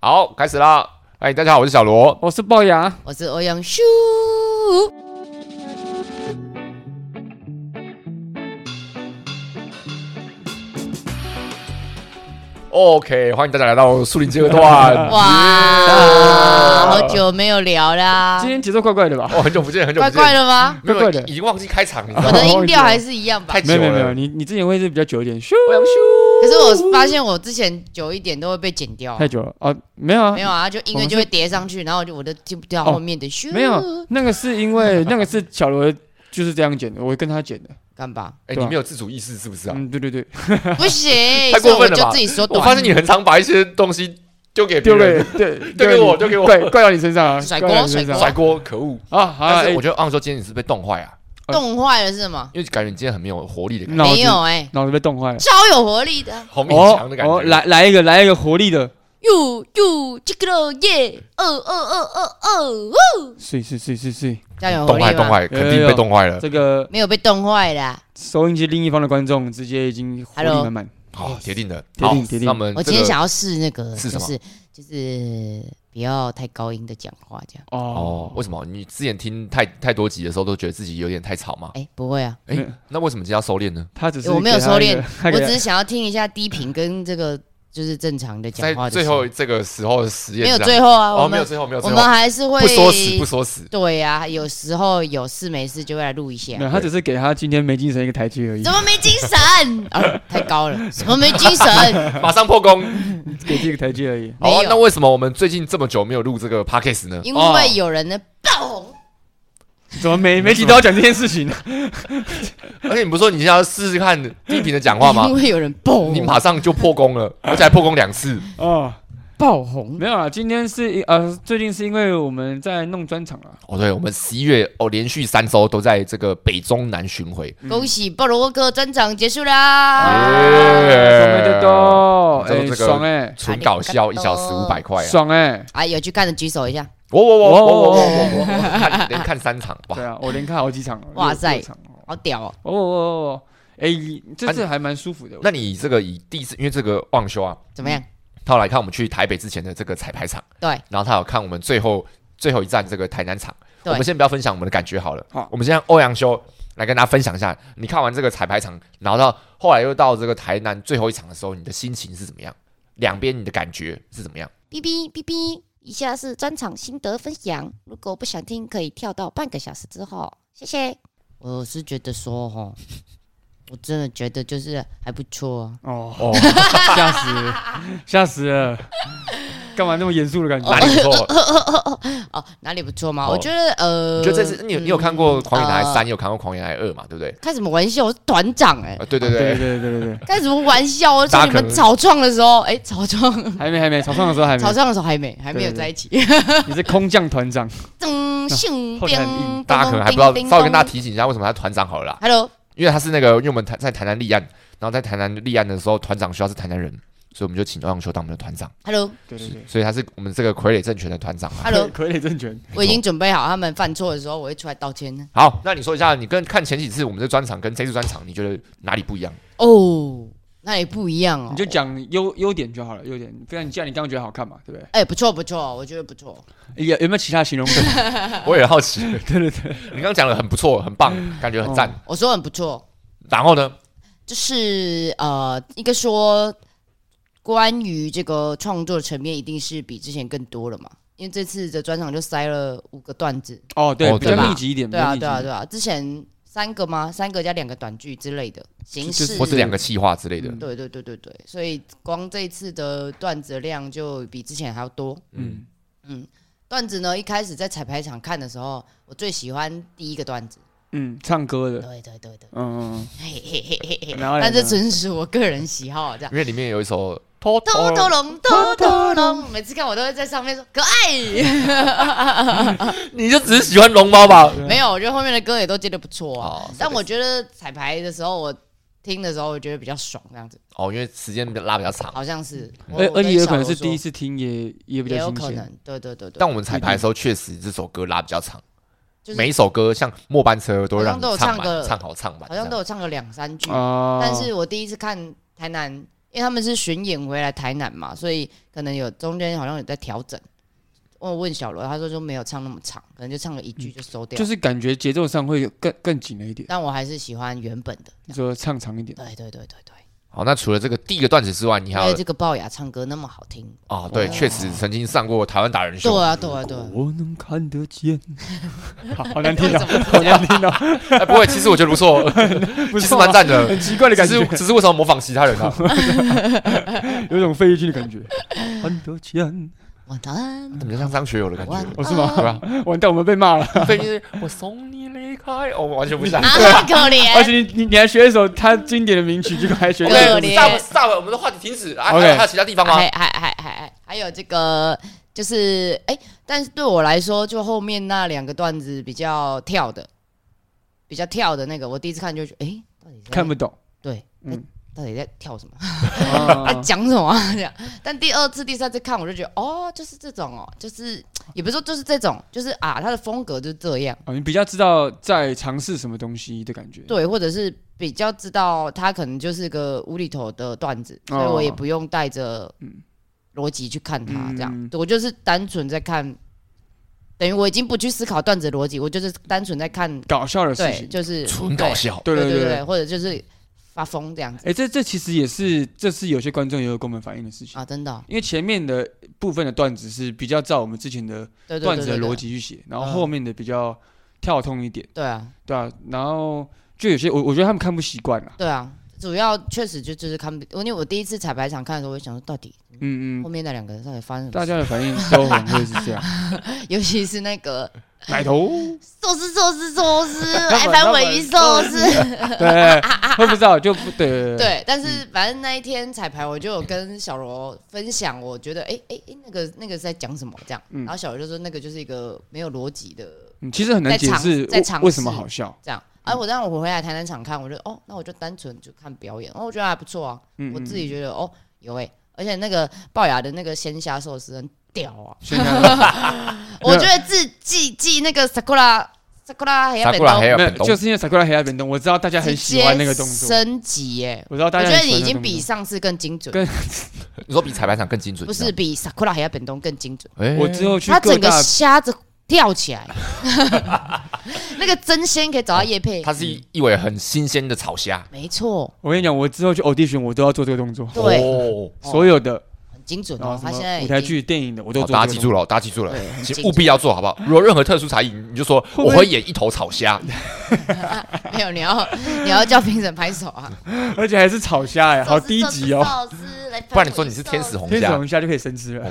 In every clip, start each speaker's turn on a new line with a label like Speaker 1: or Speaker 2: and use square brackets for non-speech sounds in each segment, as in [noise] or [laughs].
Speaker 1: 好，开始啦！哎，大家好，我是小罗。
Speaker 2: 哦我是龅牙，
Speaker 3: 我是欧阳修。
Speaker 1: OK，欢迎大家来到树林这个段。
Speaker 3: [laughs] 哇，
Speaker 1: 啊
Speaker 3: 好久没有聊啦
Speaker 2: 今，天节奏怪怪的吧？
Speaker 1: 哦，很久不见，很久不
Speaker 3: 怪
Speaker 1: 见，
Speaker 3: 怪的吗？
Speaker 1: 没有
Speaker 2: 怪怪的
Speaker 1: 已经忘记开场，你知道
Speaker 3: 我
Speaker 1: 吗？
Speaker 3: 的音调还是一样吧
Speaker 1: 太。久
Speaker 2: 没
Speaker 1: 了。
Speaker 2: 有没有没有，你你之前会是比较久一点，咻，
Speaker 1: 欧阳
Speaker 3: 可是我发现我之前久一点都会被剪掉
Speaker 2: 太，久了哦，没有啊，
Speaker 3: [laughs] 没有啊，就音乐就会叠上
Speaker 1: 哦
Speaker 3: 去，然后就我都听不到后面的咻。
Speaker 2: 没有，那个是因为那个是小罗就是这样剪的，我跟他剪的，
Speaker 1: [laughs]
Speaker 3: 干吧？
Speaker 1: 哎，
Speaker 2: 对啊
Speaker 1: 你没有自主意识是不是啊？
Speaker 2: 嗯，对对对，
Speaker 3: 不行，
Speaker 1: 太过分了吧
Speaker 3: 所以我就自己说短。
Speaker 1: 我发现你很常把一些东西丢给别
Speaker 2: 丢给
Speaker 1: 人，
Speaker 2: 对
Speaker 1: [laughs] 丢给我，丢给我，
Speaker 2: 怪怪到你身上啊，
Speaker 3: 甩
Speaker 2: 怪到你
Speaker 3: 锅甩
Speaker 2: 身上
Speaker 3: 对
Speaker 1: 甩锅，可恶！
Speaker 2: 啊，好啊，
Speaker 1: 但是
Speaker 2: 哎
Speaker 1: 我觉得昂说今天你是被冻坏啊，
Speaker 3: 冻坏了是吗？
Speaker 1: 因为感觉你今天很没有活力的感
Speaker 2: 脑
Speaker 3: 没
Speaker 2: 子
Speaker 3: 有哎，
Speaker 2: 脑子被冻坏了，
Speaker 3: 超有活力的
Speaker 1: 觉，，好
Speaker 2: 哦
Speaker 1: 勉强的感觉。
Speaker 2: 哦，来来一个来一个活力的，
Speaker 3: 哟哟，这个喽耶，哦哦哦哦哦，
Speaker 2: 是是是是是，
Speaker 3: 这样有活
Speaker 1: 冻坏，
Speaker 3: 力
Speaker 1: 冻
Speaker 3: 吗？
Speaker 1: 坏，肯定被冻坏了。
Speaker 2: 这个
Speaker 3: 没有被冻坏啦。
Speaker 2: 收音机另一方的观众直接已经活力
Speaker 3: Hello
Speaker 2: 满满，
Speaker 1: 好，哦铁定的。
Speaker 2: 啊哦铁
Speaker 1: 好
Speaker 2: 定铁，定
Speaker 1: 那我们
Speaker 3: 我
Speaker 1: 嗯这
Speaker 3: 今天
Speaker 1: 个
Speaker 3: 想要试那个，
Speaker 1: 是什
Speaker 3: 就
Speaker 1: 么
Speaker 3: 是就是不要太高音的讲话，这样。
Speaker 1: 哦，为什么你之前听太太多集的时候都觉得自己有点太吵嘛？
Speaker 3: 哎、不会啊，
Speaker 1: 哎
Speaker 2: 没有，
Speaker 1: 那为什么今天要收敛呢？
Speaker 2: 他只是
Speaker 3: 我没有
Speaker 2: 给他
Speaker 3: 收
Speaker 2: 一个
Speaker 3: 敛，
Speaker 2: [laughs] 他
Speaker 3: 我
Speaker 2: 给他
Speaker 3: 只是想要听一下低频跟这个就是正常的讲
Speaker 1: 在
Speaker 3: 话的声
Speaker 1: 最
Speaker 3: 音。
Speaker 1: 后这个时候的实验
Speaker 3: 没有
Speaker 1: 是这样
Speaker 3: 最后啊，
Speaker 1: 哦，
Speaker 3: 我
Speaker 1: 没有
Speaker 3: 们
Speaker 1: 最后没有
Speaker 3: 我
Speaker 1: 最
Speaker 3: 们
Speaker 1: 后，
Speaker 3: 还是会
Speaker 1: 不说死不说死。
Speaker 3: 对呀、啊，有时候有事没事就会来录一下
Speaker 1: 嗯
Speaker 2: 没。有，他只是给他今天没精神一个台阶而已
Speaker 3: 怎，么没精
Speaker 1: [laughs]
Speaker 3: 神？啊，太高了，什么没精神？
Speaker 1: 马上破功。
Speaker 2: [laughs] 给这个台阶而已。
Speaker 1: 好啊
Speaker 3: 没，有
Speaker 1: 哦那为什么我们最近这么久没有录这个 podcast 呢？
Speaker 3: 因为有人呢爆红，
Speaker 2: 怎么每每集都要讲这件事情？
Speaker 1: [laughs] 而且你不是说你现在要试试看低频的讲话吗
Speaker 3: 因？为有人爆
Speaker 1: 哦你
Speaker 3: 红，
Speaker 1: 马上就破功了，而且还破功两次。
Speaker 2: 哦，
Speaker 3: 爆红。
Speaker 2: 没有啊，今天是呃，最近是因为我们在弄专场啊，
Speaker 1: 哦，对，我们十一月哦，连续三周都在这个北中南巡回。
Speaker 3: 恭喜鲍罗哥专场结束啦！
Speaker 1: 嗯耶
Speaker 2: 爽的多，
Speaker 1: 这
Speaker 2: 哎，
Speaker 1: 个
Speaker 2: 爽哎，
Speaker 1: 纯搞笑，一小时五百块啊！
Speaker 2: 爽哎，
Speaker 3: 啊，有去看的举手一下。
Speaker 1: 我我我我我我我我看连看三场
Speaker 2: 对
Speaker 1: 哇！
Speaker 2: 啊，我连看好几场了，
Speaker 3: 哇塞
Speaker 2: 六场哦
Speaker 3: 好屌哦！
Speaker 2: 哦哦哦，哎，这次还蛮舒服的。
Speaker 1: 啊那你这个以第一次，因为这个望修啊，
Speaker 3: 怎么样？
Speaker 1: 他有来看我们去台北之前的这个彩排场，
Speaker 3: 对，
Speaker 1: 然后他有看我们最后最后一站这个台南场。
Speaker 3: 对
Speaker 1: 我们先不要分享我们的感觉好了，
Speaker 2: 好
Speaker 1: 我们先让欧阳修来跟大家分享一下，你看完这个彩排场，然后到后来又到这个台南最后一场的时候，你的心情是怎么样？两边你的感觉是怎么样？
Speaker 4: 哔哔哔哔，以下是专场心得分享，如果不想听，可以跳到半个小时之后。谢谢。
Speaker 1: 嗯
Speaker 3: 我是觉得说哈，我真的觉得就是还不错啊。
Speaker 2: 哦
Speaker 1: 哦，
Speaker 2: [laughs] 吓死了，吓死了，干嘛那么严肃的感
Speaker 1: [laughs]
Speaker 2: 觉
Speaker 1: 哪？里不错？
Speaker 3: [laughs] 哦，哪里不错吗？
Speaker 1: 哦
Speaker 3: 我觉得呃，
Speaker 1: 你觉得这次你有你有看过《狂野男孩三》，
Speaker 3: 呃
Speaker 1: 也有看过《狂野男孩二》嘛？对不对？
Speaker 3: 开什么玩笑？我是团长哎、
Speaker 1: [laughs] 啊，对对
Speaker 2: 对对
Speaker 1: 对，
Speaker 2: 对对对
Speaker 3: 开什么玩笑？我
Speaker 1: 大家
Speaker 3: 说你
Speaker 1: 可能
Speaker 3: 们草创的时候，哎、草创，
Speaker 2: 对，还没还没，草创的时候还
Speaker 3: 草
Speaker 2: 没，
Speaker 3: 创的时候还没还没有
Speaker 2: 对对对
Speaker 3: 在一起。 [laughs]
Speaker 2: 你是空降团长，
Speaker 3: 噔，性
Speaker 2: 后台很硬
Speaker 3: 冰，
Speaker 1: 大家可能还不知道，稍微跟大家
Speaker 3: 家
Speaker 1: 提醒一下为什么他是团长好了啦，
Speaker 3: ，Hello，
Speaker 1: 因为他是那个，因为我们台在台南立案，然后在台南立案的时候，团长需要是台南人，所以我们就请欧阳修当我们的团长， [laughs]
Speaker 3: Hello，
Speaker 2: 对对对，
Speaker 1: 所以他是我们这个傀儡政权的团长啊。
Speaker 3: Hello
Speaker 2: 傀儡政权，
Speaker 3: 我已经准备好，他们犯错的时候我会出来道歉的。
Speaker 1: 好，那你说一下，你跟看前几次我们的专场跟这次专场，你觉得哪里不一样？
Speaker 3: 哦，那也不一样哦。
Speaker 2: 你就讲优优点就好了，优点。不然你既然你刚刚觉得好看嘛，对不对？
Speaker 3: 哎、不错不错，我觉得不错。
Speaker 2: [laughs] 有有没有其他形容词？
Speaker 1: 我也好奇。 [laughs] 对对对，你刚刚讲的很不错，很棒，感觉很赞。
Speaker 3: 我说很不错，
Speaker 1: 然后呢？
Speaker 3: 就是呃，应该说关于这个创作层面，一定是比之前更多了嘛。因为这次的专场就塞了五个段子，
Speaker 2: 哦，对，
Speaker 1: 哦
Speaker 2: 比较
Speaker 3: 对吧
Speaker 2: 密集一点，
Speaker 3: 对啊，
Speaker 2: 比
Speaker 3: 对
Speaker 2: 较密集
Speaker 3: 啊，
Speaker 2: 一
Speaker 3: 对
Speaker 2: 点
Speaker 3: 啊，之前三个吗？三个加两个短剧之类的形
Speaker 2: 就是
Speaker 3: 式
Speaker 1: 或，是两个气话之类的。
Speaker 2: 嗯
Speaker 3: 对对对对对，所以光这一次的段子量就比之前还要多。
Speaker 2: 嗯，
Speaker 3: 段子呢，一开始在彩排场看的时候，我最喜欢第一个段子，
Speaker 2: 嗯，唱歌的，
Speaker 3: 对对对对，
Speaker 2: 嗯，嗯
Speaker 3: 嘿嘿嘿嘿嘿，
Speaker 2: 然后嘞
Speaker 3: 但这纯属我个人喜好啊，这样。
Speaker 1: 因为里面有一首
Speaker 2: 偷
Speaker 3: 哆哆隆哆哆隆，每次看我都会在上面说可爱，
Speaker 1: 你就只是喜欢龙猫吧？
Speaker 3: 没有，我觉得后面的歌也都接的不错啊。
Speaker 1: 哦，
Speaker 3: 但我觉得彩排的时候，我听的时候，我觉得比较爽，这样子
Speaker 1: 哦，因为时间拉比较长，
Speaker 3: 好像是。我
Speaker 2: 而而且也有可能是第一，
Speaker 3: 我跟小
Speaker 2: 次听，也也比
Speaker 3: 罗说也
Speaker 2: 较
Speaker 3: 有
Speaker 2: 新
Speaker 3: 可
Speaker 2: 鲜。
Speaker 3: 能，对对对对。
Speaker 1: 但我们彩排的时候确实这首歌拉比较长，
Speaker 3: 就是
Speaker 1: 每一首歌像末班车都会让你
Speaker 3: 好像都有
Speaker 1: 唱
Speaker 3: 唱个
Speaker 1: 满，唱好唱满，
Speaker 3: 好像
Speaker 1: 这
Speaker 3: 都
Speaker 1: 样
Speaker 3: 有唱个两三句，
Speaker 2: 哦，
Speaker 3: 但是我第一次看台南，因因为他们是巡演回来台南嘛，所以可能有中间好像有在调整。我有问小罗，他说就没有唱那么长，可能就唱了一句就收掉。
Speaker 2: 就是感觉节奏上会更更紧了一点，
Speaker 3: 但我还是喜欢原本的。
Speaker 2: 你说唱长一点，
Speaker 3: 对对对对对，
Speaker 1: 好，那除了这个第一个段子之外，你
Speaker 3: 因
Speaker 1: 还
Speaker 3: 为
Speaker 1: 有
Speaker 3: 这个龅牙唱歌那么好听。
Speaker 1: 哦，对，确实曾经上过台湾达人
Speaker 3: 对
Speaker 1: 秀，
Speaker 3: 啊对啊对啊，
Speaker 2: 我能看得 [laughs] 见，好好难听
Speaker 3: 为
Speaker 2: 到，
Speaker 3: 什
Speaker 1: [laughs]
Speaker 2: [laughs]
Speaker 3: 么
Speaker 2: 好难听到， [laughs]
Speaker 1: 哎，不会，其实我觉得不错，其
Speaker 2: 不是
Speaker 1: 实蛮赞的，
Speaker 2: 很奇怪的
Speaker 1: 只
Speaker 2: 感觉
Speaker 1: 是，只是为什么模仿其他人啊？
Speaker 2: 有一种费玉清的
Speaker 3: [laughs]
Speaker 2: 感觉。看得见，
Speaker 3: 晚安
Speaker 1: 怎么像张学友的感
Speaker 3: 晚
Speaker 1: 觉？
Speaker 2: 哦是
Speaker 1: 对
Speaker 2: 吗？
Speaker 1: 吧？
Speaker 2: 完蛋，我们被骂了。
Speaker 1: 飞机，我送你离开，哦我完全不像。 [laughs]
Speaker 3: 啊，
Speaker 2: [laughs]
Speaker 3: 可
Speaker 2: 而
Speaker 3: 怜。
Speaker 2: 且你你你还学一首他经典的名曲，结果还学
Speaker 3: 对可
Speaker 1: OK，stop
Speaker 3: 怜
Speaker 1: stop，我们的话题停止。啊，
Speaker 2: OK
Speaker 1: 还有还有其他地方吗
Speaker 3: 还？还还还还还有这个，就是哎、但是对我来说，就后面那两个段子比较跳的，比较跳的那个，我第一次看就觉得，哎、到底是在
Speaker 2: 看不懂。
Speaker 3: 对，
Speaker 2: 嗯，
Speaker 3: 到底在跳什么？他
Speaker 2: 啊
Speaker 3: 讲什么、啊、 [laughs] 这样？但第二次、第三次看，我就觉得，哦，就是这种哦，就是也不是说就是这种，就是啊，他的风格就是这样，
Speaker 2: [laughs] 哦，你比较知道在尝试什么东西的感觉。
Speaker 3: 对，或者是比较知道他可能就是个无厘头的段子，
Speaker 2: 哦
Speaker 3: 所以我也不用带着逻辑去看他这样，
Speaker 2: 嗯
Speaker 3: 我就是单纯在看，等于我已经不去思考段子逻辑，我就是单纯在看，
Speaker 2: 搞笑的事
Speaker 3: 对，
Speaker 2: 情。
Speaker 3: 就是
Speaker 1: 纯搞，笑，
Speaker 2: 对
Speaker 3: 对
Speaker 2: 对
Speaker 3: 对
Speaker 2: 对。
Speaker 3: 或者就是发疯这样子
Speaker 2: 哎，这这其实也是，这是有些观众也有跟我们反映的事情。
Speaker 3: 啊，真的哦、
Speaker 2: 因为前面的部分的段子是比较照我们之前的
Speaker 3: 对对
Speaker 2: 段
Speaker 3: 对
Speaker 2: 子
Speaker 3: 对嗯
Speaker 2: 的逻
Speaker 3: 对，
Speaker 2: 辑去写，然后后面的比较跳通一点，
Speaker 3: 对啊，
Speaker 2: 对啊，然后就有些我我觉得他们看不习惯啊，
Speaker 3: 对啊，主要确实就就是看不，因为我第一次彩排场看的时候，我就想说到底
Speaker 2: 嗯
Speaker 3: 后
Speaker 2: 嗯，
Speaker 3: 面那两个到底发生什
Speaker 2: 大
Speaker 3: 么事， [laughs]
Speaker 2: 家的反应都很会是这样，
Speaker 3: 尤其是那
Speaker 2: [laughs]
Speaker 3: 个
Speaker 2: 奶头，
Speaker 4: 寿司寿司寿
Speaker 2: [laughs]
Speaker 4: 司，
Speaker 2: 本
Speaker 4: 还翻尾鱼寿司，
Speaker 2: 对，会不知道就不对，嗯
Speaker 3: 对，但是反正那一天彩排，我就有跟小罗分享，我觉得哎哎哎，那个那个是在讲什么这样，
Speaker 2: 嗯
Speaker 3: 然后小罗就说那个就是一个没有逻辑的
Speaker 2: 嗯其实很难解释
Speaker 3: 在尝在尝
Speaker 2: 为为什么
Speaker 3: 试
Speaker 2: 好笑，
Speaker 3: 这样。啊，
Speaker 2: 嗯
Speaker 3: 我让我回来台南场看，我就哦，那我就单纯就看表演，哦，我觉得还不错啊，
Speaker 2: 嗯，
Speaker 3: 我自
Speaker 2: 嗯
Speaker 3: 己觉得哦有哎、而且那个龅牙的那个鲜虾寿司很屌
Speaker 2: [laughs]
Speaker 3: 啊，
Speaker 2: 现在
Speaker 3: 我觉得自记记那个 sakura sakura 还要
Speaker 1: 他过来还有
Speaker 2: 没有
Speaker 1: 本，东
Speaker 2: 就，是因为《傻瓜来黑暗变动》，我知道大家很喜欢那个动
Speaker 3: 直接
Speaker 2: 作，
Speaker 3: 升级耶、
Speaker 2: 我知道
Speaker 3: 我
Speaker 2: 大
Speaker 3: 觉
Speaker 2: 家
Speaker 3: 得
Speaker 2: 很喜
Speaker 3: 你
Speaker 2: 欢那个
Speaker 3: 已经
Speaker 2: 动作
Speaker 3: 比上次更精准，
Speaker 2: 跟
Speaker 1: 你说比彩排场更精准？
Speaker 3: 不
Speaker 2: 啊
Speaker 3: 是比 sakura 还要本东更精准。
Speaker 1: 哎，
Speaker 2: 我之后去
Speaker 3: 他
Speaker 2: 各
Speaker 3: 整个
Speaker 2: 大
Speaker 3: 虾子跳起来，那个真鲜可以找到叶佩，
Speaker 1: 它是一一尾很新鲜的草虾，
Speaker 3: 没错，
Speaker 2: 我跟你讲，我之后去 audition 我都要做这个动作，
Speaker 3: 对
Speaker 1: 哦，
Speaker 3: 哦
Speaker 2: 所有的
Speaker 3: 很精准
Speaker 2: 然后
Speaker 3: 哦。
Speaker 2: 什
Speaker 3: 他现
Speaker 2: 么
Speaker 3: 在
Speaker 2: 舞台
Speaker 3: 已经
Speaker 2: 剧、电影的我都
Speaker 1: 好
Speaker 2: 做这个动作，
Speaker 1: 大家记住了，大家记住了，
Speaker 3: 对，很
Speaker 1: 请
Speaker 3: 精
Speaker 1: 务
Speaker 3: 准
Speaker 1: 必要做好不好？如果有任何特殊才艺，你就说我会演一头草虾，
Speaker 3: 没有，你要你要叫评审拍手啊！
Speaker 2: 而且还是炒虾哎，好低级哦！
Speaker 4: 寿司寿司来翻尾鱼寿司
Speaker 1: 不然你说你是天使红
Speaker 2: 天使
Speaker 1: 虾。
Speaker 2: 龙虾就可以生吃了，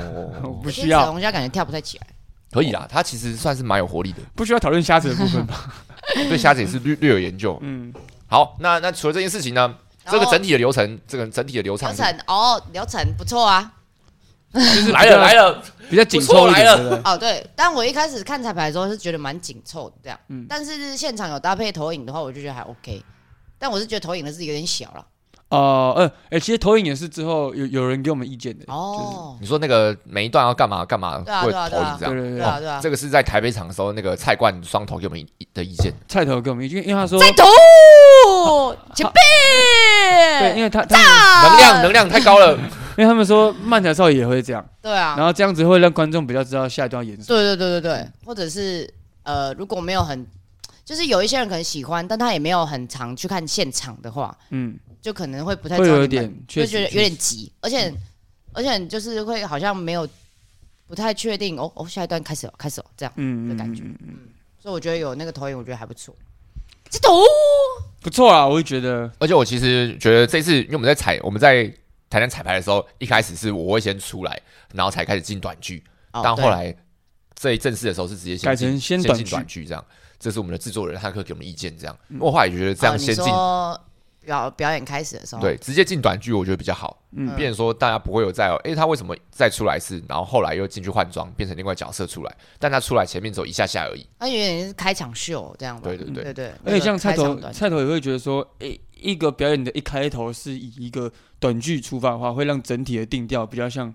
Speaker 1: 哦，
Speaker 2: 我不需
Speaker 3: 因为紫
Speaker 2: 要
Speaker 3: 龙虾感觉跳不太起来，
Speaker 1: 可以啦，它其实算是蛮有活力的，
Speaker 2: 不需要讨论虾子的部
Speaker 3: [laughs]
Speaker 2: 分吧？
Speaker 1: 对虾子也是略略有研究。
Speaker 2: 嗯，
Speaker 1: 好，那那除了这件事情呢，
Speaker 3: 然
Speaker 1: 这
Speaker 3: 后
Speaker 1: 个整体的流程，这个整体的流
Speaker 3: 流
Speaker 1: 畅度
Speaker 3: 程哦，流程不错啊。
Speaker 2: 就是
Speaker 1: 来了来
Speaker 2: 了，
Speaker 1: 了，
Speaker 2: 比较紧
Speaker 1: 不错
Speaker 2: 凑一
Speaker 1: 来
Speaker 2: 点
Speaker 1: 了
Speaker 2: 对不对
Speaker 3: 哦，对，但我一开始看彩排的时候是觉得蛮紧凑的这样
Speaker 2: 嗯，
Speaker 3: 但是现场有搭配投影的话，我就觉得还 OK。但我是觉得投影的是有点小了
Speaker 2: 哦，呃，哎，其实投影也是之后有有人给我们意见的，
Speaker 3: 哦，
Speaker 1: 你说那个每一段要干嘛干嘛
Speaker 3: 对啊
Speaker 1: 会
Speaker 3: 对啊
Speaker 1: 投影这
Speaker 2: 对
Speaker 1: 样，
Speaker 2: 对
Speaker 3: 对
Speaker 2: 对，
Speaker 3: 啊对啊
Speaker 1: 这，个是在台北场的时候，那个蔡冠双头给我们一的意见，
Speaker 2: 菜头给我们意见，因为他说
Speaker 3: 在投前啊
Speaker 2: 对，因
Speaker 3: 辈，
Speaker 2: 为他他们
Speaker 1: 能量能量太高了，
Speaker 2: 因为他们说漫才少爷也会这样，
Speaker 3: 对啊
Speaker 2: 然，后这样子会让观众比较知道下一段要演什么。
Speaker 3: 对对对对对，或者是呃，如果没有很，就是有一些人可能喜欢，但他也没有很常去看现场的话，
Speaker 2: 嗯，
Speaker 3: 就可能会不太
Speaker 2: 会
Speaker 3: 知道
Speaker 2: 有一
Speaker 3: 你们
Speaker 2: 点，确
Speaker 3: 就觉
Speaker 2: 实嗯
Speaker 3: 得有点急，而且、而且就是会好像没有不太确定哦哦，下一段开始哦，开始哦这样，
Speaker 2: 嗯
Speaker 3: 的感觉
Speaker 2: 嗯嗯嗯
Speaker 3: 所以我觉得有那个投影，我觉得还不错。这头
Speaker 2: 不错啊，我也觉得
Speaker 1: 而且我其实觉得这次，因为我们在彩我们在台南彩排的时候，一开始是我会先出来，然后才开始进短剧，
Speaker 3: 哦
Speaker 1: 但
Speaker 3: 对
Speaker 1: 后来最正式的时候是直接先
Speaker 2: 改
Speaker 1: 进
Speaker 2: 成先
Speaker 1: 先
Speaker 2: 短
Speaker 1: 进
Speaker 2: 剧
Speaker 1: 短，剧这样。这是我们的制作人汉克给我们意见，这样我后来觉得这样
Speaker 3: 哦
Speaker 1: 先
Speaker 3: 你
Speaker 1: 进，
Speaker 3: 说表表演开始的时候，
Speaker 1: 对，直接进短剧我觉得比较好，
Speaker 2: 嗯
Speaker 1: 变成说大家不会有再有，诶，他为什么再出来一次，然后后来又进去换装变成另外角色出来，但他出来前面走一下下而已，
Speaker 3: 它有点是开场秀这样吧，
Speaker 1: 对对对，
Speaker 3: 嗯对对，
Speaker 2: 而且像菜
Speaker 3: 那
Speaker 2: 头
Speaker 3: 个开场短
Speaker 2: 菜头也会觉得说，一一个表演的一开头是以一个短剧出发的话，会让整体的定调比较像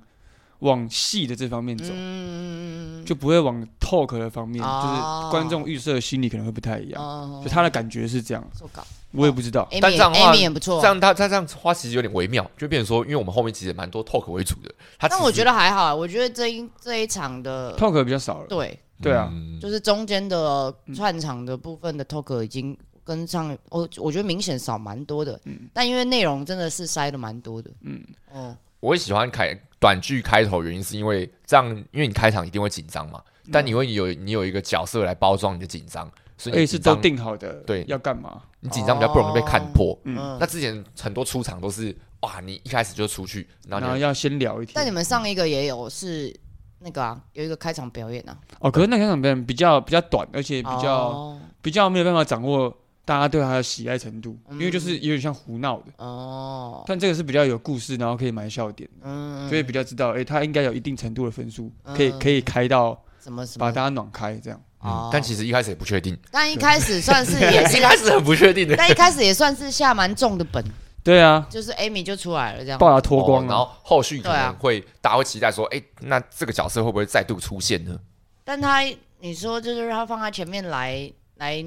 Speaker 2: 往戏的这方面走，
Speaker 3: 嗯，
Speaker 2: 就不会往 talk 的方面，
Speaker 3: 哦
Speaker 2: 就是观众预设的心理可能会不太一样。
Speaker 3: 哦
Speaker 2: 就他的感觉是这样，
Speaker 3: 做稿
Speaker 2: 我也不知道。
Speaker 3: ，Amy
Speaker 1: 哦但这样的话
Speaker 3: Amy 也不错
Speaker 1: 这，样他他这样花其实有点微妙，就变成说，因为我们后面其实蛮多 talk 为主的，他
Speaker 3: 但我觉得还好啊，我觉得这一这一场的
Speaker 2: talk 比较少了，
Speaker 3: 哦对，
Speaker 1: 嗯
Speaker 2: 对啊，
Speaker 3: 就是中间的串场的部分的 talk 已经跟上，我我觉得明显少蛮多的，
Speaker 1: 嗯
Speaker 3: 但因为内容真的是塞的蛮多的，嗯，哦，
Speaker 1: 我会喜欢开短剧开头，原因是因为这样，因为你开场一定会紧张嘛，
Speaker 2: 嗯
Speaker 1: 但你会有你有一个角色来包装你的紧张，所以
Speaker 2: 而且
Speaker 1: 你
Speaker 2: 哎是
Speaker 1: 紧
Speaker 2: 都
Speaker 1: 张，
Speaker 2: 定好的，
Speaker 1: 嗯对
Speaker 2: 要干嘛？
Speaker 1: 你紧张比较不容易被看破。
Speaker 2: 哦
Speaker 3: 嗯，
Speaker 1: 那之前很多出场都是哇，你一开始就出去，然
Speaker 2: 然
Speaker 1: 后
Speaker 2: 后
Speaker 1: 你
Speaker 2: 要先聊一天。
Speaker 3: 但你们上一个也有是那个啊，有一个开场表演啊，
Speaker 2: 哦，可是那开场表演比较比较短，而且比较、
Speaker 3: 哦
Speaker 2: 比较没有办法掌握大家对他的喜爱程度，因为就是有点像胡闹的。
Speaker 3: 嗯哦，
Speaker 2: 但这个是比较有故事，然后可以埋笑点，
Speaker 3: 嗯，
Speaker 2: 所以比较知道，哎、他应该有一定程度的分数，
Speaker 3: 嗯
Speaker 2: 可以可以开到
Speaker 3: 什么什
Speaker 2: 把
Speaker 3: 么，
Speaker 2: 大家暖开这样。
Speaker 1: 嗯
Speaker 3: 哦，
Speaker 1: 但其实一开始也不确定，
Speaker 3: 但一开始算是
Speaker 1: [laughs]
Speaker 3: 也
Speaker 1: 一
Speaker 3: 是，
Speaker 1: 开始很不确定
Speaker 2: [laughs]
Speaker 1: 的。
Speaker 3: 但一开始也算是下蛮重的本，
Speaker 2: 对啊，
Speaker 3: 就是 Amy 就出来了这样，
Speaker 2: 把他脱
Speaker 1: 哦
Speaker 2: 光啊了、
Speaker 1: 然后后续可
Speaker 3: 对
Speaker 1: 能
Speaker 3: 啊
Speaker 1: 会、大家会期待说，哎、那这个角色会不会再度出现呢？
Speaker 3: 但他你说就是他放在前面来来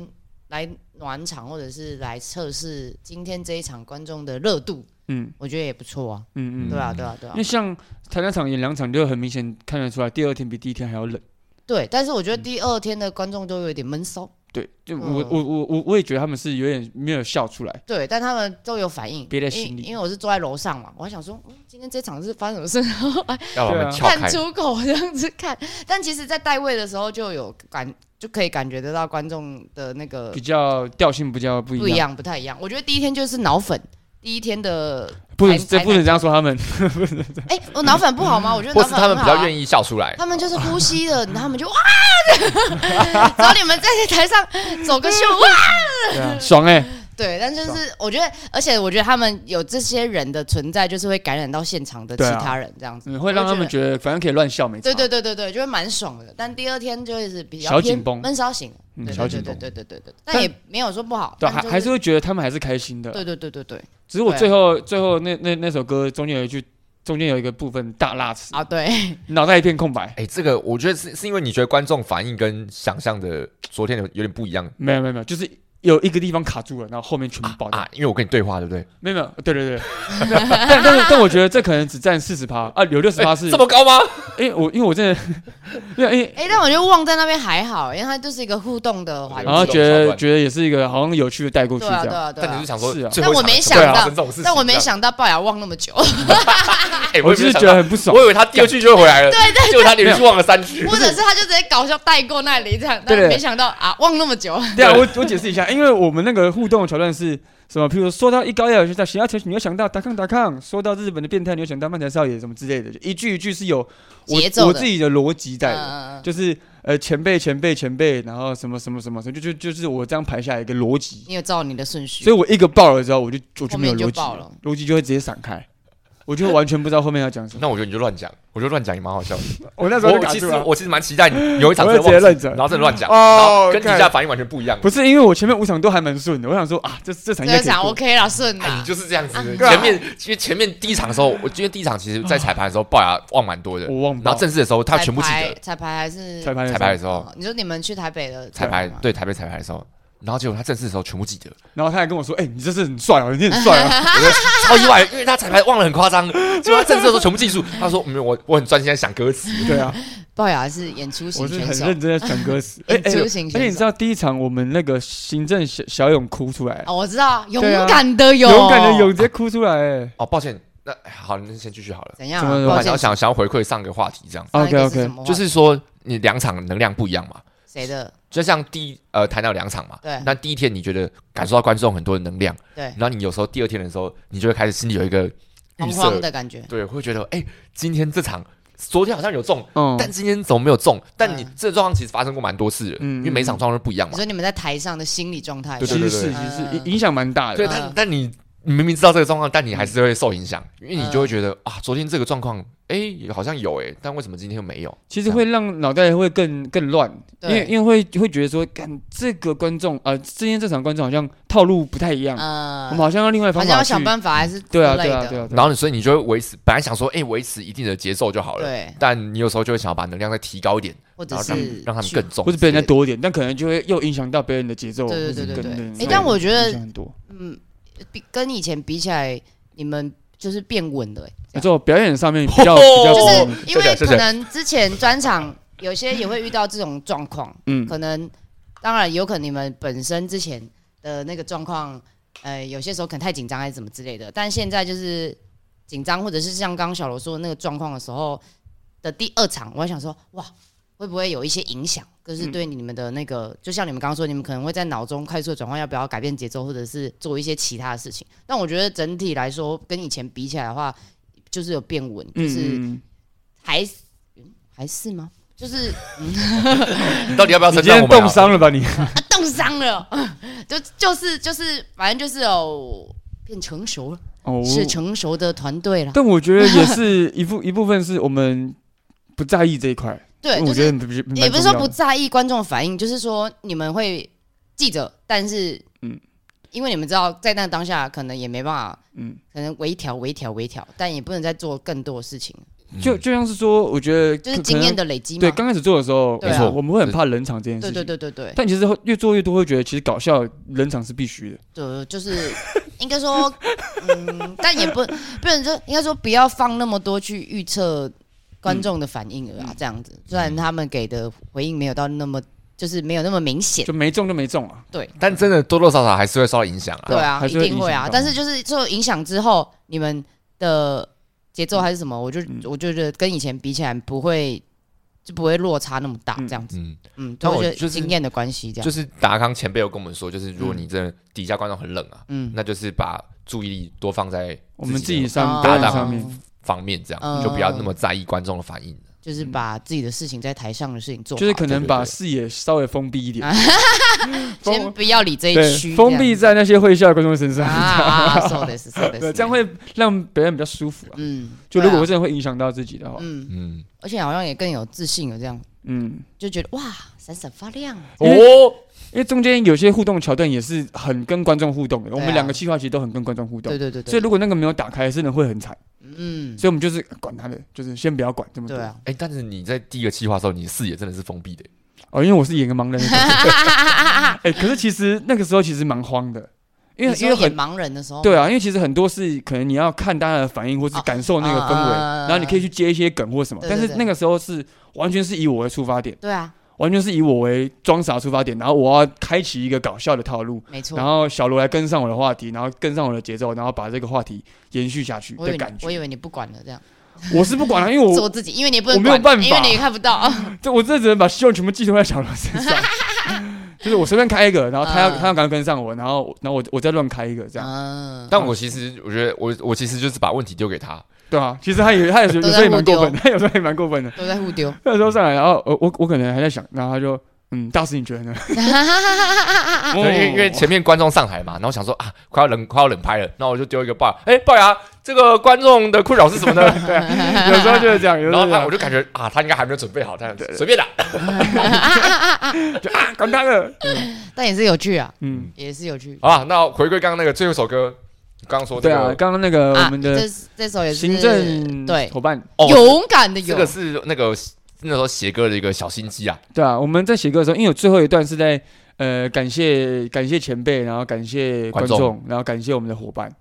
Speaker 3: 来暖场，或者是来测试今天这一场观众的热度，
Speaker 2: 嗯
Speaker 3: 我觉得也不错啊。
Speaker 2: 嗯嗯，
Speaker 3: 对啊，对啊，对啊
Speaker 2: 因为，像台南场演两场，就很明显看得出来，第二天比第一天还要冷。
Speaker 3: 对。但是我
Speaker 2: 嗯
Speaker 3: 觉得第二天的观众都有点闷骚，
Speaker 2: 对，就我、
Speaker 3: 嗯
Speaker 2: 我我我我也觉得他们是有点没有笑出来，
Speaker 3: 对，但他们都有反应。
Speaker 2: 憋在心里
Speaker 3: 因为因为我是坐在楼上嘛，我还想说，嗯今天这场是发生什么事，然后
Speaker 1: 要把
Speaker 2: 对啊
Speaker 1: 门撬开
Speaker 3: 看，出口这样子看。但其实，在带位的时候就有感，就可以感觉得到观众的那个
Speaker 2: 比较调性比较不
Speaker 3: 不
Speaker 2: 一
Speaker 3: 一
Speaker 2: 样。
Speaker 3: 样，不太一样。我觉得第一天就是脑粉，第一天的
Speaker 2: 不能
Speaker 3: 台
Speaker 2: 这
Speaker 3: 台
Speaker 2: 不能这样说他们，
Speaker 3: 哎、我脑粉不好吗？我觉得
Speaker 1: 或
Speaker 3: 脑
Speaker 1: 是
Speaker 3: 粉
Speaker 1: 他们比较愿
Speaker 3: 意，
Speaker 1: 意笑出来。
Speaker 3: 他们就是呼吸的，他们就哇，然后你们在台上走个秀哇，
Speaker 2: 对啊，爽哎、
Speaker 3: 对，但就是我觉得，而且我觉得他们有这些人的存在，就是会感染到现场的其
Speaker 2: 对啊
Speaker 3: 他人，这样子、
Speaker 2: 嗯，会让他们觉得反正可以乱笑没差。
Speaker 3: 对对对对对，就会蛮爽的。但第二天就是比较
Speaker 2: 小
Speaker 3: 偏
Speaker 2: 紧绷
Speaker 3: 闷骚型的，
Speaker 2: 嗯
Speaker 3: 对
Speaker 2: 小
Speaker 3: 对
Speaker 2: 紧
Speaker 3: 对
Speaker 2: 绷
Speaker 3: 对对对对对，但也没有说不好，
Speaker 2: 对，啊还
Speaker 3: 但就
Speaker 2: 还是会嗯觉得他们还是开心的。
Speaker 3: 对对啊对对对
Speaker 2: 只是我
Speaker 3: 对
Speaker 2: 最后最后那那那首歌中间有一句，中间有一个部分大辣词，
Speaker 3: 啊对，
Speaker 2: 脑袋一片空白。
Speaker 1: 哎、这个我觉得是是因为你觉得观众反应跟想象的昨天有有点不一样
Speaker 2: 没有没有没有，就是有一个地方卡住了，然后后面全部爆掉。
Speaker 1: 啊，因为我跟你对话，对不对？
Speaker 2: 没有没有，对对对。但但是但我觉得这可能只占四十
Speaker 3: [laughs]
Speaker 2: 趴啊，有六十趴是
Speaker 1: 哎这，么高吗？
Speaker 2: 因为我因为我真的，因为因为
Speaker 3: 哎、但我觉得旺在那边还好，因为它就是一个互动的环
Speaker 1: 对
Speaker 3: 节
Speaker 2: 然后觉
Speaker 1: 小
Speaker 2: 得
Speaker 1: 段
Speaker 2: 觉得也是一个好像有趣的带过去
Speaker 3: 对
Speaker 2: 这
Speaker 3: 啊对
Speaker 2: 样。
Speaker 3: 啊对
Speaker 1: 但你
Speaker 3: 啊
Speaker 1: 是，想说
Speaker 2: 是啊，
Speaker 1: 最后一
Speaker 3: 但我
Speaker 1: 场
Speaker 3: 没
Speaker 1: 怎么会
Speaker 3: 想到
Speaker 1: 发生这种事情
Speaker 3: 但我
Speaker 1: 这
Speaker 3: 没
Speaker 1: 样，
Speaker 3: 想到龅牙忘那么
Speaker 2: [laughs]
Speaker 3: 久。
Speaker 1: 哎、
Speaker 2: 我
Speaker 1: 也
Speaker 2: 只
Speaker 1: 没有
Speaker 2: 是觉
Speaker 1: 想
Speaker 2: 得
Speaker 1: 到
Speaker 2: 很不爽
Speaker 1: 我。以为他第二句就会回来了，
Speaker 3: 啊
Speaker 1: 对 [laughs] 对，结果他连续忘了三句。
Speaker 3: 或者是他就直接搞笑带过那里这样，
Speaker 2: 对
Speaker 3: 但
Speaker 2: 对
Speaker 3: 没想到啊，忘那么久，
Speaker 2: [laughs] 对啊，我我解释一下，因为我们那个互动的桥段是什么？譬如说到一高要就在想要求你要想到达康达康，说到日本的变态，你要想到漫才少爷什么之类的，就一句一句是有我
Speaker 3: 节奏
Speaker 2: 我
Speaker 3: 的
Speaker 2: 自己的逻辑在的，
Speaker 3: 嗯嗯嗯
Speaker 2: 就是呃前辈前辈前辈，然后什么什么什么，就就就是我这样排下来一个逻辑，
Speaker 3: 你有照你的顺序，
Speaker 2: 所以我一个爆了之后，我就我就没有
Speaker 3: 后面就
Speaker 2: 逻辑
Speaker 3: 爆了，
Speaker 2: 逻辑就会直接散开。我就完全不知道后面要讲什
Speaker 1: [laughs]
Speaker 2: 么。
Speaker 1: 那我觉得你就乱讲，我觉得乱讲也蛮好笑的。
Speaker 2: 我那时候就
Speaker 1: 我
Speaker 2: 卡
Speaker 1: 其
Speaker 2: 住
Speaker 1: 实
Speaker 2: 了，
Speaker 1: 我其实蛮期待你有一场真的
Speaker 2: 我会直接
Speaker 1: 忘
Speaker 2: 乱
Speaker 1: 记，
Speaker 2: 讲
Speaker 1: 然后真的乱讲，
Speaker 2: 哦
Speaker 1: 然后跟底
Speaker 2: 看
Speaker 1: 下反应完全不一样。
Speaker 2: 不是因为我前面五场都还蛮顺的，我想说啊，这这场应该
Speaker 3: 这个
Speaker 2: 可以
Speaker 3: 想
Speaker 2: 过。
Speaker 3: OK 啦，顺
Speaker 1: 哎，你
Speaker 3: 啦，
Speaker 1: 就是这样子
Speaker 3: 啊。
Speaker 1: 前面因为前面第一场的时候，我今天第一场其实在彩排的时候，龅牙忘蛮多的。
Speaker 2: 我忘
Speaker 1: 然
Speaker 2: 了
Speaker 1: 后。正式的时候，他全部记
Speaker 3: 彩排
Speaker 1: 得。
Speaker 3: 彩排还是
Speaker 2: 彩排的时
Speaker 1: 彩
Speaker 2: 候
Speaker 1: 排的时候，
Speaker 3: 哦你说你们去台北的
Speaker 1: 彩排
Speaker 3: 吗，
Speaker 1: 对台北彩排的时候，然后结果他正式的时候全部记得，
Speaker 2: 然后他还跟我说：“哎、你这是很帅哦，你很帅
Speaker 3: [laughs]
Speaker 2: 哦。
Speaker 1: 我就 [laughs] 超意外，因为他彩排忘了很夸张，结果他正式的时候全部记住。他说：“没有，我我很专心在想歌
Speaker 3: [laughs]
Speaker 1: 词。”
Speaker 2: 对啊，
Speaker 3: 龅牙是演出型
Speaker 2: 我是
Speaker 3: 选
Speaker 2: 很
Speaker 3: 手，
Speaker 2: 认真的想歌
Speaker 3: [laughs]
Speaker 2: 词。哎
Speaker 3: 演
Speaker 2: 哎、
Speaker 3: 出型
Speaker 2: 而且
Speaker 3: 选
Speaker 2: 你
Speaker 3: 手
Speaker 2: 知。道第一场我们那个行政小小勇哭出来，
Speaker 3: 哦，我知道，勇
Speaker 2: 对啊
Speaker 3: 敢的勇，
Speaker 2: 勇敢的勇直接哭出来、哎
Speaker 1: 哦，抱歉，那好，那先继续好了。
Speaker 3: 怎样
Speaker 2: 怎么
Speaker 3: 啊？
Speaker 1: 我
Speaker 3: 抱
Speaker 1: 还想
Speaker 3: 歉，
Speaker 1: 想想要回馈上个话题，这样
Speaker 3: 上一啊个
Speaker 2: OK，OK
Speaker 3: 是什么话
Speaker 1: 就是说你两场能量不一样嘛，
Speaker 3: 谁的？
Speaker 1: 就像第一呃谈到两场嘛，
Speaker 3: 对
Speaker 1: 那第一天你觉得感受到观众很多的能量，
Speaker 3: 对
Speaker 1: 然，后你有时候第二天的时候，你就会开始心里有一个预
Speaker 3: 慌
Speaker 1: 设
Speaker 3: 慌，的感觉。
Speaker 1: 对，会觉得哎、今天这场昨天好像有中，
Speaker 2: 嗯，
Speaker 1: 但今天怎么没有中？但你
Speaker 3: 嗯
Speaker 1: 这状况其实发生过蛮多次的，
Speaker 2: 嗯
Speaker 1: 因为每一场状况都不一样
Speaker 3: 你
Speaker 1: 嘛。
Speaker 3: 说你们在台上的心理状态，
Speaker 1: 对
Speaker 2: 其
Speaker 1: 对对
Speaker 2: 实是
Speaker 1: 对
Speaker 2: 其实
Speaker 3: 嗯
Speaker 2: 影影响蛮大
Speaker 1: 对，
Speaker 2: 的。
Speaker 1: 但
Speaker 3: 嗯
Speaker 1: 但你你明明知道这个状况，但你还是会受影响，因为你就会觉得、啊，昨天这个状况，哎，好像有哎、但为什么今天又没有？
Speaker 2: 其实会让脑袋会更更乱，因为
Speaker 3: 对，
Speaker 2: 因为会会觉得说，干这个观众啊，呃今天这场观众好像套路不太一样，我
Speaker 3: 嗯
Speaker 2: 们，好像要另外一
Speaker 3: 好
Speaker 2: 方
Speaker 3: 像
Speaker 2: 法
Speaker 3: 要
Speaker 2: 去
Speaker 3: 想办法还是之
Speaker 2: 对啊，
Speaker 3: 类
Speaker 2: 对啊，对
Speaker 3: 的，
Speaker 2: 啊，对啊
Speaker 1: 然后你所以你就会维持，本来想说，哎，维持一定的节奏就
Speaker 2: 啊
Speaker 1: 好了，
Speaker 3: 对，
Speaker 1: 但你有时候就会想要把能量再提高一点，
Speaker 3: 或者
Speaker 1: 然后让
Speaker 3: 是
Speaker 1: 让他们
Speaker 3: 去
Speaker 1: 更重
Speaker 2: 或者
Speaker 1: 视，
Speaker 2: 别人再多一点，但可能就会又影响到别人的节奏。
Speaker 3: 对对
Speaker 2: 或者
Speaker 3: 对对对
Speaker 2: 跟
Speaker 3: 诶但我觉得
Speaker 2: 影响很多。
Speaker 3: 嗯，比跟以前比起来，你们就是变稳了、欸，这
Speaker 2: 那
Speaker 3: 样
Speaker 2: 就表演上面比较比较，
Speaker 1: 哦
Speaker 3: 就是
Speaker 1: 谢
Speaker 3: 因
Speaker 1: 谢
Speaker 3: 为
Speaker 1: 谢谢
Speaker 3: 可能之前专场有些也会遇到这种状况，
Speaker 2: 嗯，
Speaker 3: 可能当然有可能你们本身之前的那个状况，呃，有些时候可能太紧张还是怎么之类的，但现在就是紧张或者是像刚刚小罗说的那个状况的时候的第二场，我还想说哇。会不会有一些影响？就是对你们的那个，就像你们刚刚说，你们可能会在脑中快速地转换，要不要改变节奏，或者是做一些其他的事情。但我觉得整体来说，跟以前比起来的话，就是有变稳，就
Speaker 2: 嗯
Speaker 3: 是
Speaker 2: 嗯，
Speaker 3: 还是嗯还是吗？就是
Speaker 1: 你到底要不要
Speaker 2: 你
Speaker 1: 承
Speaker 2: 今
Speaker 1: 担我
Speaker 2: 天
Speaker 1: 们
Speaker 2: 冻
Speaker 1: 啊？
Speaker 2: 伤了吧你？
Speaker 3: 冻伤了， [laughs] 就就是就是，反正就是有变成熟了，
Speaker 2: 哦，我
Speaker 3: 是成熟的团队了。
Speaker 2: [laughs] 但我觉得也
Speaker 3: [laughs]
Speaker 2: 是一部一部分是我们不在意这一块，
Speaker 3: 对，
Speaker 2: 因为
Speaker 3: 就
Speaker 2: 我觉得
Speaker 3: 是
Speaker 2: 不是
Speaker 3: 也不是说
Speaker 2: 蛮
Speaker 3: 不
Speaker 2: 重要的
Speaker 3: 在意观众的反应，就是说你们会记着，但是
Speaker 2: 嗯
Speaker 3: 嗯，因为你们知道在那当下可能也没办法，
Speaker 2: 嗯，
Speaker 3: 可能微调微调微调，但也不能再做更多的事情，
Speaker 1: 嗯
Speaker 2: 就就像是说，我觉得
Speaker 3: 就是
Speaker 2: 可
Speaker 3: 经验
Speaker 2: 可
Speaker 3: 的累积
Speaker 2: 能
Speaker 3: 嘛。
Speaker 2: 对刚开始做的时候，
Speaker 3: 对啊
Speaker 2: 没错我们会很怕冷场这件事
Speaker 3: 对
Speaker 2: 情，
Speaker 3: 对对对对
Speaker 2: 但其实会越做越多，会觉得其实搞笑冷场是必须的。
Speaker 3: 对，就是应该说，嗯，但也不不能说，应该说不要放那么多去预测观众的反应了
Speaker 2: 嗯
Speaker 3: 啊，这样子，虽然他们给的回应没有到那么，就是没有那么明显，
Speaker 2: 就没中就没中啊。
Speaker 1: 但真的多多少少还是会受到影响啊。
Speaker 3: 对啊，
Speaker 2: 还
Speaker 3: 一
Speaker 2: 是会
Speaker 3: 定会
Speaker 2: 影响
Speaker 3: 啊
Speaker 2: 到，
Speaker 3: 但是就是受影响之后，你们的节奏还是什么，我就
Speaker 2: 嗯
Speaker 3: 我就觉得跟以前比起来不会。就不会落差那么大，
Speaker 2: 嗯
Speaker 3: 这样子，
Speaker 1: 嗯，
Speaker 3: 嗯，
Speaker 1: 但
Speaker 3: 我
Speaker 1: 我
Speaker 3: 觉得
Speaker 1: 就是
Speaker 3: 经验的关系，这样，
Speaker 1: 就是达康前辈有跟我们说，就是如果你真的底下观众很冷啊，
Speaker 3: 嗯
Speaker 1: 那就是把注意力多放在
Speaker 2: 我们自
Speaker 1: 自
Speaker 2: 己
Speaker 1: 的
Speaker 2: 上
Speaker 3: 哦
Speaker 2: 表演上面，
Speaker 1: 方面，这样
Speaker 3: 嗯
Speaker 1: 就不要那么在意观众的反应。
Speaker 3: 就是把自己的事情在台上的事情做
Speaker 2: 嗯
Speaker 3: 好，
Speaker 2: 就是可能
Speaker 1: 对对
Speaker 2: 把
Speaker 1: 对
Speaker 2: 视野稍微封闭一点
Speaker 3: 啊，先
Speaker 2: 封
Speaker 3: 不要理这一
Speaker 2: 对
Speaker 3: 区，
Speaker 2: 封闭在那些会笑的观众身上，
Speaker 3: 啊啊，
Speaker 2: [laughs]
Speaker 3: そうですそうです。
Speaker 2: 对，这样会让表演比较舒服啊。
Speaker 3: 嗯，
Speaker 2: 就
Speaker 3: 对
Speaker 2: 如
Speaker 3: 啊
Speaker 2: 果我真的会影响到自己的话，
Speaker 3: 嗯，
Speaker 1: 嗯，
Speaker 3: 而且好像也更有自信了，这样
Speaker 2: 嗯，
Speaker 3: 就觉得哇，闪闪发亮。
Speaker 2: 因
Speaker 1: 哦
Speaker 2: 为，因为中间有些互动桥段也是很跟观众互动的，我
Speaker 3: 对
Speaker 2: 们
Speaker 3: 啊
Speaker 2: 两个计划其实都很跟观众互动
Speaker 3: 对，对对对，
Speaker 2: 所以如果那个没有打开，真的会很惨。
Speaker 3: 嗯，
Speaker 2: 所以我们就是管他的，就是先不要管这么多
Speaker 3: 对。啊，
Speaker 1: 哎，但是你在第一个计划的时候，你的视野真的是封闭的。欸
Speaker 2: 哦，因为我是演个盲人
Speaker 3: [laughs]
Speaker 2: 的角色，哎，可是其实那个时候其实蛮慌的，因为
Speaker 3: 你说
Speaker 2: 因为很
Speaker 3: 演盲人的时候，
Speaker 2: 对啊，因为其实很多是可能你要看大家的反应，或是感受那个氛围，
Speaker 3: 哦啊啊
Speaker 2: 然后你可以去接一些梗或什么。
Speaker 3: 对
Speaker 2: 但
Speaker 3: 对
Speaker 2: 是那个时候是完全是以我为出发点，
Speaker 3: 对啊，
Speaker 2: 完全是以我为装傻出发点，然后我要开启一个搞笑的套路，
Speaker 3: 没错
Speaker 2: 然。后小罗来跟上我的话题，然后跟上我的节奏，然后把这个话题延续下去
Speaker 3: 我以
Speaker 2: 的
Speaker 3: 为
Speaker 2: 感
Speaker 3: 你我以
Speaker 2: 觉。
Speaker 3: 为你不管了，这样
Speaker 2: 我是不管了、啊因为我
Speaker 3: 做自己，因为你也不能
Speaker 2: 我没有
Speaker 3: 管，
Speaker 2: 办法
Speaker 3: 因为你也看不到。
Speaker 2: 这我真的只能把希望全部寄托在小罗身上。
Speaker 3: [laughs]
Speaker 2: 就是我随便开一个，然后他要、
Speaker 3: 嗯
Speaker 2: 他要赶快跟上我，然后然后我我再乱开一个这样，
Speaker 3: [laughs] 嗯，
Speaker 1: 但我其实我觉得我我其实就是把问题丢给他，
Speaker 2: 对啊，其实他也他也有时
Speaker 3: 都
Speaker 2: 候
Speaker 3: 在
Speaker 2: 也蛮
Speaker 3: 互丢
Speaker 2: 过分的，他有时候也蛮过分的。
Speaker 3: 都在互丢。 [laughs]
Speaker 2: 那时候上来，然后呃我我可能还在想，然后他就嗯，大师你觉得
Speaker 3: [laughs]
Speaker 2: 呢？
Speaker 1: 对因
Speaker 2: 哦
Speaker 1: 为因为前面观众上台嘛，然后想说啊，快要冷快要冷拍了，那我就丢一个爆，哎，龅牙，这个观众的困扰是什么
Speaker 2: [laughs]
Speaker 1: 呢？
Speaker 2: 有时候就是这样，有时
Speaker 1: 然后
Speaker 2: 候就
Speaker 1: 他我
Speaker 2: 是
Speaker 1: 就感觉啊，他应该还没有准备好，他随便打，
Speaker 2: 这样啊，管他的，
Speaker 3: 但也是有趣啊，
Speaker 2: 嗯，
Speaker 3: 也是有趣
Speaker 1: 好啦，那回归刚刚那个最后一首歌，刚刚说这
Speaker 2: 对啊，
Speaker 1: 个，
Speaker 2: 刚刚那个我
Speaker 3: 啊。
Speaker 2: 们的
Speaker 3: 这这首也是
Speaker 2: 行政
Speaker 3: 对
Speaker 2: 伙伴，
Speaker 1: 哦
Speaker 3: 勇敢的
Speaker 1: 这
Speaker 3: 勇
Speaker 1: 个，是那个那时候写歌的一个小心机啊，
Speaker 2: 对啊，我们在写歌的时候，因为有最后一段是在呃感谢感谢前辈，然后感谢观
Speaker 1: 观
Speaker 2: 众，然后感谢我们的伙伴，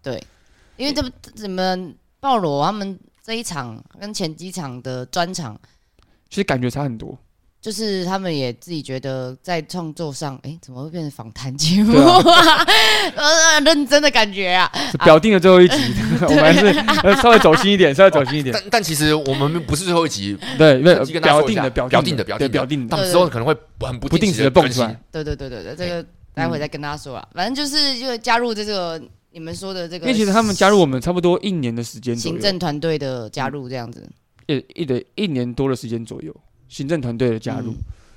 Speaker 3: 因为这不怎么暴罗他们这一场跟前几场的专场。
Speaker 2: 其实感觉差很多，
Speaker 3: 就是他们也自己觉得在创作上，哎、怎么会变成访谈节目
Speaker 2: 对啊
Speaker 3: 啊？ [laughs] 呃，认真的感觉啊，
Speaker 2: 是表定的最后
Speaker 3: [laughs]
Speaker 2: 一集， [laughs] 我们还是呃稍微走心一点，稍微走心一点，
Speaker 1: 但但其实我们不是最后一集，
Speaker 2: 对，因为
Speaker 1: 趁机跟大家
Speaker 2: 表
Speaker 1: 说一
Speaker 2: 定
Speaker 1: 下
Speaker 2: 的
Speaker 1: 表
Speaker 2: 定
Speaker 1: 定
Speaker 2: 的
Speaker 1: 的
Speaker 2: 对
Speaker 1: 表定的
Speaker 2: 表定的
Speaker 1: 他，们之后可能会很不
Speaker 2: 不定时
Speaker 1: 地
Speaker 2: 的蹦
Speaker 1: 更
Speaker 2: 出
Speaker 1: 新
Speaker 2: 来，，
Speaker 3: 对对对对对，这个待
Speaker 2: 嗯
Speaker 3: 会再跟大家说了。啊反正就是就加入这个你们说的这
Speaker 2: 因
Speaker 3: 个，
Speaker 2: 为其实他们加入我们差不多一年的时间左右
Speaker 3: 行，政团队的加入这样子，
Speaker 2: 嗯一一的一年多的时间左右，行政团队的加入，
Speaker 3: 嗯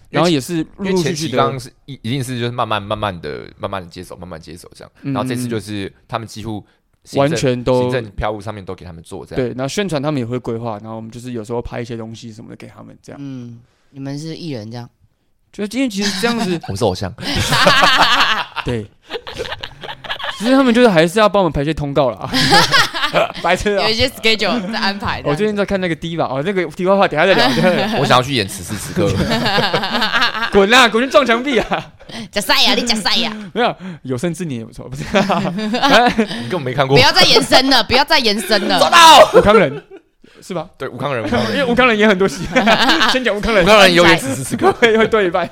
Speaker 2: 然后也是
Speaker 1: 因
Speaker 2: 陆
Speaker 1: 为
Speaker 2: 陆续
Speaker 1: 前
Speaker 2: 续
Speaker 1: 期
Speaker 2: 的，
Speaker 1: 刚刚是一一定是就是慢慢慢慢的慢慢的接手，慢慢接手这样，
Speaker 2: 嗯
Speaker 1: 然后这次就是他们几乎行
Speaker 2: 完
Speaker 1: 政
Speaker 2: 全都
Speaker 1: 行政票务上面都给他们做这样。，
Speaker 2: 对，然后宣传他们也会规划，然后我们就是有时候拍一些东西什么的给他们，这样。
Speaker 3: 嗯，你们是艺人
Speaker 2: [laughs]
Speaker 3: 这样，
Speaker 2: 就是因为其实这样子
Speaker 1: 我们是偶像，
Speaker 2: [laughs] 对，其实他们就是还是要帮我们排一些通告
Speaker 3: [laughs]
Speaker 2: 啦。白痴啊
Speaker 3: 有一！些 schedule 在安排的。
Speaker 2: 我最近在看那个 Diva，哦，那个题外话等一下再
Speaker 3: [laughs]
Speaker 2: 聊等一下再聊。
Speaker 1: 我想要去演此时此
Speaker 2: [laughs]
Speaker 1: 刻。
Speaker 2: 滚啊，滚去撞墙壁啊！
Speaker 3: 假赛呀，你假赛啊呀，
Speaker 2: 没有，有生之年也不错，不是？
Speaker 1: 你根本没看过
Speaker 3: 不。要再延伸了，不要再延伸了。
Speaker 2: 吴康
Speaker 3: [laughs]
Speaker 2: 仁是吧？
Speaker 1: 对，吴康仁，吴康
Speaker 2: 因
Speaker 1: 仁，
Speaker 2: 为吴康仁也很多戏，先讲吴康仁
Speaker 1: 吴，康仁有演此时此刻。
Speaker 2: 会会对一半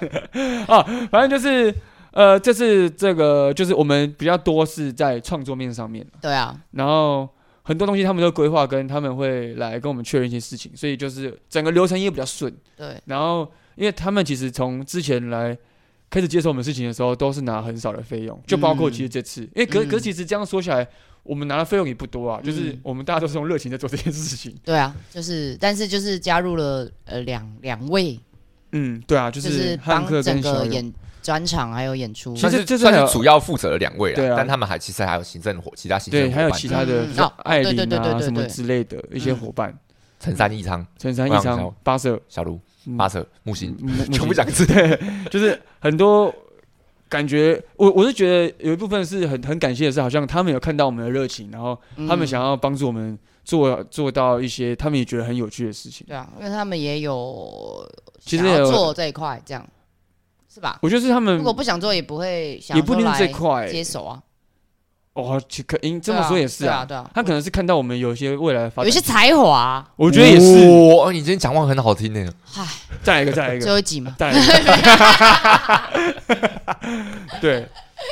Speaker 2: 啊，反正就是呃，这次这个就是我们比较多是在创作面上面，
Speaker 3: 对啊，
Speaker 2: 然后很多东西他们都规划跟他们会来跟我们确认一些事情，所以就是整个流程也比较顺。
Speaker 3: 对，
Speaker 2: 然后因为他们其实从之前来开始接手我们事情的时候，都是拿很少的费用，就包括
Speaker 3: 嗯
Speaker 2: 其实这次，因为可
Speaker 3: 嗯
Speaker 2: 可其实这样说起来。我们拿的费用也不多啊，就是
Speaker 3: 嗯
Speaker 2: 我们大家都是用热情在做这件事情。
Speaker 3: 对啊，就是，但是就是加入了呃两两位，
Speaker 2: 嗯，对啊，就
Speaker 3: 就是
Speaker 2: 是汉
Speaker 3: 帮
Speaker 2: 克
Speaker 3: 整
Speaker 2: 跟小
Speaker 3: 个
Speaker 2: 勇
Speaker 3: 演专场还有演出。
Speaker 2: [laughs] 其
Speaker 1: 算
Speaker 2: 实
Speaker 1: 是
Speaker 2: 这次
Speaker 1: 算
Speaker 2: 还有
Speaker 1: 是主要负责的两位
Speaker 2: 对
Speaker 1: 啦
Speaker 2: 啊，
Speaker 1: 但他们还其实还有行政伙，其他行
Speaker 2: 对，
Speaker 1: 政
Speaker 2: 还
Speaker 1: 伙
Speaker 2: 有
Speaker 1: 伴
Speaker 2: 其他的
Speaker 3: 嗯
Speaker 2: 比如
Speaker 3: 哦
Speaker 2: 艾
Speaker 3: 对对
Speaker 2: 琳
Speaker 3: 对对
Speaker 2: 啊
Speaker 3: 对
Speaker 2: 什么
Speaker 3: 对
Speaker 2: 之类的一些
Speaker 3: 嗯
Speaker 2: 伙伴，
Speaker 1: 陈山一昌、
Speaker 2: 陈山
Speaker 1: 我
Speaker 2: 一
Speaker 1: 想
Speaker 2: 昌
Speaker 1: 说、
Speaker 2: 巴舍、
Speaker 1: 小卢、
Speaker 2: 嗯
Speaker 1: 巴舍、木星， [laughs]
Speaker 2: 嗯木
Speaker 1: 全部
Speaker 2: 木
Speaker 1: 讲一次。
Speaker 2: 星就是很多感觉，我我是觉得有一部分是很很感谢的是，好像他们有看到我们的热情，然后他们
Speaker 3: 嗯
Speaker 2: 想要帮助我们做做到一些他们也觉得很有趣的事情。
Speaker 3: 对啊，因为他们也有
Speaker 2: 其实
Speaker 3: 想
Speaker 2: 也
Speaker 3: 要
Speaker 2: 有
Speaker 3: 做这一块，这样是吧？
Speaker 2: 我觉得是他们
Speaker 3: 如果不想做，也不会想
Speaker 2: 也不一定
Speaker 3: 说
Speaker 2: 是这
Speaker 3: 来
Speaker 2: 块
Speaker 3: 接手啊。
Speaker 2: 哦，其可应这么
Speaker 3: 对啊
Speaker 2: 说也是
Speaker 3: 对啊，，对啊，
Speaker 2: 他可能是看到我们有一些未来的发展
Speaker 3: 有一，些才华啊，
Speaker 2: 我觉得也是。
Speaker 1: 哇，你今天讲话很好听呢。
Speaker 3: 唉，
Speaker 2: 再来一个，再来一
Speaker 3: 最
Speaker 2: 个，
Speaker 3: 后一集嘛，
Speaker 2: 再来一个。
Speaker 3: [laughs]
Speaker 2: 对，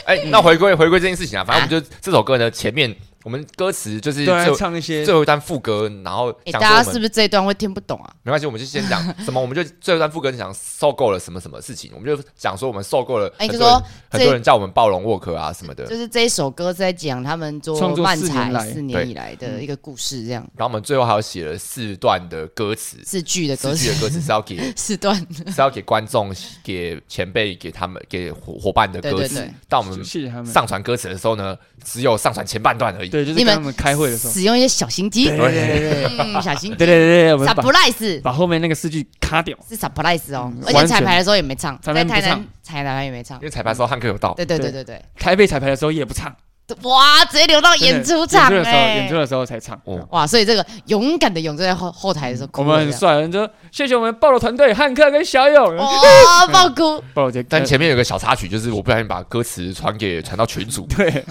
Speaker 1: 哎，那回归回归这件事情啊，反正我们就这首歌呢，前面我们歌词就是
Speaker 2: 对啊，
Speaker 1: 最后
Speaker 2: 唱一些
Speaker 1: 最后一段副歌，然后
Speaker 3: 哎，
Speaker 1: 讲
Speaker 3: 大
Speaker 1: 说我
Speaker 3: 家是
Speaker 1: 们
Speaker 3: 不是这一段会听不懂啊？
Speaker 1: 没关系，我们就先讲
Speaker 3: [laughs]
Speaker 1: 什么，我们就最后一段副歌讲受够了什么什么事情，我们就讲说我们受够了
Speaker 3: 哎，
Speaker 1: 很
Speaker 3: 就
Speaker 1: 多
Speaker 3: 说
Speaker 1: 人很多
Speaker 3: 这
Speaker 1: 人叫我们暴龙沃克啊什么的，
Speaker 3: 就是这一首歌是在讲他们做
Speaker 2: 创作
Speaker 3: 漫
Speaker 2: 四年
Speaker 3: 才
Speaker 2: 来
Speaker 3: 四年以来的一个故事，这样
Speaker 1: 然后我们最后还有写了四段的歌词，
Speaker 3: 四句的歌
Speaker 1: 四句
Speaker 3: 词，
Speaker 1: 的歌词是要
Speaker 3: [laughs]
Speaker 1: 给
Speaker 3: 四段，
Speaker 1: 是要给观众、给前辈、给他们、给伙伙伴的
Speaker 3: 对
Speaker 1: 歌
Speaker 3: 对
Speaker 1: 词
Speaker 3: 对。
Speaker 1: 到我们
Speaker 2: 谢谢他们。
Speaker 1: 上传歌词的时候呢，只有上传前半段而已。
Speaker 2: 对，就是
Speaker 3: 你
Speaker 2: 跟
Speaker 3: 们
Speaker 2: 他们开会的时候，
Speaker 3: 使用一些小心机，
Speaker 2: 对
Speaker 1: 对对
Speaker 3: 嗯，小心
Speaker 2: 对对对对，我们把
Speaker 3: surprise
Speaker 2: 把后面那个四句卡掉。
Speaker 3: 是 surprise 哦
Speaker 2: 嗯，
Speaker 3: 而
Speaker 2: 完
Speaker 3: 且
Speaker 2: 全
Speaker 3: 彩排的时候也没唱，
Speaker 2: 彩
Speaker 3: 在
Speaker 2: 排不
Speaker 3: 台南
Speaker 2: 唱
Speaker 3: 彩排也没唱
Speaker 1: 因，为彩排的时候汉克有到，
Speaker 3: 对对对
Speaker 2: 对
Speaker 3: 对对，
Speaker 2: 台北彩排的时候也不
Speaker 3: [laughs]
Speaker 2: 唱，
Speaker 3: 哇，直接留到
Speaker 2: 真的
Speaker 3: 演出场
Speaker 2: 演出的时候，
Speaker 3: 哎
Speaker 2: 演出，的时候才唱。
Speaker 1: 哦
Speaker 3: 哇，所以这个勇敢的勇就在后后台的时候哭
Speaker 2: 我
Speaker 3: 了，
Speaker 2: 们很帅，我们就谢谢我们暴露团队汉克跟小勇
Speaker 3: 这。样
Speaker 2: [laughs]
Speaker 3: 哇，爆哭，
Speaker 2: 暴露姐，
Speaker 1: 但
Speaker 2: 呃
Speaker 1: 前面有个小插曲，就是我不小心把歌词传给传到群组，
Speaker 2: [laughs] 对，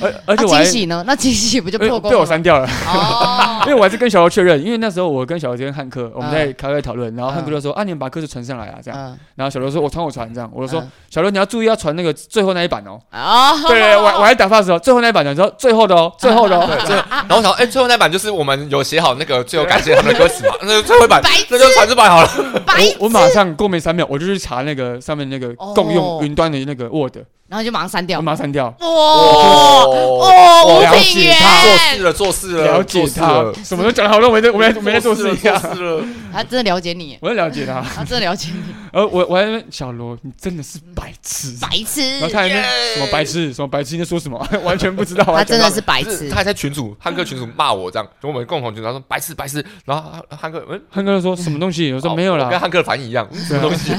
Speaker 2: 而而且
Speaker 3: 那
Speaker 2: 我还
Speaker 3: 啊惊
Speaker 2: [laughs]
Speaker 3: 喜呢？那惊喜不就
Speaker 2: 被
Speaker 3: 破功
Speaker 2: 被我
Speaker 3: 了吗？
Speaker 2: 删
Speaker 3: [laughs]
Speaker 2: 掉了，
Speaker 3: 哦，
Speaker 2: 因为我还是跟小罗确认，因为那时候我跟小罗跟汉克我们
Speaker 3: 嗯
Speaker 2: 在开会讨论，然后汉克
Speaker 3: 嗯
Speaker 2: 就说啊，你们把歌词传上来啊，这样。
Speaker 3: 嗯，
Speaker 2: 然后小罗说，我传我传这样，我
Speaker 3: 我
Speaker 2: 就说小罗你要注意要传那个最后那一版
Speaker 3: [laughs]
Speaker 2: 哦。
Speaker 3: 哦，
Speaker 2: 对，我还我还打发的时候，最后那一版的时候，最后的哦，最后的哦。
Speaker 1: 对，最后然后我想，哎，最后那版就是我们有写好那个最后感谢他们的歌词嘛，那就最后一版
Speaker 3: 白痴，
Speaker 1: 那就传这版好了。
Speaker 3: 白，
Speaker 2: 我我马上过没三秒，我就去查那个上面那个
Speaker 3: 哦
Speaker 2: 共用云端的那个 Word，
Speaker 3: 然后就马上删掉
Speaker 2: 我，马上删掉。
Speaker 3: 哇哦，
Speaker 1: 我
Speaker 3: 吴
Speaker 2: 了解
Speaker 3: 品源，
Speaker 2: 他
Speaker 1: 做事了，做事了，
Speaker 2: 了解
Speaker 1: 啊做事
Speaker 2: 他
Speaker 1: 了，，
Speaker 2: 什么都讲得好像我没在我没在我没在做
Speaker 1: 事
Speaker 2: 事
Speaker 1: 了
Speaker 2: 一样。
Speaker 1: 做事了。
Speaker 3: 他真的了解你，
Speaker 2: 我在了解他，
Speaker 3: 他真的了解你，
Speaker 2: 而我我还在那边小罗，你真的是白痴。
Speaker 3: 白痴
Speaker 2: 然后，他还在那边
Speaker 1: 耶
Speaker 2: 什么白痴，什么白痴，你在说什么？ [laughs] 完全不知道。啊
Speaker 3: 他真的
Speaker 2: 完全
Speaker 3: 是白
Speaker 1: 不是
Speaker 3: 痴
Speaker 1: 他，还在群主汉克群主骂我这样，就我们共同群主，他说白痴白痴，然后汉汉克嗯，
Speaker 2: 不知道汉哥就说什么东西，我说
Speaker 1: 哦
Speaker 2: 没有
Speaker 1: 我跟
Speaker 2: 啦，啊
Speaker 1: 汉克的反应一样，嗯什么东西？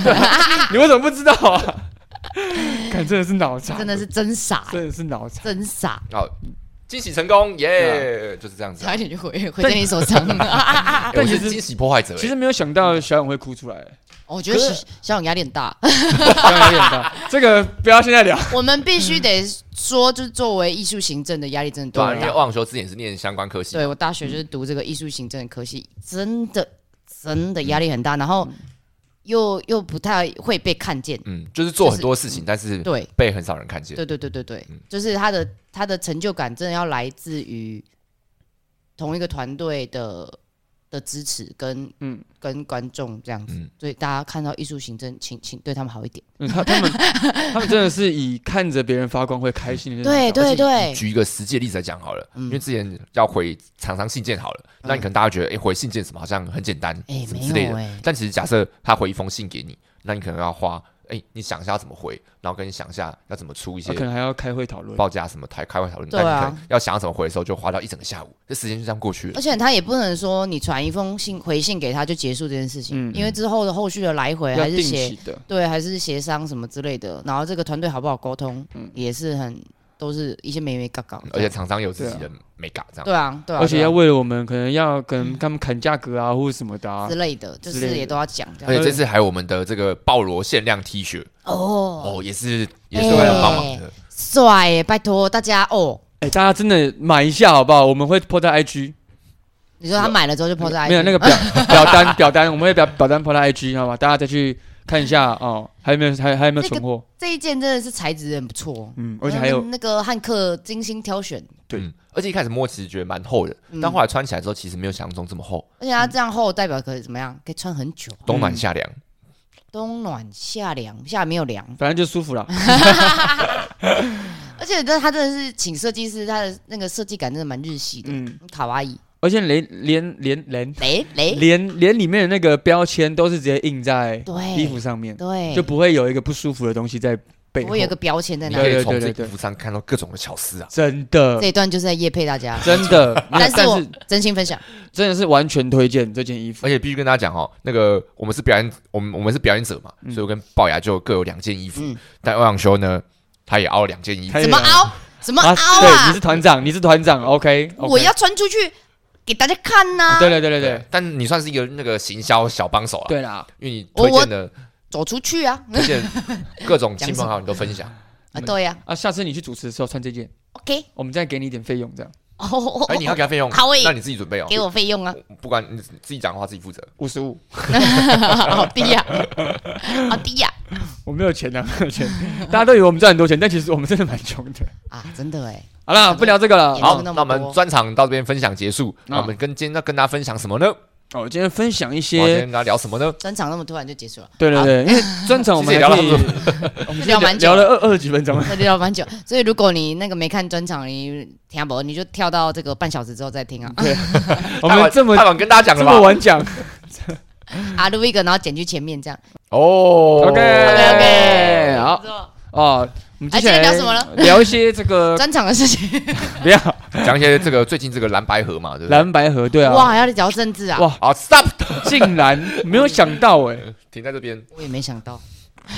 Speaker 2: 你为什么不知道啊？ [laughs] 看，真的是脑残，
Speaker 3: 真的是真傻，
Speaker 2: 真的是脑残。
Speaker 3: 真傻，
Speaker 1: 好，惊喜成功耶，就是这样子啊
Speaker 3: 差一。点就 [laughs] 回回在你手上。
Speaker 1: 哎我
Speaker 2: 但其
Speaker 1: 是
Speaker 2: 实
Speaker 1: 惊喜破坏者，
Speaker 2: 其
Speaker 1: 哎
Speaker 2: 实没有想到小勇会哭出来，
Speaker 3: 我觉得
Speaker 2: 可是
Speaker 3: 小小勇压力很 [laughs] 大，
Speaker 2: 这样有点大。这个不要现在聊。
Speaker 3: 我们必须得说，就是作为艺术行政的压力真的
Speaker 1: 对
Speaker 3: 都
Speaker 1: 吧？
Speaker 3: 很
Speaker 1: 因
Speaker 3: 大
Speaker 1: 为。汪永修之前也是念相关科系，
Speaker 3: 啊对我大学就是读这个艺术行政的科系，真的真的压力很大，然后又又不太会被看见。
Speaker 1: 嗯，就是做很多事情，但是
Speaker 3: 对
Speaker 1: 被很少人看见。
Speaker 3: 对对对对对
Speaker 1: 嗯，
Speaker 3: 就是他的他的成就感真的要来自于同一个团队的的支持跟
Speaker 2: 嗯
Speaker 3: 跟观众这样子
Speaker 1: 嗯，
Speaker 3: 所以大家看到艺术行政，请请对他们好一点。
Speaker 2: 嗯他他们他们真的是以看着别人发光会开心的那种
Speaker 3: 对
Speaker 2: 角
Speaker 3: 对对，
Speaker 1: 举一个实际的例子来讲好了，
Speaker 3: 哎嗯
Speaker 1: 因为之前要回厂商信件好了，那你可能大家觉得，哎，回信件什么好像很简单，
Speaker 3: 哎
Speaker 1: 什么之
Speaker 3: 没
Speaker 1: 类的。
Speaker 3: 有哎，
Speaker 1: 但其实假设他回一封信给你，那你可能要花哎、你想一下要怎么回，然后跟你想一下要怎么出一些
Speaker 2: 可能还要开会讨论。
Speaker 1: 报价什么台开会讨论，
Speaker 3: 呃对啊啊
Speaker 1: 但你可能要想要怎么回的时候，就花到一整个下午，这时间就这样过去了
Speaker 3: 而。且他也不能说你传一封信回信给他就结束这件事情，
Speaker 2: 嗯
Speaker 3: 因为之后的后续的来回
Speaker 2: 要
Speaker 3: 还
Speaker 2: 定
Speaker 3: 是协
Speaker 2: 期的，
Speaker 3: 对，啊还是协商什么之类的，然后这个团队好不好沟通，
Speaker 2: 嗯
Speaker 3: 也是很都是一些眉眉角角
Speaker 1: 嗯
Speaker 3: 这
Speaker 1: 而
Speaker 3: 样，
Speaker 1: 且厂商有自己的美感，这样
Speaker 3: 对啊对啊，
Speaker 2: 而且
Speaker 3: 对啊
Speaker 2: 要为了我们可能要跟他们砍价格啊，或者什么的啊
Speaker 3: 之。类的，就
Speaker 2: 之类
Speaker 3: 嗯是
Speaker 2: 的
Speaker 3: 也都要讲这
Speaker 1: 而
Speaker 3: 样
Speaker 1: 且这次还有我们的这个鲍罗限量 T 恤
Speaker 3: 哦，哎
Speaker 1: 哦，也是也是我们帮忙的，
Speaker 3: 帅耶，拜托大家哦。
Speaker 2: 哎，大家真的买一下好不好？我们会 po 在 IG，
Speaker 3: 你说他买了之后就抛在 IG
Speaker 2: 没有那个表
Speaker 3: [laughs]
Speaker 2: 表单表单，我们会表表单 po 到 IG 好吗？大家再去看一下哦，还有没有还还有没有存货？
Speaker 3: 这一件真的是材质很不错，
Speaker 2: 嗯，而且还有
Speaker 3: 嗯那个汉克精心挑选，
Speaker 2: 对
Speaker 1: 嗯，而且一开始摸其实觉得蛮厚的，
Speaker 3: 嗯
Speaker 1: 但后来穿起来之后，其实没有想象中这么厚，
Speaker 3: 而且它这样厚代表可以怎么样？可以穿很久，
Speaker 1: 冬暖夏凉。
Speaker 3: 嗯冬暖夏凉，夏没有凉。
Speaker 2: 反正就舒服
Speaker 3: [laughs]
Speaker 2: 啦。
Speaker 3: 而且这它真的是请设计师，它的那个设计感真的蛮日系的，
Speaker 2: 嗯，
Speaker 3: 卡哇伊。
Speaker 2: 而且连连连连
Speaker 3: 雷雷，
Speaker 2: 连连里面的那个标签都是直接印在
Speaker 3: 对，
Speaker 2: 衣服上面，
Speaker 3: 对，
Speaker 2: 就不会有一个不舒服的东西在背后
Speaker 3: 不哎会。有个标签在
Speaker 1: 你
Speaker 3: 那
Speaker 1: 可
Speaker 3: 里。
Speaker 1: 以
Speaker 2: 对
Speaker 1: 从
Speaker 2: 对
Speaker 1: 这
Speaker 2: 对
Speaker 1: 个
Speaker 2: 对
Speaker 1: 服上看到各种的巧思啊，
Speaker 2: 真的
Speaker 3: 这一段就是在夜配大家，
Speaker 2: 真的，没有
Speaker 3: [laughs] 但是我
Speaker 2: 但是
Speaker 3: 真心分享，
Speaker 2: 真的是完全推荐这件衣服
Speaker 1: 而。且必须跟大家讲哦，那个我们是表演，我们我们是表演者嘛，
Speaker 2: 嗯
Speaker 1: 所以我跟龅牙就各有两件衣服，
Speaker 3: 嗯
Speaker 1: 但欧阳修呢，他也凹了两件衣服
Speaker 2: 他哎，呀
Speaker 3: 怎么凹怎么凹
Speaker 2: 对，你
Speaker 3: 啊
Speaker 2: 是？团长，你是团长，OK，, o k
Speaker 3: 我要啊穿出去给大家看呐
Speaker 2: 对。对对对对
Speaker 1: 对，但你算是一个那个行销小帮手啊，
Speaker 2: 对啦，
Speaker 1: 因为你
Speaker 3: 我
Speaker 1: 推荐的
Speaker 3: 走出去啊！
Speaker 2: 嗯
Speaker 1: 推荐各种亲
Speaker 3: 讲什
Speaker 1: 朋
Speaker 3: 么
Speaker 1: 好友你都分享，
Speaker 3: 啊，对呀
Speaker 2: 啊，下次你去主持的时候穿这件，
Speaker 3: ，OK，
Speaker 2: 我们再给你一点费用，这样
Speaker 3: 哦
Speaker 1: 哎，你要给他费用，
Speaker 3: 好诶
Speaker 1: 那你自己准备哦，
Speaker 3: 给我费
Speaker 2: [laughs]
Speaker 3: 用啊，
Speaker 1: 不管你自己讲的话自己负责，
Speaker 2: 五十五，
Speaker 3: 好低
Speaker 2: [laughs]
Speaker 3: 呀，好低呀
Speaker 2: 我没有钱啊，没有钱， [laughs] 大家都以为我们赚很多钱，但其实我们真的蛮穷的。
Speaker 3: 啊！真的哎，
Speaker 2: 好了，不聊这个了。
Speaker 3: 也
Speaker 1: 好，
Speaker 3: 那么
Speaker 1: 那我们
Speaker 3: 多
Speaker 1: 专场到这边分享结束，那
Speaker 2: 啊
Speaker 1: 我们跟今天要跟大家分享什么呢？我
Speaker 2: 哦，今天分享一
Speaker 1: 今天
Speaker 2: 些，
Speaker 1: 跟大家聊什么呢？
Speaker 3: 专场那么突然就结束了，
Speaker 2: 对对对，因为专场我们
Speaker 1: 其实也
Speaker 2: 还可以
Speaker 1: 聊了，
Speaker 2: 哦我们
Speaker 3: 聊蛮久
Speaker 2: 聊了二二十几分
Speaker 3: [laughs]
Speaker 2: 钟。
Speaker 3: 那就聊蛮久。所以如果你那个没看专场，你听不，你就跳到这个半小时之后再听啊。
Speaker 2: 我
Speaker 1: 太
Speaker 2: 们
Speaker 1: 晚
Speaker 2: 这么
Speaker 1: 太晚跟大家讲
Speaker 2: 这
Speaker 1: 了
Speaker 2: 么
Speaker 1: 吧？
Speaker 2: 晚讲嗯
Speaker 3: 啊，录一个，然后剪去前面这样。啊
Speaker 1: 哦
Speaker 2: OK
Speaker 3: OK，OK
Speaker 2: 哎好
Speaker 3: 不错
Speaker 2: 哦，我们接
Speaker 3: 哎
Speaker 2: 下来
Speaker 3: 今天聊什么了
Speaker 2: 聊一些这
Speaker 3: [laughs]
Speaker 2: 个
Speaker 3: 专场的事情，
Speaker 2: 不要
Speaker 1: 讲一些这个最近这个蓝白河嘛，对不对？
Speaker 2: 蓝白河，对啊，
Speaker 3: [laughs] 哇，还要聊政治啊！
Speaker 2: 哇
Speaker 1: 好，stop，
Speaker 2: 竟然没有想到哎、
Speaker 1: 停在这边。
Speaker 3: 我也没想到，
Speaker 1: 啊，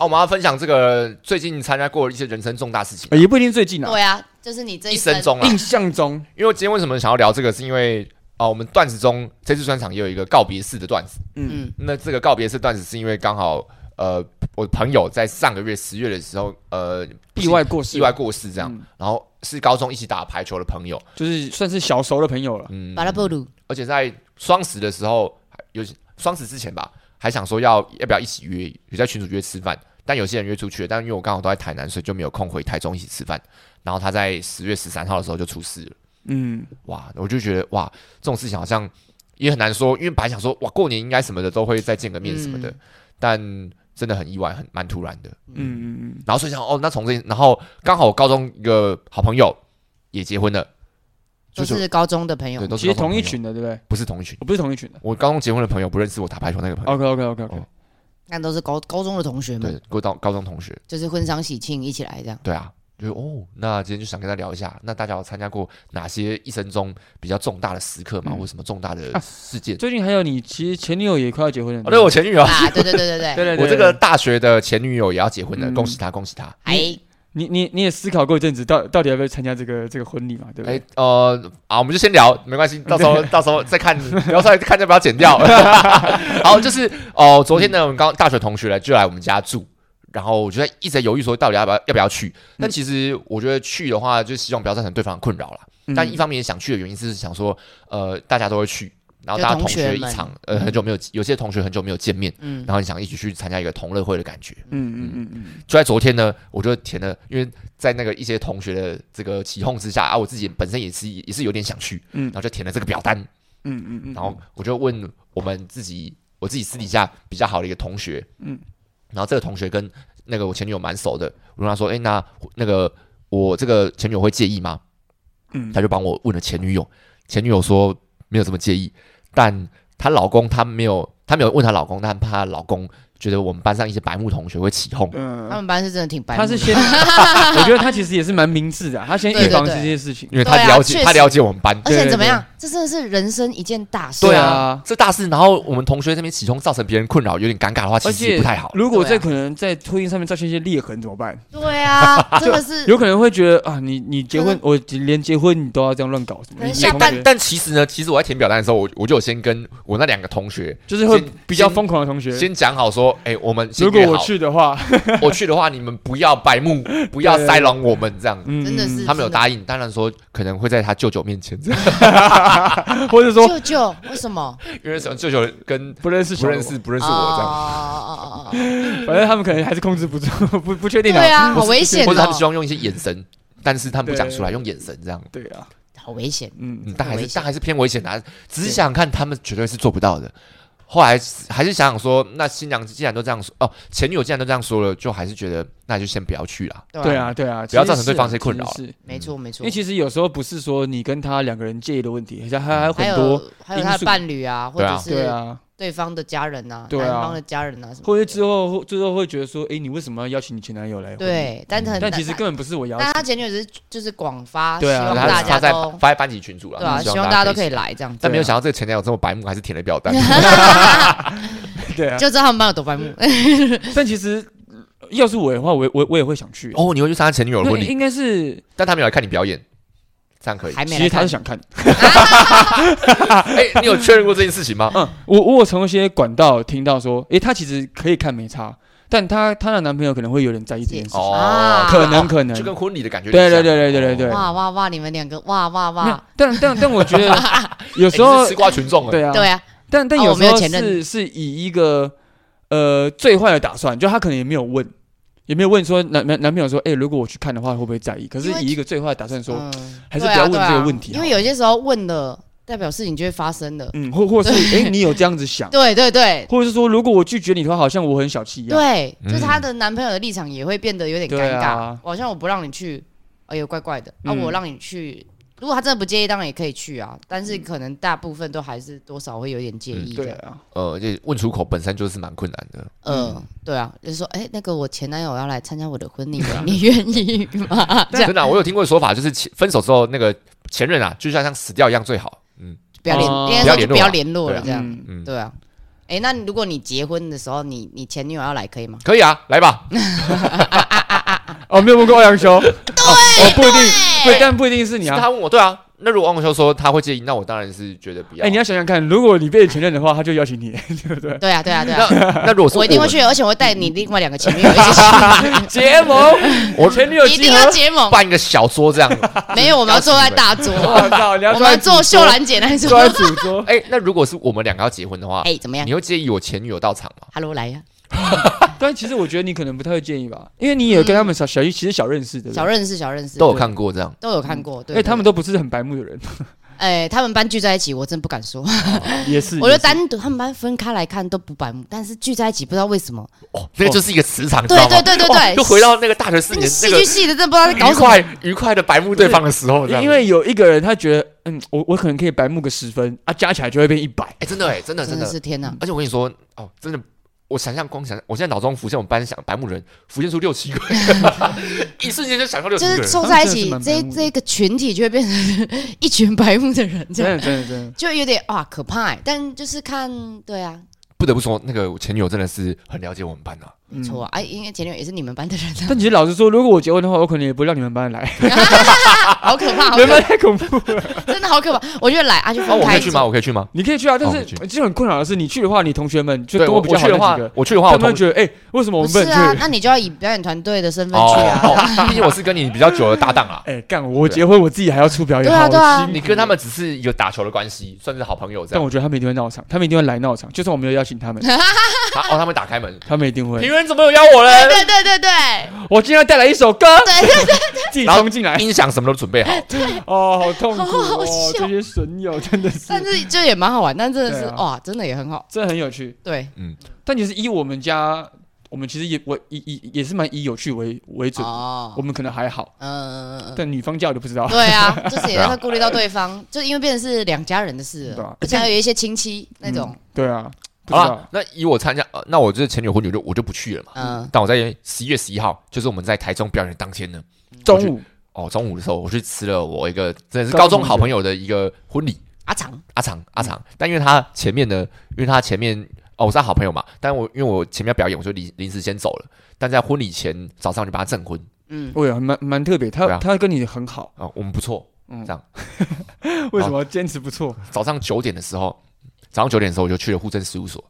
Speaker 1: 我们要分享这个最近参加过的一些人生重大事情，
Speaker 2: 也不一定最近啊，
Speaker 3: 对啊，就是你这
Speaker 1: 一
Speaker 3: 生
Speaker 1: 生中啊。
Speaker 2: 印象中
Speaker 1: 因为我今天为什么想要聊这个，是因为啊、我们段子中这次专场也有一个告别式的段子。
Speaker 2: 嗯
Speaker 3: 嗯
Speaker 1: 那这个告别式段子是因为刚好呃，我朋友在上个月十月的时候，呃，
Speaker 2: 意外过世，
Speaker 1: 意外过世这样，
Speaker 2: 嗯
Speaker 1: 然后是高中一起打排球的朋友，
Speaker 2: 就是算是小熟的朋友了，
Speaker 1: 嗯
Speaker 3: 巴，拉布鲁，
Speaker 1: 而且在双十的时候，有双十之前吧，还想说要要不要一起约，有在群主约吃饭，但有些人约出去了，但因为我刚好都在台南，所以就没有空回台中一起吃饭。然后他在十月十三号的时候就出事了，
Speaker 2: 嗯，
Speaker 1: 哇！我就觉得哇，这种事情好像也很难说，因为本来想说哇，过年应该什么的都会再见个面什么的，
Speaker 3: 嗯
Speaker 1: 但真的很意外，很蛮突然的。
Speaker 2: 嗯嗯
Speaker 1: 然后所以想哦，那从这，然后刚好我高中一个好朋友也结婚了，
Speaker 3: 都
Speaker 1: 就是
Speaker 3: 高中的朋友
Speaker 1: 对，，都
Speaker 2: 嗯，
Speaker 1: 是
Speaker 2: 其实
Speaker 1: 高中
Speaker 2: 同一
Speaker 1: 朋友，
Speaker 2: 群的，对不对？
Speaker 1: 不是同一群。
Speaker 2: 我不是同一群的。
Speaker 1: 我高中结婚的朋友不认识我打排球那个朋友，
Speaker 2: OK OK OK OK，
Speaker 1: 哦
Speaker 3: 那都是高高中的同学们，
Speaker 1: 对，高中高中同学，
Speaker 3: 就是婚丧喜庆一起来这
Speaker 1: [laughs]
Speaker 3: 样。
Speaker 1: 对啊，就是哦，那今天就想跟他聊一下，那大家有参加过哪些一生中比较重大的时刻吗？
Speaker 2: 嗯
Speaker 1: 或什么重大的
Speaker 2: 啊
Speaker 1: 事件？
Speaker 2: 最近还有你，其实前女友也快要结婚了。
Speaker 1: 哦，对我前女友啊，
Speaker 3: 啊，对对对对对，
Speaker 2: 对对对，
Speaker 1: 我这个大学的前女友也要结婚了，
Speaker 2: 嗯
Speaker 1: 恭喜她，恭喜她。
Speaker 3: 还
Speaker 2: 你你你也思考过一阵子，到到底要不要参加这个这个婚礼嘛？对不
Speaker 1: 哎
Speaker 2: 对？，
Speaker 1: 呃，啊，我们就先聊，没关系，到时候到时候再看，然后再看要不要剪掉。 [laughs] 好，就是哦、昨天呢，我们刚大学同学来就来我们家住，然后我就在一直在犹豫说到底要不要要不要去。但其实我觉得去的话，就希望不要造成对方的困扰啦。
Speaker 2: 嗯
Speaker 1: 但一方面也想去的原因是想说，呃，大家都会去，然后
Speaker 3: 就
Speaker 1: 大家
Speaker 3: 同
Speaker 1: 同
Speaker 3: 学
Speaker 1: 学一
Speaker 3: 们
Speaker 1: 场，呃，很久没有，有些同学很久没有见面，
Speaker 3: 嗯，
Speaker 1: 然后你想一起去参加一个同乐会的感觉。
Speaker 2: 嗯嗯嗯嗯，
Speaker 1: 就在昨天呢，我就填了，因为在那个一些同学的这个起哄之下啊，我自己本身也是也是有点想去，
Speaker 2: 嗯
Speaker 1: 然后就填了这个表单，
Speaker 2: 嗯嗯嗯，
Speaker 1: 然后我就问我们自己，我自己私底下比较好的一个同学，嗯
Speaker 2: 嗯，
Speaker 1: 然后这个同学跟那个我前女友蛮熟的，我跟他说，哎、那那个我这个前女友会介意吗？
Speaker 2: 嗯
Speaker 1: 他就帮我问了前女友，前女友说没有这么介意，但她老公她没有，她没有问她老公，但怕她老公觉得我们班上一些白目同学会起哄。
Speaker 3: 他
Speaker 2: 嗯，
Speaker 3: 们班是真的挺白目
Speaker 2: 他
Speaker 3: 的，
Speaker 2: 是先， [laughs] 我觉得他其实也是蛮明智的啊，他先
Speaker 3: 对
Speaker 2: 预
Speaker 3: 对
Speaker 2: 防这
Speaker 3: 对
Speaker 2: 些事情。
Speaker 1: 因为他
Speaker 3: 对啊
Speaker 1: 了解，
Speaker 3: 确
Speaker 1: 他
Speaker 3: 实
Speaker 1: 了解我们班，
Speaker 3: 而且怎
Speaker 2: 对
Speaker 3: 么
Speaker 2: 对
Speaker 3: 样，这真的是人生一件大事。
Speaker 2: 对啊
Speaker 1: 这大事，然后我们同学这边起哄，造成别人困扰，有点尴尬的话，其
Speaker 2: 而
Speaker 1: 实也
Speaker 2: 且
Speaker 1: 不太好。
Speaker 2: 如果
Speaker 3: 对
Speaker 2: 这
Speaker 3: 啊
Speaker 2: 可能在婚姻上面造成一些裂痕怎么办？
Speaker 3: 对啊，真的是
Speaker 2: 有可能会觉得啊，你你结婚
Speaker 3: 可，
Speaker 2: 我连结婚你都要这样乱搞什么？
Speaker 3: 可能
Speaker 2: 你
Speaker 3: 嗯下
Speaker 2: 同学
Speaker 1: 但但其实呢，其实我在填表单的时候，我我就有先跟我那两个同学
Speaker 2: 就是会
Speaker 1: 先
Speaker 2: 比较
Speaker 1: 先
Speaker 2: 疯狂的同学，
Speaker 1: 先讲好说，哎、我们先
Speaker 2: 如果
Speaker 1: 约
Speaker 2: 我
Speaker 1: 好
Speaker 2: 去的话，
Speaker 1: [laughs] 我去的话，你们不要白 [laughs] 目，不要
Speaker 2: 对
Speaker 1: 塞拢我们这样。
Speaker 2: 嗯
Speaker 3: 真的是
Speaker 1: 他们有答应，当然说可能会在他舅舅面前这样，
Speaker 2: 嗯或者说
Speaker 3: 舅舅为什么
Speaker 1: [laughs] 因为什么舅舅跟
Speaker 2: 不认识
Speaker 1: 不
Speaker 2: 小
Speaker 1: 认
Speaker 2: 我，
Speaker 1: 识不认
Speaker 3: 不
Speaker 1: 识我这样，
Speaker 3: 哦哦哦哦哦，
Speaker 2: 反正他们可能还是控制不住，不不确定
Speaker 3: 对啊，好危险
Speaker 1: 或者他们希
Speaker 3: 哦，
Speaker 1: 望用一些眼神，但是他们不讲出来，用眼神这样。
Speaker 2: 对啊，
Speaker 3: 好危险。
Speaker 2: 嗯
Speaker 1: 嗯，，但还
Speaker 3: 很
Speaker 1: 是
Speaker 3: 危险
Speaker 1: 但还是偏危险的、啊。仔细想想看，他们绝对是做不到的。后来还是想想说，那新娘既然都这样说，哦，前女友既然都这样说了，就还是觉得那就先不要去啦。
Speaker 3: 对
Speaker 2: 对
Speaker 3: 啊，
Speaker 2: 啊，对啊，
Speaker 1: 不要
Speaker 2: 其
Speaker 1: 造
Speaker 2: 实
Speaker 1: 成对
Speaker 2: 是啊
Speaker 1: 方一些困扰
Speaker 2: 其实是
Speaker 3: 没错没错
Speaker 2: 因为。其实有时候不是说你跟他两个人介意的问题，而且
Speaker 1: 嗯
Speaker 2: 还还有
Speaker 3: 还
Speaker 2: 很多，
Speaker 3: 有还有
Speaker 2: 因
Speaker 3: 他的
Speaker 2: 素
Speaker 3: 伴侣啊，或
Speaker 1: 对啊
Speaker 3: 者
Speaker 2: 对
Speaker 3: 是
Speaker 2: 啊，
Speaker 3: 对方的家人呐、
Speaker 2: 对啊
Speaker 3: 男方的家人呐、什么的，
Speaker 2: 或者之后最后会觉得说，哎，你为什么要邀请你前男友来？，
Speaker 3: 对，但很
Speaker 2: 嗯但其实根本不是我邀
Speaker 3: 但
Speaker 2: 请，
Speaker 3: 他前女友只是就是广发，
Speaker 2: 对啊
Speaker 3: 希望
Speaker 1: 然后
Speaker 3: 大
Speaker 1: 他
Speaker 3: 家
Speaker 1: 在
Speaker 3: 都
Speaker 1: 发在班级群组了，
Speaker 3: 对啊，希望
Speaker 1: 家
Speaker 3: 大家都可
Speaker 1: 以。
Speaker 3: 以啊来这样子，
Speaker 1: 但没有想到这个前男友这么白目，还 [laughs] 是填了表单。
Speaker 2: 对啊，
Speaker 3: 就知道他们班有多白目。
Speaker 2: 但其实要是我的话，我也我也我也会想去，
Speaker 1: 哦，你会去参加前女友的
Speaker 2: 因
Speaker 1: 婚
Speaker 2: 为
Speaker 1: 礼，
Speaker 2: 应该是
Speaker 1: 但他没有来看你表演，这样可以。
Speaker 3: 还没
Speaker 2: 其
Speaker 3: 来
Speaker 2: 实他
Speaker 3: 看
Speaker 2: 是，想看。
Speaker 1: 哎，你有确认过这件事情
Speaker 3: [laughs]
Speaker 1: 吗？
Speaker 2: 嗯，我我有从一些管道听到说，诶，她其实可以看没差，但她她的男朋友可能会有点在意这件事，
Speaker 1: 哦
Speaker 3: 啊，
Speaker 2: 可能可能
Speaker 1: 就，跟婚礼的感觉。
Speaker 2: 对对对对对对对。
Speaker 3: 哇哇哇，你们两个哇哇
Speaker 2: 没有
Speaker 3: 哇，
Speaker 2: 但但但我觉
Speaker 3: [laughs]
Speaker 2: 得有时
Speaker 1: 说
Speaker 2: 候
Speaker 1: 哎吃瓜群众了。
Speaker 2: 对啊，
Speaker 3: 对啊，
Speaker 2: 但但
Speaker 3: 哦
Speaker 2: 有
Speaker 3: 我没
Speaker 2: 时
Speaker 3: 有
Speaker 2: 候
Speaker 3: 前任
Speaker 2: 是是以一个呃最坏的打算，就她可能也没有问。也没有问说男男男朋友说，诶，如果我去看的话，会不会在意？可是
Speaker 3: 因为
Speaker 2: 以一个最坏的打算说，
Speaker 3: 嗯，
Speaker 2: 还是
Speaker 3: 对
Speaker 2: 不要
Speaker 3: 啊
Speaker 2: 问
Speaker 3: 对
Speaker 2: 这个
Speaker 3: 啊
Speaker 2: 问题
Speaker 3: 因
Speaker 2: 好
Speaker 3: 为
Speaker 2: 了
Speaker 3: 有些时候问了，代表事情就会发生了。
Speaker 2: 嗯，或
Speaker 3: [laughs]
Speaker 2: 或是诶，你有这样子想，
Speaker 3: 对对对
Speaker 2: 或者是说，如果我拒绝你的话，好像我很小气一样。
Speaker 3: 对，
Speaker 1: 嗯
Speaker 3: 就是她的男朋友的立场也会变得有点
Speaker 2: 对
Speaker 3: 尴尬
Speaker 2: 啊，
Speaker 3: 好像我不让你去，哎呦怪怪的，啊
Speaker 2: 嗯
Speaker 3: 我让你去。如果他真的不介意，当然也可以去啊，但是可能大部分都还是多少会有点介意
Speaker 2: 对
Speaker 3: 的。
Speaker 2: 啊，
Speaker 1: 呃，就问出口本身就是蛮困难的。
Speaker 3: 嗯，对啊，就是说，哎，那个我前男友要来参加我的婚礼，你愿意吗？这样
Speaker 1: 真的啊、我有听过说法，就是前分手之后，那个前任啊，就像像死掉一样最好。嗯
Speaker 3: 不要联，
Speaker 2: 哦
Speaker 3: 应该说就不要联络了，
Speaker 1: 不
Speaker 3: 这样。
Speaker 2: 嗯
Speaker 1: 嗯，
Speaker 3: 对啊，哎，那如果你结婚的时候，你你前女友要来可以吗？
Speaker 1: 可以啊，来吧。
Speaker 2: 哦，没有问过欧阳
Speaker 3: [laughs]
Speaker 2: 修，对，哦，不一定，不，但不一定是你
Speaker 1: 是
Speaker 2: 啊。
Speaker 1: 他问我，对啊。那如果王永修说他会介意，那我当然是觉得不要。
Speaker 2: 哎，你要想想看，如果你被前任的话，他就邀请你， [laughs] 对不对？
Speaker 3: 对啊，对啊，对啊，
Speaker 1: 那那如果是
Speaker 3: 我一定会去，而且我会带你另外两个前女友一起
Speaker 2: 结
Speaker 3: [laughs]
Speaker 2: 盟，
Speaker 1: 我
Speaker 2: 前女友
Speaker 3: 去，一定
Speaker 2: 集
Speaker 3: 要
Speaker 2: 合。
Speaker 3: 结盟。
Speaker 1: 办一个小桌
Speaker 3: [laughs]
Speaker 1: 这样。
Speaker 3: 没有，我们要坐在大桌， [laughs]
Speaker 2: 我操， [laughs] 你要
Speaker 3: 我
Speaker 2: 坐在
Speaker 3: 们
Speaker 2: 主桌
Speaker 3: 坐秀，兰姐那一
Speaker 2: [laughs]
Speaker 3: 桌
Speaker 2: 坐。在主桌。
Speaker 1: 哎、那如果是我们两个要结婚的话，
Speaker 3: 哎，怎么样
Speaker 1: 你会介意我前女友到场吗？
Speaker 3: ？Hello，来啊呀，
Speaker 2: 但其实我觉得你可能不太会建议吧，因为你也跟他们小小其实小认识的，
Speaker 3: 小认识，小认识，
Speaker 1: 都有看过这样，
Speaker 3: 都有看过。
Speaker 2: 对，因
Speaker 3: 对，
Speaker 2: 哎为他们
Speaker 3: 都
Speaker 2: 都不是很白目的人，
Speaker 3: 哎，他们班聚在一起，我真不敢说。
Speaker 2: 也是。
Speaker 3: 我觉
Speaker 2: 也是
Speaker 3: 得单独他们班分开来看都不白目，但是聚在一起不知道为什么。
Speaker 1: 哦，那个就是一个磁场，你知
Speaker 3: 对
Speaker 1: 道吗
Speaker 3: 对？对对对，
Speaker 1: 哦就回到那个大学四
Speaker 3: 那
Speaker 1: 年
Speaker 3: 个戏
Speaker 1: 那
Speaker 3: 剧
Speaker 1: 个
Speaker 3: 系的，真的不知道在搞
Speaker 1: 愉
Speaker 3: 什么。
Speaker 1: 快愉快的白目对方的时候，这样。
Speaker 2: 因为有一个人他觉得，嗯，我我可能可以白目个十分啊，加起来就会变一百。
Speaker 1: 哎、真的哎、真的
Speaker 3: 真
Speaker 1: 真
Speaker 3: 的
Speaker 1: 的
Speaker 3: 是天哪！
Speaker 1: 而且我跟你说，哦，真的，我想象光想象，我现在脑中浮现我们班想白木人，浮现出六七个， [laughs] 一瞬间就想到六
Speaker 3: 就
Speaker 1: 七个
Speaker 3: 是
Speaker 1: 人。
Speaker 3: 凑在一起
Speaker 2: 他，们真的
Speaker 3: 这
Speaker 2: 是蛮白目的
Speaker 3: 这个群体就会变成 [laughs] 一群白目的人，这
Speaker 2: 真
Speaker 3: 样
Speaker 2: 的真的真的，
Speaker 3: 就有点哇可怕欸。但就是看，对啊，
Speaker 1: 不得不说，那个我前女友真的是很了解我们班啊。
Speaker 2: 嗯
Speaker 3: 错啊，哎，因为前女友也是你们班的人 [laughs] 啊，
Speaker 2: 但其实老实说，如果我结婚的话，我可能也不让你们班来，
Speaker 3: 好可怕，好
Speaker 2: 你
Speaker 3: 可
Speaker 2: 们班太恐怖了。
Speaker 3: 怕，真的好可怕。我觉得来啊，就
Speaker 1: 哦，
Speaker 3: 分
Speaker 1: 我可
Speaker 3: 开
Speaker 1: 以去吗？？我可以去吗？
Speaker 2: 你可以去啊，但
Speaker 1: 哦我
Speaker 2: 是
Speaker 1: 去
Speaker 2: 就很困扰的是，你去的话，你同学们就
Speaker 1: 对，
Speaker 2: 跟
Speaker 1: 我
Speaker 2: 比较
Speaker 1: 去
Speaker 2: 好
Speaker 1: 的
Speaker 2: 的那
Speaker 1: 话
Speaker 2: 几个，，
Speaker 1: 我去的话，
Speaker 2: 他
Speaker 1: 我
Speaker 2: 们
Speaker 1: 同
Speaker 2: 会觉得，哎，为什么我
Speaker 3: 不
Speaker 2: 们
Speaker 3: 是
Speaker 2: 不能
Speaker 3: 啊，
Speaker 2: 去？
Speaker 3: 那你就要以表演团队的身份
Speaker 1: 哦
Speaker 3: 去
Speaker 1: [laughs]
Speaker 3: 啊。
Speaker 1: 哦，毕竟我是跟你比较久的搭档啊。
Speaker 2: [laughs] 哎，干，我结婚我自己还要出表演，
Speaker 3: 对啊
Speaker 2: 好
Speaker 3: 对啊
Speaker 2: 辛苦
Speaker 1: 你跟他们只是有打球的关系，算是好朋友这
Speaker 2: 但
Speaker 1: 样。
Speaker 2: 我觉得他们一定会闹场，他们一定会来闹场，就算我没有邀请他们，
Speaker 1: 啊哦，他们打开门，
Speaker 2: 他们一定
Speaker 1: 平
Speaker 2: 会。
Speaker 1: 原怎么有邀我
Speaker 2: [laughs]
Speaker 1: 嘞？
Speaker 3: 对对对对
Speaker 2: 我今天要带来一首歌，
Speaker 3: 对对对，
Speaker 2: 自己
Speaker 1: 然后
Speaker 2: 冲进来，
Speaker 1: 音响什么都准备好，
Speaker 2: 哦，好痛苦
Speaker 3: 好好
Speaker 2: 哦
Speaker 3: 笑，
Speaker 2: 这些损友真的是
Speaker 3: 但，是就也蛮好玩，但真的是
Speaker 2: 对啊
Speaker 3: 哇，真的也很好。
Speaker 2: 这很有趣。
Speaker 3: 对，
Speaker 2: 但其实以我们家，我们其实也我以以也是蛮以有趣为为准，
Speaker 3: 哦
Speaker 2: 我，们可能还好，
Speaker 3: 嗯嗯嗯嗯。
Speaker 2: 但女方家我就不知道。
Speaker 3: 对
Speaker 2: [laughs]
Speaker 3: 啊，就是
Speaker 1: 对
Speaker 3: 也
Speaker 1: 啊
Speaker 3: 会顾虑到对方，就因为变成是两家人的事
Speaker 2: 对
Speaker 3: 了
Speaker 2: 啊，
Speaker 3: 而且还有一些亲戚那种
Speaker 2: 嗯，对啊，不
Speaker 1: 好
Speaker 2: 知
Speaker 1: 啊
Speaker 2: 道，
Speaker 1: 那以我参加，呃那我就是前女友婚礼，我就我就不去了嘛。
Speaker 3: 嗯，
Speaker 1: 但我在十一月十一号，就是我们在台中表演的当天呢，
Speaker 2: 中午
Speaker 1: 哦，中午的时候，我去吃了我一个真的是
Speaker 2: 高
Speaker 1: 高
Speaker 2: 中
Speaker 1: 中好朋友的一个婚礼，
Speaker 3: 阿长，
Speaker 1: 阿长阿长。但因为他前面呢，因为他前面哦，我是他好朋友嘛，但我因为我前面要表演，我就临临时先走了。但在婚礼前早上我就把他证婚
Speaker 3: 嗯，
Speaker 2: 我也哎蛮蛮特别，他、
Speaker 1: 对啊
Speaker 2: 他跟你很好，
Speaker 1: 啊、我们不错。
Speaker 2: 为什么坚持不错？
Speaker 3: 啊
Speaker 1: 早上九点的时候，早上九点的时候我就去了户政事务所，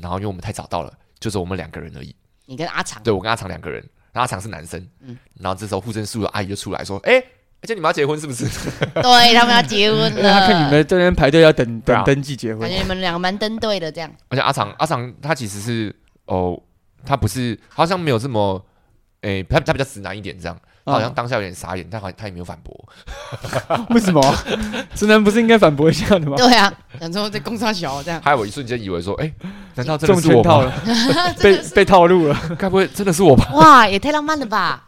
Speaker 1: 然后因为我们太早到了，就是我们两个人而已。
Speaker 3: 你跟阿长，
Speaker 1: 对我跟阿长两个人，然后阿长是男生，
Speaker 3: 嗯
Speaker 1: 然后这时候护身术的阿姨就出来说：“哎、而且你们要结婚是不是
Speaker 3: 对他们要结婚
Speaker 2: 因为哎他看你
Speaker 3: 了，
Speaker 2: 们这边排队要等
Speaker 1: 对啊
Speaker 2: 等登记结婚
Speaker 3: 感，觉你们两个蛮登对的这样，？”
Speaker 1: 而且阿长阿长他其实是哦，他不是好像没有这么，哎、他他比较直男一点这样，他
Speaker 2: 嗯
Speaker 1: 好像当下有点傻眼，但好像他也没有反驳。
Speaker 2: 啊为什么？直男不是应该反驳一下
Speaker 3: [laughs]
Speaker 2: 的吗？
Speaker 3: 对啊，想说这工商小这样，
Speaker 1: 还有我一瞬间以为说：“哎、难道真的
Speaker 2: 中
Speaker 1: 是我
Speaker 2: 圈套
Speaker 1: 吗？
Speaker 3: [laughs]
Speaker 2: 了，被被套路了。
Speaker 1: 该不会真的是我吧 [laughs]
Speaker 3: 哇，也太浪漫了吧，？”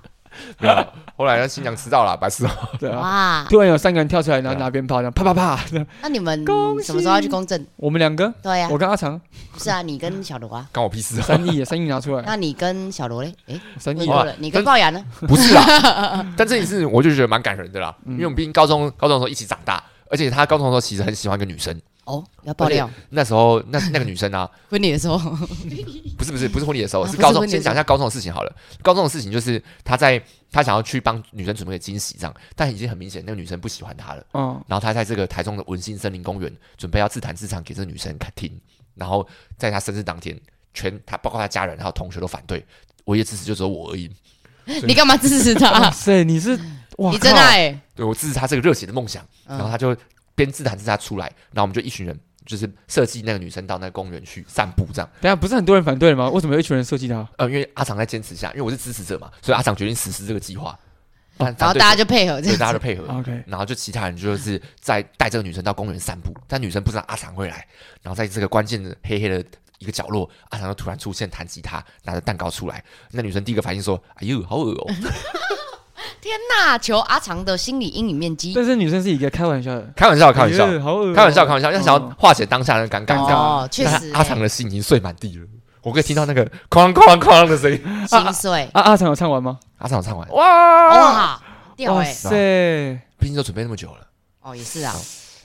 Speaker 1: 没有后来那新娘知道了，白痴哦。
Speaker 2: 对啊，
Speaker 3: 哇，
Speaker 2: 突然有三个人跳出来，然后
Speaker 1: 对啊
Speaker 2: 拿鞭炮，这样啪啪啪。这样
Speaker 3: 那你们
Speaker 2: 恭喜
Speaker 3: 什么时候要去公证？
Speaker 2: 我们两个，
Speaker 3: 对呀
Speaker 2: 我，跟阿长，
Speaker 3: 不是啊，你跟小罗啊，
Speaker 1: 关我屁事啊！
Speaker 2: 三亿，三亿拿出来，
Speaker 3: 那你跟小罗嘞？哎，
Speaker 2: 三
Speaker 3: 问
Speaker 2: 亿
Speaker 1: 好
Speaker 3: 错
Speaker 1: 啊
Speaker 3: 了，你跟龅牙呢？
Speaker 1: [laughs] 不是啦，但这件事我就觉得蛮感人的啦，
Speaker 2: 嗯
Speaker 1: 因为我们毕竟高中高中的时候一起长大，而且他高中的时候其实很喜欢一个女生，
Speaker 3: 哦，要爆料
Speaker 1: 那时候那那个女生啊，
Speaker 3: 婚礼的
Speaker 2: [laughs]
Speaker 3: 时候，
Speaker 1: 不是不是不是婚礼的时候，
Speaker 3: 啊
Speaker 1: 是
Speaker 3: 不是
Speaker 1: 高中。
Speaker 3: 婚礼的
Speaker 1: 先讲一下高中的事情好了。高中的事情就是他在他想要去帮女生准备个惊喜，这样，但已经很明显那个女生不喜欢他了。
Speaker 2: 嗯，
Speaker 1: 然后他在这个台中的文心森林公园准备要自弹自唱给这个女生看听，然后在他生日当天，全他包括他家人还有同学都反对，唯一的支持就只有我而已。
Speaker 3: 你干嘛支持
Speaker 2: 哇
Speaker 3: 他？
Speaker 2: 塞，你
Speaker 3: [laughs]
Speaker 2: 是哇，
Speaker 3: 啊你真
Speaker 2: 靠
Speaker 3: 爱欸，
Speaker 1: 对我支持他这个热血的梦想，然后
Speaker 3: 嗯
Speaker 1: 他就边自弹自唱出来，然后我们就一群人就是设计那个女生到那个公园去散步这样。
Speaker 2: 等一下不是很多人反对了吗？为什么有一群人设计他？
Speaker 1: 呃，因为阿长在坚持下，因为我是支持者嘛，所以阿长决定实施这个计划。然
Speaker 3: 然后哦大家就
Speaker 1: [laughs]
Speaker 3: 配合这
Speaker 1: 对大家
Speaker 3: 样
Speaker 1: 的
Speaker 3: 子，
Speaker 1: 配合，
Speaker 2: OK，
Speaker 1: 然后就其他人就是在带这个女生到公园散步，但女生不知道阿长会来，然后在这个关键的黑黑的一个角落，阿长就突然出现弹吉他，拿着蛋糕出来，那女生第一个反应说：“哎呦，好恶哦、
Speaker 3: 天哪！求阿长的心理阴影面积。
Speaker 2: 但是女生是一个开玩笑的，
Speaker 1: 开玩啊笑，开玩笑
Speaker 2: 哎，呦好恶哦
Speaker 1: 开玩笑，开玩笑，要想要化解当下的尴尬，这样。
Speaker 3: 哦，确
Speaker 1: 但
Speaker 3: 实欸，
Speaker 1: 阿长的心已经碎满地了，我可以听到那个 [laughs] 哐啷哐啷哐啷的声音。
Speaker 3: 心碎，
Speaker 2: 啊，阿长有唱完吗？
Speaker 1: 阿长有唱完，
Speaker 3: 啊
Speaker 1: 啊
Speaker 3: 哇，哦掉
Speaker 2: 啊哇
Speaker 3: 哎，
Speaker 2: 塞，
Speaker 1: 毕竟都准备那么久了。
Speaker 3: 哦，也是啊，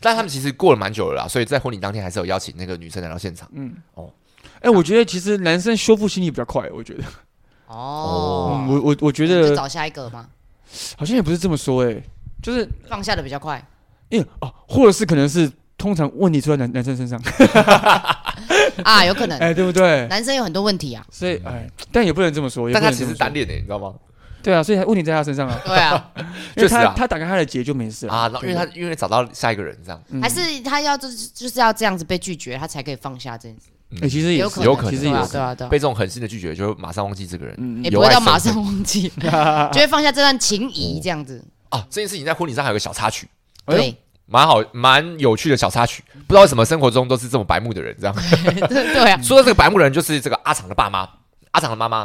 Speaker 1: 但他们其实过了蛮久了啦，所以在婚礼当天还是有邀请那个女生来到现场。
Speaker 2: 嗯，
Speaker 1: 哦
Speaker 2: 哦，哎，我觉得其实男生修复心理比较快，我觉得，嗯
Speaker 3: 哦，
Speaker 2: 我我我觉
Speaker 3: 就
Speaker 2: 得
Speaker 3: 找下一个嘛，
Speaker 2: 好像也不是这么说，哎，就是，
Speaker 3: 放下的比较快，
Speaker 2: 哎哦，或者是可能是通常问题出在男男生身上，
Speaker 3: 啊，有
Speaker 2: [laughs]
Speaker 3: 可能，
Speaker 2: 哎，对不对？
Speaker 3: 男生有很多问题啊，
Speaker 2: 所以，哎，但也不能这么说，也
Speaker 1: 但
Speaker 2: 不
Speaker 1: 他
Speaker 2: 能
Speaker 1: 其
Speaker 2: 这
Speaker 1: 实
Speaker 2: 么
Speaker 1: 是
Speaker 2: 说
Speaker 1: 单，恋欸的，你知道吗？
Speaker 2: 对啊，所以问题在他身上啊，
Speaker 3: 对啊，
Speaker 2: 因
Speaker 1: 确
Speaker 2: 为
Speaker 1: 实啊
Speaker 2: 他他打开他的结就没事了
Speaker 1: 啊，然后因为他因为找到下一个人这样，
Speaker 2: 嗯
Speaker 3: [laughs] 还是他要就是就是要这样子被拒绝，他才可以放下这件事，
Speaker 2: 哎，其实也
Speaker 3: 有
Speaker 2: 是
Speaker 3: 可能，
Speaker 1: 有可能
Speaker 2: 其实
Speaker 3: 对
Speaker 2: 也
Speaker 3: 啊
Speaker 2: 是，
Speaker 3: 对啊，对啊
Speaker 1: 被，这种狠心的拒绝，就会马上忘记这个人
Speaker 2: 嗯
Speaker 3: 也
Speaker 1: 有
Speaker 3: 不会
Speaker 1: 爱
Speaker 3: 到
Speaker 1: 生
Speaker 3: 马上忘记，就会放下这段情谊这样子，
Speaker 1: 啊。这件事情在婚礼上还有个小插曲，
Speaker 2: 哎呦
Speaker 3: 对， [laughs]
Speaker 1: 蛮好蛮有趣的小插曲。不知道为什么生活中都是这么白目的人这样。
Speaker 3: 对对啊，
Speaker 1: 说到这个白目人，就是这个阿长的爸妈，阿长的妈妈，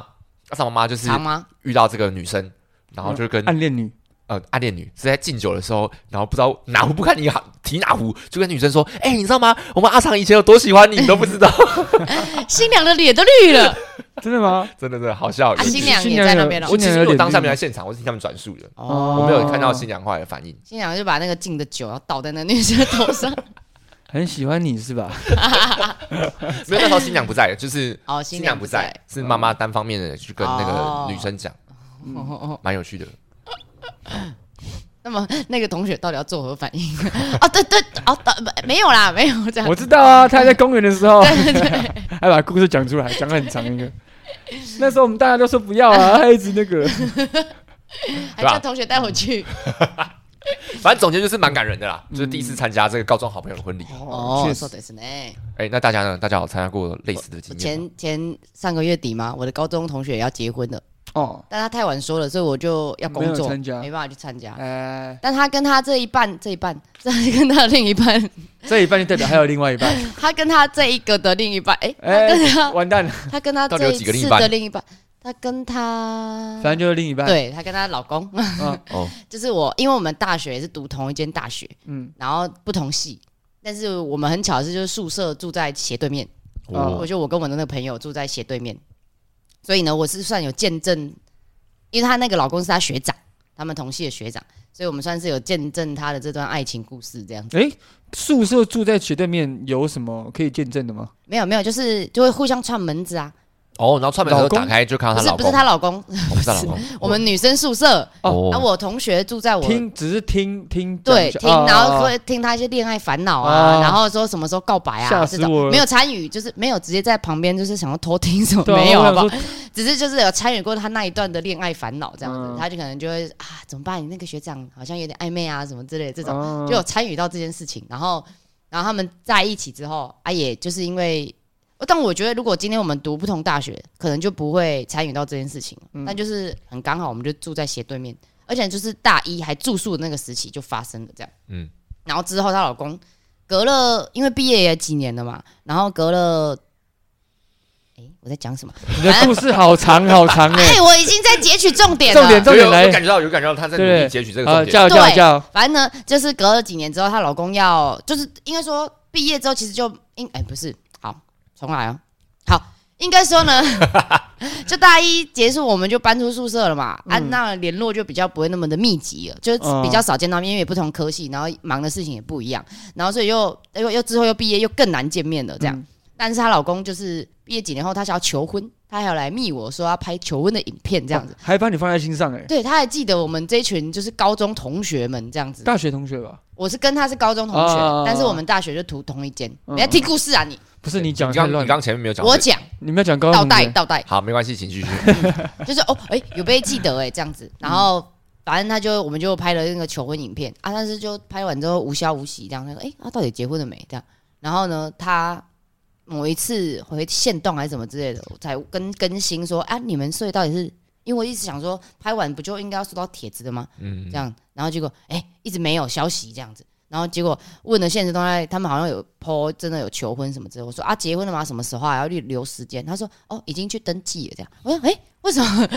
Speaker 1: 阿长妈妈就是
Speaker 3: 长吗？
Speaker 1: 遇到这个女
Speaker 3: 嗯
Speaker 1: 生，然后就是跟
Speaker 2: 暗恋女，
Speaker 1: 呃暗恋女是在敬酒的时候，然后不知道哪壶不看你好提哪壶，就跟女生说：“哎，你知道吗？我们阿长以前有多喜欢你，你都不知
Speaker 3: [laughs]
Speaker 1: 道。
Speaker 3: 新娘的脸都绿了，
Speaker 2: 真的吗？”
Speaker 1: 真的真的好笑。
Speaker 3: 啊
Speaker 1: 有
Speaker 3: 新娘也在那边了啊
Speaker 1: 我其实我当下没
Speaker 2: 来
Speaker 1: 在，现场，我是听他们转述的，
Speaker 2: 哦
Speaker 1: 我没有看到新娘后来的反应。
Speaker 3: 新娘就把那个敬的酒要倒在那女生头上，
Speaker 2: 很喜欢你是吧？
Speaker 1: 没有，那时候新娘不在，就是
Speaker 3: 哦，
Speaker 1: 新
Speaker 3: 娘
Speaker 1: 娘不在，，是妈妈单方面的去跟那
Speaker 3: 哦
Speaker 1: 个女生讲，
Speaker 3: 哦哦哦。
Speaker 1: 蛮有趣的。
Speaker 3: [laughs] 那么那个同学到底要作何反应？ [laughs] 哦，对对，哦，不没有啦，没有这样
Speaker 2: 我。知道啊，他还在公园的时候， [laughs] 还把故事讲出来，讲得很长一
Speaker 3: [laughs]
Speaker 2: 个。那时候我们大家都说不要啊，他一直那个，
Speaker 3: 还
Speaker 1: 对吧
Speaker 3: 叫同学带我去。
Speaker 1: 反正总结就是蛮感人的啦，就是第一次参加这个高中好朋友的婚礼。
Speaker 2: 嗯
Speaker 3: 哦
Speaker 2: 确，
Speaker 3: 说
Speaker 2: 实
Speaker 3: 的是呢。
Speaker 1: 哎，那大家呢？大家有参加过类似的
Speaker 3: 我
Speaker 1: 经验吗？
Speaker 3: 前前上个月底嘛，我的高中同学也要结婚了，
Speaker 2: 哦，
Speaker 3: 但他太晚说了，所以我就要工
Speaker 2: 没有
Speaker 3: 作，
Speaker 2: 参加
Speaker 3: 没办法去参加。
Speaker 2: 哎，
Speaker 3: 但他跟他这一半，这一半，这跟他的另一半，
Speaker 2: 这一半就代表还有另外一
Speaker 3: [laughs]
Speaker 2: 半，
Speaker 3: 他跟他这一个的另一半，哎、
Speaker 2: 哎
Speaker 3: 他跟他，
Speaker 2: 完蛋了，
Speaker 3: 他跟他
Speaker 1: 到底有
Speaker 3: 这
Speaker 1: 几个另一
Speaker 3: 次
Speaker 1: 半
Speaker 3: 的另一半，他跟他嗯
Speaker 2: 反，正就是另一半。，
Speaker 3: 对他跟他老公，
Speaker 2: 嗯
Speaker 1: 哦
Speaker 3: [laughs] 就是我，因为我们大学也是读同一间大学，
Speaker 2: 嗯，
Speaker 3: 然后不同系，但是我们很巧的是，就是宿舍住在斜对面，
Speaker 2: 哦
Speaker 3: 我就我跟我的那个朋友住在斜对面，所以呢，我是算有见证，因为她那个老公是她学长，他们同系的学长，所以我们算是有见证她的这段爱情故事这样。
Speaker 2: 哎，宿舍住在斜对面有什么可以见证的吗？
Speaker 3: 没有没有，就是就会互相串门子啊，
Speaker 1: 哦，然后串门的时候打开就看
Speaker 3: 不
Speaker 1: 到
Speaker 3: 是
Speaker 1: 啊她老
Speaker 3: 不
Speaker 1: 公，
Speaker 3: 是她老
Speaker 1: 哦
Speaker 3: 公，
Speaker 1: 不是她老公，
Speaker 3: 我们女生宿舍，
Speaker 1: 哦
Speaker 3: 然后我同学住在我
Speaker 2: 听，只是听听讲
Speaker 3: 对
Speaker 2: 一下
Speaker 3: 听，
Speaker 2: 啊
Speaker 3: 然后
Speaker 2: 啊
Speaker 3: 会听她一些恋爱烦恼啊，
Speaker 2: 啊
Speaker 3: 然后说什么时候告白啊
Speaker 2: 吓
Speaker 3: 这
Speaker 2: 死我
Speaker 3: 种，
Speaker 2: 了
Speaker 3: 没有参与，就是没有直接在旁边就是想要偷听什么
Speaker 2: 对啊
Speaker 3: 没有，
Speaker 2: 我
Speaker 3: 好
Speaker 2: 想
Speaker 3: 不好
Speaker 2: 说？
Speaker 3: 只是就是有参与过他那一段的恋爱烦恼这样子
Speaker 2: 嗯，
Speaker 3: 他就可能就会啊怎么办？你那个学长好像有点暧昧啊什么之类的这种，
Speaker 1: 哦
Speaker 2: 啊
Speaker 3: 就有参与到这件事情，然后然后他们在一起之后啊，也就是因为，哦但我觉得如果今天我们读不同大学，可能就不会参与到这件事情，
Speaker 2: 嗯
Speaker 3: 但就是很刚好我们就住在斜对面，而且就是大一还住宿的那个时期就发生了这样，
Speaker 1: 嗯
Speaker 3: 嗯，然后之后她老公隔了，因为毕业也几年了嘛，然后隔了，哎、我在讲什么？
Speaker 2: 你的故事好
Speaker 3: [laughs]
Speaker 2: 长好长哎
Speaker 3: 哎、，我已经在截取重点了，
Speaker 2: 重点重
Speaker 1: 有
Speaker 2: 点
Speaker 1: 有
Speaker 2: 来
Speaker 1: 有感觉到有感觉到她在努力
Speaker 2: 对
Speaker 1: 截取这个
Speaker 2: 啊
Speaker 1: 重点，
Speaker 2: 叫叫
Speaker 3: 对
Speaker 2: 叫，
Speaker 3: 反正呢，就是隔了几年之后，她老公要就是应该说毕业之后，其实就应哎、不是好重来哦，好应该说呢， [laughs] 就大一结束我们就搬出宿舍了嘛，啊
Speaker 2: 嗯
Speaker 3: 那联络就比较不会那么的密集了，就是
Speaker 2: 哦
Speaker 3: 比较少见到面，因为也不同科系，然后忙的事情也不一样，然后所以又又又之后又毕业又更难见面了这样。
Speaker 2: 嗯
Speaker 3: 但是她老公就是毕业几年后，她想要求婚，她还要来密我说要拍求婚的影片这样子。
Speaker 2: 哦还把你放在心上哎，
Speaker 3: 对，她还记得我们这一群就是高中同学们这样子，
Speaker 2: 大学同学吧？
Speaker 3: 我是跟他是高中同学，
Speaker 2: 啊
Speaker 3: 但是我们大学就读同一间。
Speaker 2: 嗯
Speaker 3: 你要听故事啊你？
Speaker 2: 不是你讲嗯
Speaker 1: 你
Speaker 2: 太
Speaker 1: 刚你
Speaker 2: 乱，
Speaker 1: 刚前面没有讲，
Speaker 3: 我讲
Speaker 2: 你们要讲高
Speaker 3: 倒
Speaker 2: 中同
Speaker 3: 带
Speaker 2: 学
Speaker 3: 倒带，
Speaker 1: 好没关系，请继续。
Speaker 3: 就是哦，哎、有被记得哎、这样子。然后反正他就我们就拍了那个求婚影片啊，但是就拍完之后无消无息这样。他说哎，他、到底结婚了没？这样。然后呢，他某一次回线动还是什么之类的，我才跟更新说啊，你们所以到底是？因为我一直想说，拍完不就应该要收到帖子的吗？
Speaker 1: 嗯
Speaker 3: 这，样，然后结果哎、一直没有消息这样子，然后结果问了现实动态，他们好像有 po 真的有求婚什么之类，我说啊结婚了吗？什么时候啊？要留留时间？他说哦已经去登记了这样，我说哎、为什么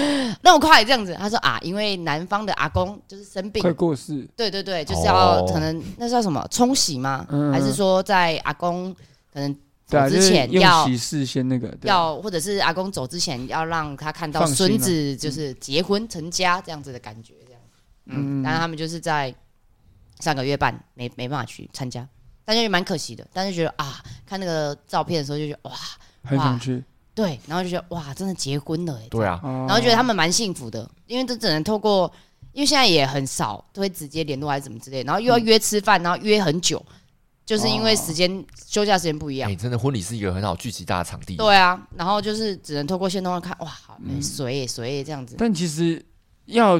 Speaker 3: 那么 [laughs] 快这样子？他说啊因为男方的阿公就是生病
Speaker 2: 快，过世，
Speaker 3: 对对对，就是要
Speaker 1: 哦
Speaker 3: 可能那叫什么冲洗吗？
Speaker 2: 嗯
Speaker 3: 还是说在阿公可能
Speaker 2: 对啊，
Speaker 3: 走之
Speaker 2: 就是
Speaker 3: 前
Speaker 2: 用
Speaker 3: 要
Speaker 2: 喜事先那个，对
Speaker 3: 要或者是阿公走之前要让他看到
Speaker 2: 放心啊
Speaker 3: 孙子就是结婚成家这样子的感觉，这样。嗯，
Speaker 2: 嗯
Speaker 3: 但他们就是在上个月半没没办法去参加，但是也蛮可惜的。但是觉得啊，看那个照片的时候就觉得哇，
Speaker 2: 很
Speaker 3: 哇
Speaker 2: 想去，
Speaker 3: 对，然后就觉得哇，真的结婚了哎、
Speaker 1: 对啊，
Speaker 2: 然
Speaker 3: 然后觉得他们蛮幸福的，因为这只能透过，因为现在也很少都会直接联络还是怎么之类，然后
Speaker 1: 嗯
Speaker 3: 又要约吃饭，然后约很久，就是因
Speaker 1: 哦
Speaker 3: 为时间休假时间不一样
Speaker 1: 哎，。真的婚礼是一个很好聚集大的场地，
Speaker 3: 对啊，然后就是只能透过线动看，哇，嗯、水耶水耶这样子。
Speaker 2: 但其实要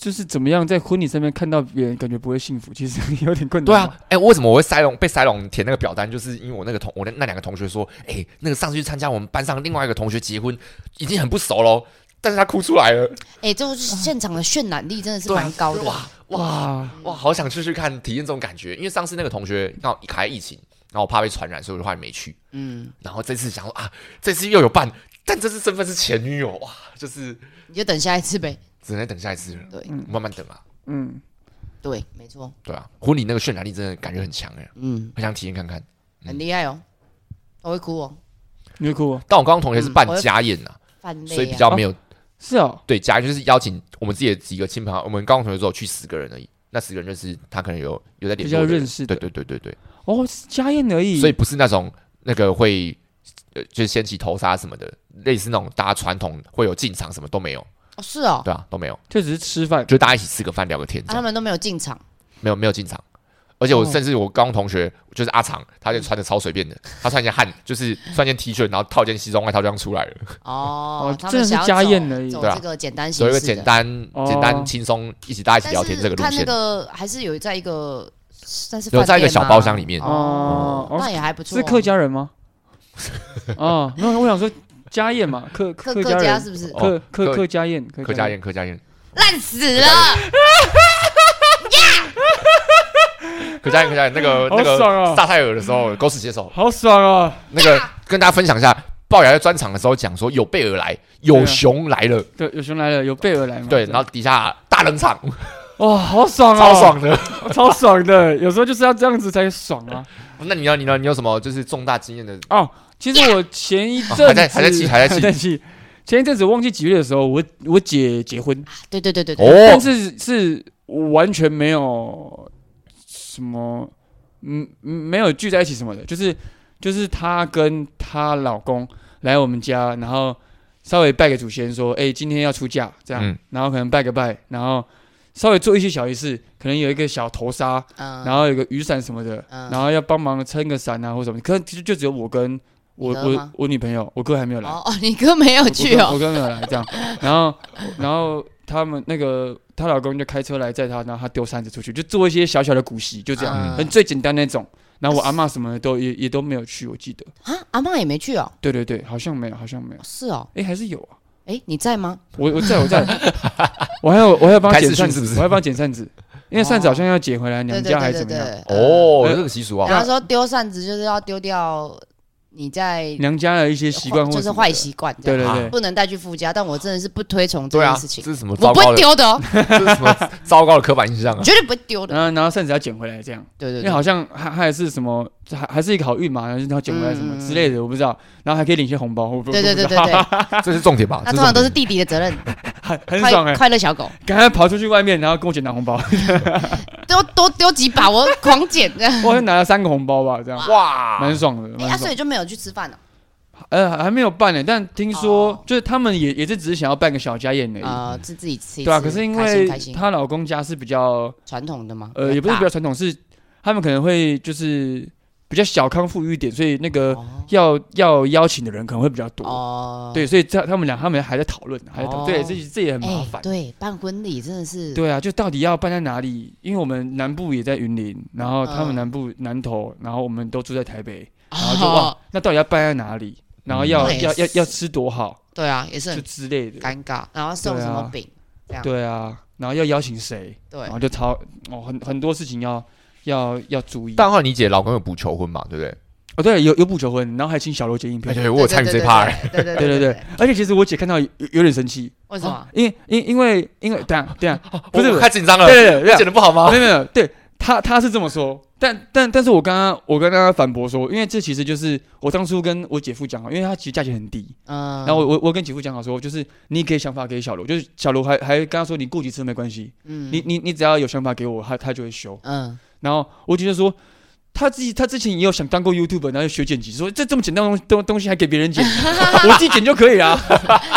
Speaker 2: 就是怎么样在婚礼上面看到别人感觉不会幸福，其实有点困难。
Speaker 1: 对啊，，哎、我为什么我会塞隆被塞隆填那个表单？就是因为我那个同我的那两个同学说，哎、那个上次去参加我们班上另外一个同学结婚，已经很不熟喽，但是他哭出来了，
Speaker 3: 哎、这就是现场的渲染力真的是
Speaker 1: 对啊
Speaker 3: 蛮高的。
Speaker 1: 哇哇
Speaker 2: 哇，
Speaker 1: 哇，好想去去看体验这种感觉。因为上次那个同学刚好开疫情，然后我怕被传染，所以我就后来没去。
Speaker 3: 嗯，
Speaker 1: 然后这次想说啊，这次又有伴，但这次身份是前女友哇，就是
Speaker 3: 你就等下一次呗。
Speaker 1: 只能等下一次了，
Speaker 3: 对
Speaker 1: 慢慢等啊。
Speaker 2: 嗯，
Speaker 3: 对，没错。
Speaker 1: 对啊，婚礼那个渲染力真的感觉很强哎、
Speaker 3: 嗯，
Speaker 1: 很想体验看看。
Speaker 3: 很厉害哦，我会哭哦，
Speaker 2: 你会哭、哦？
Speaker 1: 但我高中同学是办
Speaker 3: 嗯我
Speaker 1: 家宴呐、
Speaker 3: 犯累、啊。
Speaker 1: 所以比较没有
Speaker 2: 是哦，
Speaker 1: 对，假如就是邀请我们自己的几个亲朋好，我们高中同学之后去十个人而已，那十个人就是他可能有有在联
Speaker 2: 比
Speaker 1: 络
Speaker 2: 较
Speaker 1: 的人
Speaker 2: 认识的
Speaker 1: 对对对对对，
Speaker 2: 哦，是家宴而已。
Speaker 1: 所以不是那种那个会呃就是掀起头纱什么的，类似那种大家传统会有进场什么都没有，
Speaker 3: 哦是哦，
Speaker 1: 对啊都没有，
Speaker 2: 就只是吃饭，
Speaker 1: 就大家一起吃个饭聊个天
Speaker 3: 啊，
Speaker 1: 这
Speaker 3: 他
Speaker 1: 样，
Speaker 3: 们都没有进场，
Speaker 1: 没有没有进场。而且我
Speaker 2: 哦
Speaker 1: 甚至我高中同学就是阿长，他就穿的超随便的，他穿一件汗，就是穿一件 T 恤，然后套一件西装外套就这样出来了，
Speaker 3: 哦
Speaker 2: 哦，
Speaker 3: 他
Speaker 2: 真
Speaker 3: 们
Speaker 2: 的是
Speaker 3: 想要
Speaker 2: 家
Speaker 3: 走
Speaker 2: 宴而已
Speaker 3: 走
Speaker 1: 对啊
Speaker 3: 这个简单形
Speaker 1: 走一个
Speaker 3: 式的
Speaker 1: 简单、
Speaker 2: 哦
Speaker 1: 简单轻松，一起大家一起
Speaker 3: 但
Speaker 1: 聊天
Speaker 3: 是
Speaker 1: 这个路
Speaker 3: 看那
Speaker 1: 线，
Speaker 3: 个还是有在一个，算是
Speaker 1: 有在一个
Speaker 3: 饭店
Speaker 1: 小
Speaker 3: 吗
Speaker 1: 包厢里面，
Speaker 2: 哦哦
Speaker 3: 那也还不错、
Speaker 2: 是
Speaker 1: 啊
Speaker 2: 客家
Speaker 1: [laughs]
Speaker 2: 人吗？哦，没有，我想说家宴嘛，客
Speaker 3: 客
Speaker 2: 客
Speaker 3: 客家
Speaker 2: 人，
Speaker 3: 是不是
Speaker 1: 哦
Speaker 2: 客客
Speaker 1: 客
Speaker 2: 客家宴，
Speaker 1: 客家宴客家宴。
Speaker 3: 烂死了？
Speaker 1: 可嘉颖，可嘉颖，那个那
Speaker 2: 好爽
Speaker 1: 个
Speaker 2: 哦
Speaker 1: 萨泰尔的时候，狗屎接手，
Speaker 2: 好爽啊！
Speaker 1: 那个跟大家分享一下，龅牙在专场的时候讲说有备而来，
Speaker 2: 啊
Speaker 1: 有熊来了，
Speaker 2: 对，有熊来了，有备而来嘛。
Speaker 1: 对，然后底下大冷场，
Speaker 2: 哇， [laughs] 好爽啊，
Speaker 1: 超， [laughs] 爽的。
Speaker 2: 超爽的。有时候就是要这样子才爽啊。
Speaker 1: 那你呢？你呢？你有什么就是重大经验的？
Speaker 2: 哦，其实我前一阵子、
Speaker 1: 哦还在还在气还在气
Speaker 2: 前一阵子忘记几月的时候，我我姐结婚，
Speaker 3: 对对对对对，
Speaker 2: 但
Speaker 1: 哦，
Speaker 2: 是是完全没有什么，嗯，嗯没有聚在一起什么的，就是就是她跟她老公来我们家，然后稍微拜个祖先，说，哎、今天要出嫁这样，
Speaker 1: 嗯
Speaker 2: 然后可能拜个拜，然后稍微做一些小仪式，可能有一个小头纱，
Speaker 3: 嗯，
Speaker 2: 然后有个雨伞什么的，
Speaker 3: 嗯
Speaker 2: 然后要帮忙撑个伞啊或什么，可能就就只有我跟我
Speaker 3: 你哥
Speaker 2: 我
Speaker 3: 吗
Speaker 2: 我女朋友，我哥还没有来。
Speaker 3: 哦哦，你哥没有
Speaker 2: 我
Speaker 3: 去
Speaker 2: 跟
Speaker 3: 哦，
Speaker 2: 我哥没有来这样，然后然后他们那个她老公就开车来载她，然后她丢扇子出去，就做一些小小的古习，就这
Speaker 3: 啊
Speaker 1: 嗯
Speaker 2: 样，很最简单那种。然后我阿嬷什么的都也也都没有去，我记得，
Speaker 1: 嗯
Speaker 3: 啊，阿妈也没去哦，
Speaker 2: 对对对，好像没有，好像没有，
Speaker 3: 是哦，
Speaker 2: 哎、还是有啊，
Speaker 3: 哎，你在吗？
Speaker 2: 我我在我
Speaker 3: [laughs]
Speaker 2: 在，我还有我还要帮
Speaker 1: 开
Speaker 2: 她
Speaker 1: 视
Speaker 2: 捡扇
Speaker 1: 讯是
Speaker 2: 子，
Speaker 1: 不是
Speaker 2: 我还要帮她捡扇子，因为扇子好像要捡回来娘
Speaker 3: 对对
Speaker 2: 家还
Speaker 3: 哦对
Speaker 2: 是
Speaker 3: 对
Speaker 2: 怎么样，
Speaker 3: 对，嗯。
Speaker 1: 哦，有这个习俗啊，
Speaker 3: 然后说丢扇子就是要丢掉你在
Speaker 2: 娘家的一些习惯或
Speaker 3: 就
Speaker 2: 什
Speaker 3: 是
Speaker 2: 么
Speaker 3: 坏
Speaker 2: 的，
Speaker 3: 习惯，
Speaker 2: 对对
Speaker 1: 啊
Speaker 2: 对，
Speaker 3: 不能带去附加。但我真的是不推崇这
Speaker 1: 对
Speaker 3: 件
Speaker 1: 啊，
Speaker 3: 事情，
Speaker 1: 这是什么
Speaker 3: 我
Speaker 1: 糟
Speaker 3: 不
Speaker 1: 糕
Speaker 3: 会
Speaker 1: 的？
Speaker 3: 丢
Speaker 2: [laughs]
Speaker 3: 的哦，
Speaker 1: 这是什
Speaker 3: [laughs]
Speaker 1: 么糟糕的刻板印象啊？
Speaker 3: 绝对不会丢的。
Speaker 2: 然后然后扇子要捡回来这样。
Speaker 3: 对对
Speaker 2: 因为
Speaker 3: 对，
Speaker 2: 好像还还是什么，还还是一个好运嘛，然后就要捡回来什么之类的，我不知道。然后还可以领些红包，我不
Speaker 3: 嗯对对对对对，
Speaker 1: 啊
Speaker 3: [laughs]
Speaker 1: 这是重点吧？
Speaker 3: 那
Speaker 1: 这
Speaker 3: 通常都是
Speaker 1: 重
Speaker 3: 弟弟的责任，
Speaker 2: 很 [laughs] 很爽哎、
Speaker 3: 快快乐小狗，
Speaker 2: 赶快跑出去外面，然后跟我捡拿红
Speaker 3: [laughs]
Speaker 2: 包，
Speaker 3: 多多丢几把，
Speaker 2: [laughs]
Speaker 3: 我狂捡这样。
Speaker 2: 我好像拿了三个红包吧，这样
Speaker 1: 点哇，
Speaker 2: 蛮爽的，
Speaker 3: 哎
Speaker 2: 蛮
Speaker 3: 啊，所
Speaker 2: 爽。
Speaker 3: 以就没有去吃饭了
Speaker 2: 呃，还没有办呢，但听说、
Speaker 3: 哦
Speaker 2: 就是他们也也是只是想要办个小家宴而已，
Speaker 3: 啊，是自己吃一次。
Speaker 2: 对啊。可是因
Speaker 3: 开
Speaker 2: 为
Speaker 3: 心开心，
Speaker 2: 她老公家是比较
Speaker 3: 传统的吗？
Speaker 2: 呃，也不是比较
Speaker 3: 大
Speaker 2: 传统，是他们可能会就是比较小康富裕一点，所以那个
Speaker 3: 哦
Speaker 2: 要要邀请的人可能会比较多。
Speaker 3: 哦，
Speaker 2: 呃对，所以这他们俩他们还在讨论，还在讨论，
Speaker 3: 哦
Speaker 2: 对，这这也很麻
Speaker 3: 哎，
Speaker 2: 烦。
Speaker 3: 对，办婚礼真的是
Speaker 2: 对啊，就到底要办在哪里？因为我们南部也在云林，然后他们
Speaker 3: 嗯
Speaker 2: 南部南投，然后我们都住在台北，然后就哇
Speaker 3: 哦，，
Speaker 2: 那到底要办在哪里？然后要
Speaker 3: 嗯
Speaker 2: 要要要吃多好，
Speaker 3: 对啊，也是
Speaker 2: 就
Speaker 3: 很
Speaker 2: 之类的。
Speaker 3: 尴尬。然后送
Speaker 2: 对啊
Speaker 3: 什么饼？
Speaker 2: 对啊，然后要邀请谁，
Speaker 3: 对
Speaker 2: 然后就超哦很很多事情要要要注意。
Speaker 1: 但后来你姐老公有补求婚嘛，对不对？
Speaker 2: 哦对，有有补求婚，然后还请小罗结影
Speaker 1: 对
Speaker 2: 片。
Speaker 1: 对，我有参与这一趴欸。
Speaker 3: 对对哦
Speaker 2: 对对对，而且其实我姐看到有有点生气，哦
Speaker 3: 为什么？哦
Speaker 2: 因为因因为因为等一下等一下，不是
Speaker 1: 我太紧张了，
Speaker 2: 对对对对
Speaker 1: 我剪的不好吗
Speaker 2: 没？有没有，对他他是这么说，但但但是我刚刚我跟他反驳说，因为这其实就是我当初跟我姐夫讲好，因为他其实价钱很低，
Speaker 3: 嗯，
Speaker 2: 然后我我我跟姐夫讲好说，就是你给想法给小罗，就是小罗还还跟他说你过几次没关系，
Speaker 3: 嗯
Speaker 2: 你你你只要有想法给我，他他就会修。
Speaker 3: 嗯
Speaker 2: 然后我姐就说。他自己，他之前也有想当过 YouTube，然后就学剪辑，说这这么简单的东东东西还给别
Speaker 3: [laughs]
Speaker 2: 人剪，我自己剪就可以啊。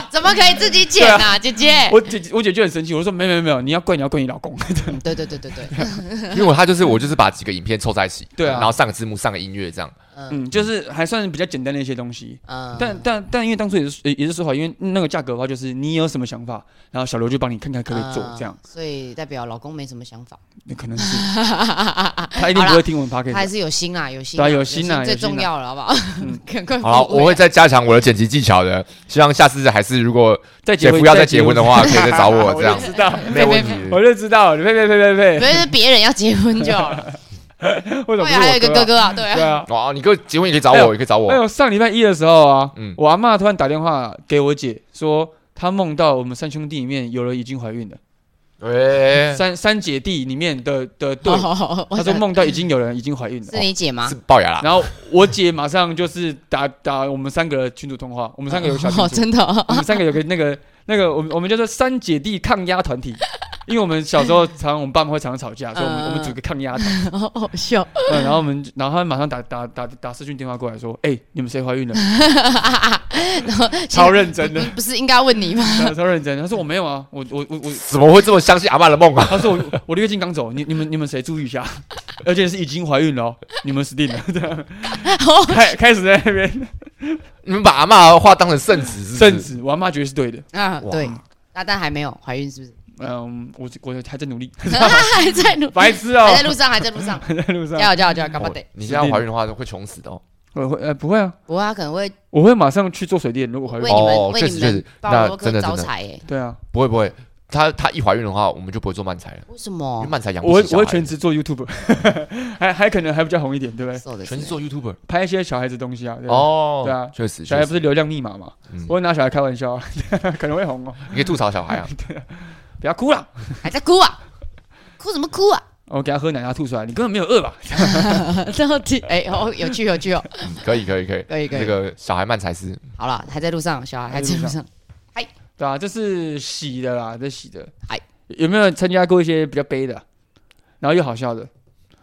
Speaker 3: 怎么可以自己剪啊，姐姐？
Speaker 2: 我姐我姐就很生气，我说没有没有没有，你要怪你要怪你老公。
Speaker 3: 嗯对对对对对，
Speaker 1: [laughs] 因为他就是我就是把几个影片凑在一起，
Speaker 2: 对啊
Speaker 1: 然后上个字幕，上个音乐这 [laughs] 样。
Speaker 3: 嗯
Speaker 2: 嗯，就是还算比较简单的一些东西。
Speaker 3: 嗯，
Speaker 2: 但但但因为当初也是也也是说好，因为那个价格的话，就是你有什么想法，然后小刘就帮你看看可不可以做
Speaker 3: 嗯
Speaker 2: [laughs] 这样，，
Speaker 3: 所以代表老公没什么想法，
Speaker 2: 那可能是他一定不会听我们 p o c
Speaker 3: 他
Speaker 2: a
Speaker 3: 还
Speaker 2: s
Speaker 3: 是有心啊，有心
Speaker 2: 对
Speaker 3: 啊，
Speaker 2: 啊有心啊有
Speaker 3: 最
Speaker 2: 心啊
Speaker 3: 重要了，好不好 [laughs]
Speaker 2: 嗯？
Speaker 3: 赶快
Speaker 1: 好了，
Speaker 3: 复位
Speaker 1: 哦我会再加强我的剪辑技巧的，希望下次还是如果
Speaker 2: 再
Speaker 1: 姐
Speaker 2: 结婚
Speaker 1: 夫要再结婚的
Speaker 2: [laughs]
Speaker 1: 话，可以再找我这样 [laughs]
Speaker 2: 我就，知道，
Speaker 1: 没有问题。
Speaker 2: 我就知道，呸呸呸呸
Speaker 3: 不是别人要结婚就好了，
Speaker 2: 呸，为什么不
Speaker 3: 对
Speaker 2: 是
Speaker 3: 啊，
Speaker 2: 我
Speaker 3: 还有一个哥
Speaker 2: 哥
Speaker 3: 哥啊，对
Speaker 2: 啊？
Speaker 3: 啊
Speaker 2: 对，啊，
Speaker 1: 哦，你哥结婚也可以找
Speaker 2: 哎
Speaker 1: 我，
Speaker 2: 呦
Speaker 1: 也可以找
Speaker 2: 哎
Speaker 1: 我。
Speaker 2: 呦，上礼拜一的时候啊，
Speaker 1: 哦嗯
Speaker 2: 我阿嬷突然打电话给我姐说。她梦到我们三兄弟里面有人已经怀孕了，
Speaker 1: 喂，
Speaker 2: 三三姐弟里面的 [laughs] 的对，
Speaker 3: 哦
Speaker 2: 她说梦到已经有人已经怀孕了，
Speaker 3: 是你姐吗
Speaker 1: 是？龅牙啦。
Speaker 2: 然后我姐马上就是打打我们三个的群主通话，我们三个有小群
Speaker 3: 哦，
Speaker 2: 组，
Speaker 3: 真的哦， [laughs]
Speaker 2: 我们三个有个那个那个，我们我们叫做三姐弟抗压团体，因为我们小时候常常我们爸妈会常常吵架，所以我们
Speaker 3: 嗯
Speaker 2: 我们组一个抗压团，
Speaker 3: 好好笑， [laughs]
Speaker 2: 嗯，然后我们然后他们马上打打打打视讯电话过来说，哎，你们谁怀孕了？超认真的，
Speaker 3: 不是应该问你吗？
Speaker 2: 超超认真。他说我没有啊，我我我我，
Speaker 1: 怎么会这么相信阿妈的梦啊？ [laughs]
Speaker 2: 他说 [laughs] 我我的月经刚走，你你们你们谁注意一下，而且是已经怀孕了哦，你们死定了，这样开开始在那边
Speaker 1: 你们把阿妈的话当成圣旨，是不是
Speaker 2: 甚至我阿妈觉得是对的。
Speaker 3: 啊，
Speaker 1: 哇
Speaker 3: 对，那但还没有怀孕是不是？
Speaker 2: 嗯，我我还在努力， [laughs]
Speaker 3: 还在路，
Speaker 2: 白痴哦、
Speaker 3: 还在路上，还在
Speaker 1: [laughs]
Speaker 3: 路上，
Speaker 2: 还 [laughs] 在路上
Speaker 3: 加油加油加油，干巴得
Speaker 1: 哦！你现在怀孕的话会穷死的哦。
Speaker 2: 我会呃不会啊，
Speaker 3: 不过他可能会
Speaker 2: 我会马上去做水电，如果怀
Speaker 3: 为
Speaker 2: 孕，
Speaker 3: 你
Speaker 1: 哦
Speaker 3: 们为
Speaker 1: 确
Speaker 3: 你
Speaker 1: 实确
Speaker 3: 们
Speaker 1: 实
Speaker 3: 包
Speaker 1: 那
Speaker 3: 罗哥
Speaker 1: 真的
Speaker 3: 找
Speaker 1: 真的
Speaker 3: 彩哎，
Speaker 2: 对啊，
Speaker 1: 不会不会，她她一怀孕的话，我们就不会做漫才了，
Speaker 3: 为什
Speaker 1: 因
Speaker 3: 么
Speaker 1: 为？漫才养
Speaker 2: 我
Speaker 1: 不
Speaker 2: 会
Speaker 1: 起小
Speaker 2: 哦我会
Speaker 1: 孩
Speaker 2: 全。职做 YouTube，还还可能还比较红一点，对不对？
Speaker 3: 瘦的
Speaker 1: 全职做 YouTuber
Speaker 2: 拍一些小孩子东西啊，对吧？
Speaker 1: 哦，
Speaker 2: 对啊
Speaker 1: 确实，确
Speaker 2: 小孩不
Speaker 1: 实，
Speaker 2: 是流量密码嘛
Speaker 1: 嗯？
Speaker 2: 我会拿小孩开玩笑啊， [laughs] 可能会红哦，
Speaker 1: 你可以吐槽小孩啊。
Speaker 2: 不要哭了。
Speaker 3: 还在哭啊？哭什么哭啊？
Speaker 2: 我给他喝奶，他吐出来， [laughs] 你根本没有饿吧？
Speaker 3: 到底 [laughs] 哎哦，有趣有趣哦，
Speaker 1: [laughs] 可以可以可以，
Speaker 3: 可以可
Speaker 1: 这
Speaker 3: 以，
Speaker 1: 个小孩慢才思，
Speaker 3: 好了，还在路上，小孩还在路上。
Speaker 2: 对啊，这是洗的啦，这洗的。
Speaker 3: 嗨
Speaker 2: 有没有参加过一些比较悲的，然后又好笑的？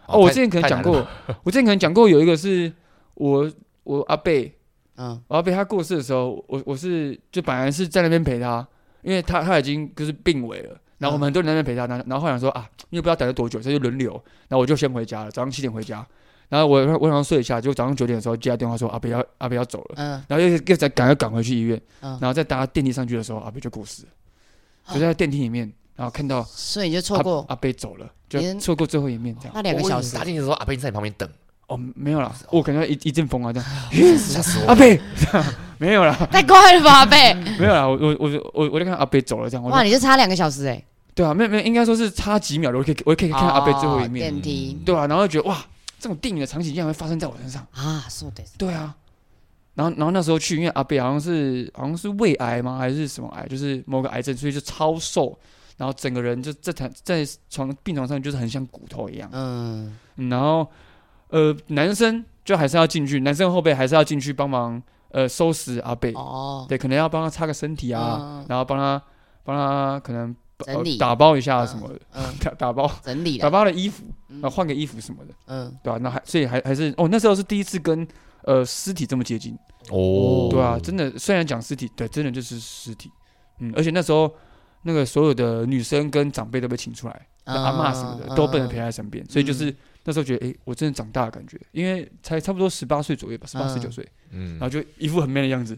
Speaker 2: 哦，我之前可能讲过，我之前可能讲过有一个是我我阿贝，
Speaker 3: 嗯，
Speaker 2: 我阿贝他过世的时候，我我是就本来是在那边陪他，因为他他已经就是病危了。然后我们很多人在那边陪他，然后然后后来想说啊，因为不知道等了多久，所以就轮流。然后我就先回家了，早上七点回家。然后我我想说睡一下，结果早上九点的时候接到电话说阿贝要阿贝要走了，
Speaker 3: 嗯
Speaker 2: 然后又又再赶要赶回去医院，
Speaker 3: 嗯
Speaker 2: 然后再搭电梯上去的时候，阿贝就过世了，就在电梯里面，然后看到
Speaker 3: 所以你就错
Speaker 2: 阿
Speaker 3: 过哦
Speaker 2: 阿贝走了，就
Speaker 3: 别人
Speaker 2: 错过最后一面这样。
Speaker 3: 那两个小时
Speaker 1: 打，进去的时候，阿啊哦贝你在你旁边等，
Speaker 2: 哦，没有啦，我感觉一一阵风啊这样，
Speaker 1: 吓死我
Speaker 3: [laughs] 哦
Speaker 2: 阿
Speaker 1: 了！
Speaker 2: 贝 [laughs] 没有啦，
Speaker 3: 太快了吧，
Speaker 1: [laughs]
Speaker 3: 阿贝！
Speaker 2: 没有啦，我我我我我就看到阿贝走了这样，我
Speaker 3: 哇，
Speaker 2: 就
Speaker 3: 你就差两个小时哎，
Speaker 2: 对啊，没有没有，应该说是差几秒的，我可以我可以看到阿贝最后一面，
Speaker 3: 哦电梯
Speaker 2: 对啊，然后就觉得哇，这种电影的场景竟然会发生在我身上，
Speaker 3: 啊，说的
Speaker 2: 对啊。然后，然后那时候去，因为阿贝好像是好像是胃癌吗，还是什么癌，就是某个癌症，所以就超瘦，然后整个人就在躺在床病床上就是很像骨头一样。
Speaker 3: 嗯
Speaker 2: 嗯然后呃，男生就还是要进去，男生后辈还是要进去帮忙呃收拾阿
Speaker 1: 哎
Speaker 2: 贝，
Speaker 3: 哦，
Speaker 2: 对，可能要帮他擦个身体啊，
Speaker 3: 嗯
Speaker 2: 然后帮他帮他可能呃
Speaker 3: 整
Speaker 1: 哦
Speaker 3: 理
Speaker 2: 打包一下什么的，
Speaker 3: 嗯，
Speaker 2: 打打包
Speaker 3: 整理
Speaker 2: 打
Speaker 3: 了，
Speaker 2: 包了衣服，
Speaker 3: 嗯
Speaker 2: 然后换个衣服什么的，
Speaker 3: 嗯，
Speaker 2: 对吧、啊那还所以还还是哦，那时候是第一次跟呃尸体这么接近，
Speaker 1: 哦，
Speaker 2: 对啊，真的虽然讲尸体，对，真的就是尸体，嗯，而且那时候。那个所有的女生跟长辈都被请出来，那阿嬷什么的、都不能陪
Speaker 3: 啊嗯。
Speaker 2: 在身边，所以就是那时候觉得，哎、我真的长大的感觉，因为才差不多十八岁左右吧，十八
Speaker 3: 嗯
Speaker 2: 十九岁，
Speaker 1: 嗯
Speaker 2: 然后就一副很 man 的样
Speaker 3: [laughs]
Speaker 2: 子，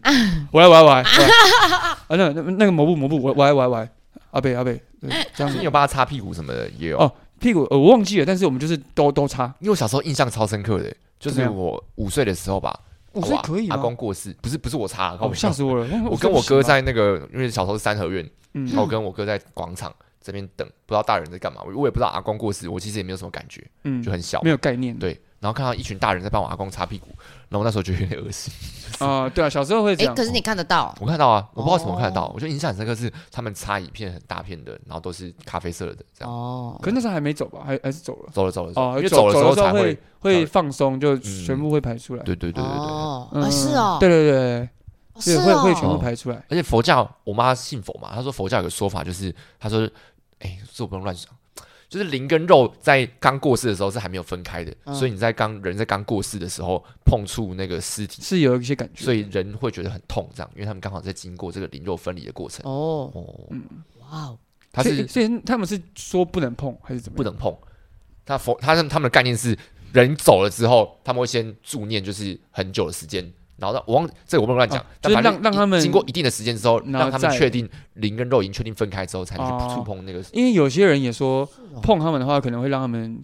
Speaker 2: 我来我来我来，我来啊那那那个抹布抹布，我我来我来我来，阿贝阿贝，对这样
Speaker 1: 你
Speaker 2: 子
Speaker 1: 有帮他擦屁股什么的也有
Speaker 2: 哦屁股、呃我忘记了，但是我们就是都都擦，
Speaker 1: 因为我小时候印象超深刻的，就
Speaker 2: 怎么
Speaker 1: 是
Speaker 2: 样
Speaker 1: 我五岁的时候吧，
Speaker 2: 五岁
Speaker 1: 哇
Speaker 2: 哦可以
Speaker 1: 阿
Speaker 2: 吗？
Speaker 1: 公过世，不是不是我擦，啊
Speaker 2: 哦吓死我了！
Speaker 1: 我跟我哥
Speaker 2: 不行吧，
Speaker 1: 在那个，因为小时候是三合院，然后我
Speaker 2: 嗯
Speaker 1: 跟我哥在广场这边等，不知道大人在干嘛，我我也不知道阿公过世，我其实也没有什么感觉，
Speaker 2: 嗯，
Speaker 1: 就很小
Speaker 2: 没，有概念，
Speaker 1: 对。然后看到一群大人在帮我阿公擦屁股，然后我那时候就有点恶心。
Speaker 2: 啊，对啊，小时候会这
Speaker 3: 哎，
Speaker 2: 样
Speaker 3: 可，是你看得到，
Speaker 1: 我看到啊，我不知道怎么看得
Speaker 3: 哦
Speaker 1: 到，我就印象很深刻是他们擦一片很大片的，然后都是咖啡色的这样。
Speaker 3: 哦，
Speaker 2: 可是那时候还没走吧，还还是走了。
Speaker 1: 走了走了，走了
Speaker 2: 哦，
Speaker 1: 因为
Speaker 2: 走
Speaker 1: 走的时
Speaker 2: 走
Speaker 1: 候
Speaker 2: 的时
Speaker 1: 才
Speaker 2: 候会
Speaker 1: 会，
Speaker 2: 会
Speaker 1: 才
Speaker 2: 放松，就全部会排出来。
Speaker 1: 对对对对对。
Speaker 3: 哦，
Speaker 2: 嗯
Speaker 3: 啊是哦，
Speaker 2: 对对对，
Speaker 3: 哦，
Speaker 2: 对
Speaker 3: 是
Speaker 2: 会会全
Speaker 3: 哦，
Speaker 2: 部排出来。
Speaker 1: 而且佛教，我妈信佛嘛，她说佛教有个说法，就是她说，哎、这我不用乱想，就是灵跟肉在刚过世的时候是还没有分开的，
Speaker 3: 嗯
Speaker 1: 所以你在刚人在刚过世的时候碰触那个尸体，
Speaker 2: 是有一些感觉，
Speaker 1: 所以人会觉得很痛，这样，因为他们刚好在经过这个灵肉分离的过程。
Speaker 3: 哦，
Speaker 1: 哦，
Speaker 3: 哇哦，
Speaker 1: 他
Speaker 2: 所以
Speaker 1: 是
Speaker 2: 所以他们是说不能碰还是怎么
Speaker 1: 不
Speaker 2: 样？
Speaker 1: 能碰，他佛他们他们的概念是，人走了之后，他们会先助念，就是很久的时间。然后呢我忘这个我不能乱讲，
Speaker 2: 哦
Speaker 1: 但
Speaker 2: 就是
Speaker 1: 反正
Speaker 2: 让让他们
Speaker 1: 经过一定的时间之后，
Speaker 2: 然后
Speaker 1: 让他们
Speaker 2: 再
Speaker 1: 确定灵跟肉已经确定分开之后，才能
Speaker 2: 哦
Speaker 1: 去触碰那个
Speaker 2: 因为有些人也说
Speaker 3: 是哦
Speaker 2: 碰他们的话，可能会让他们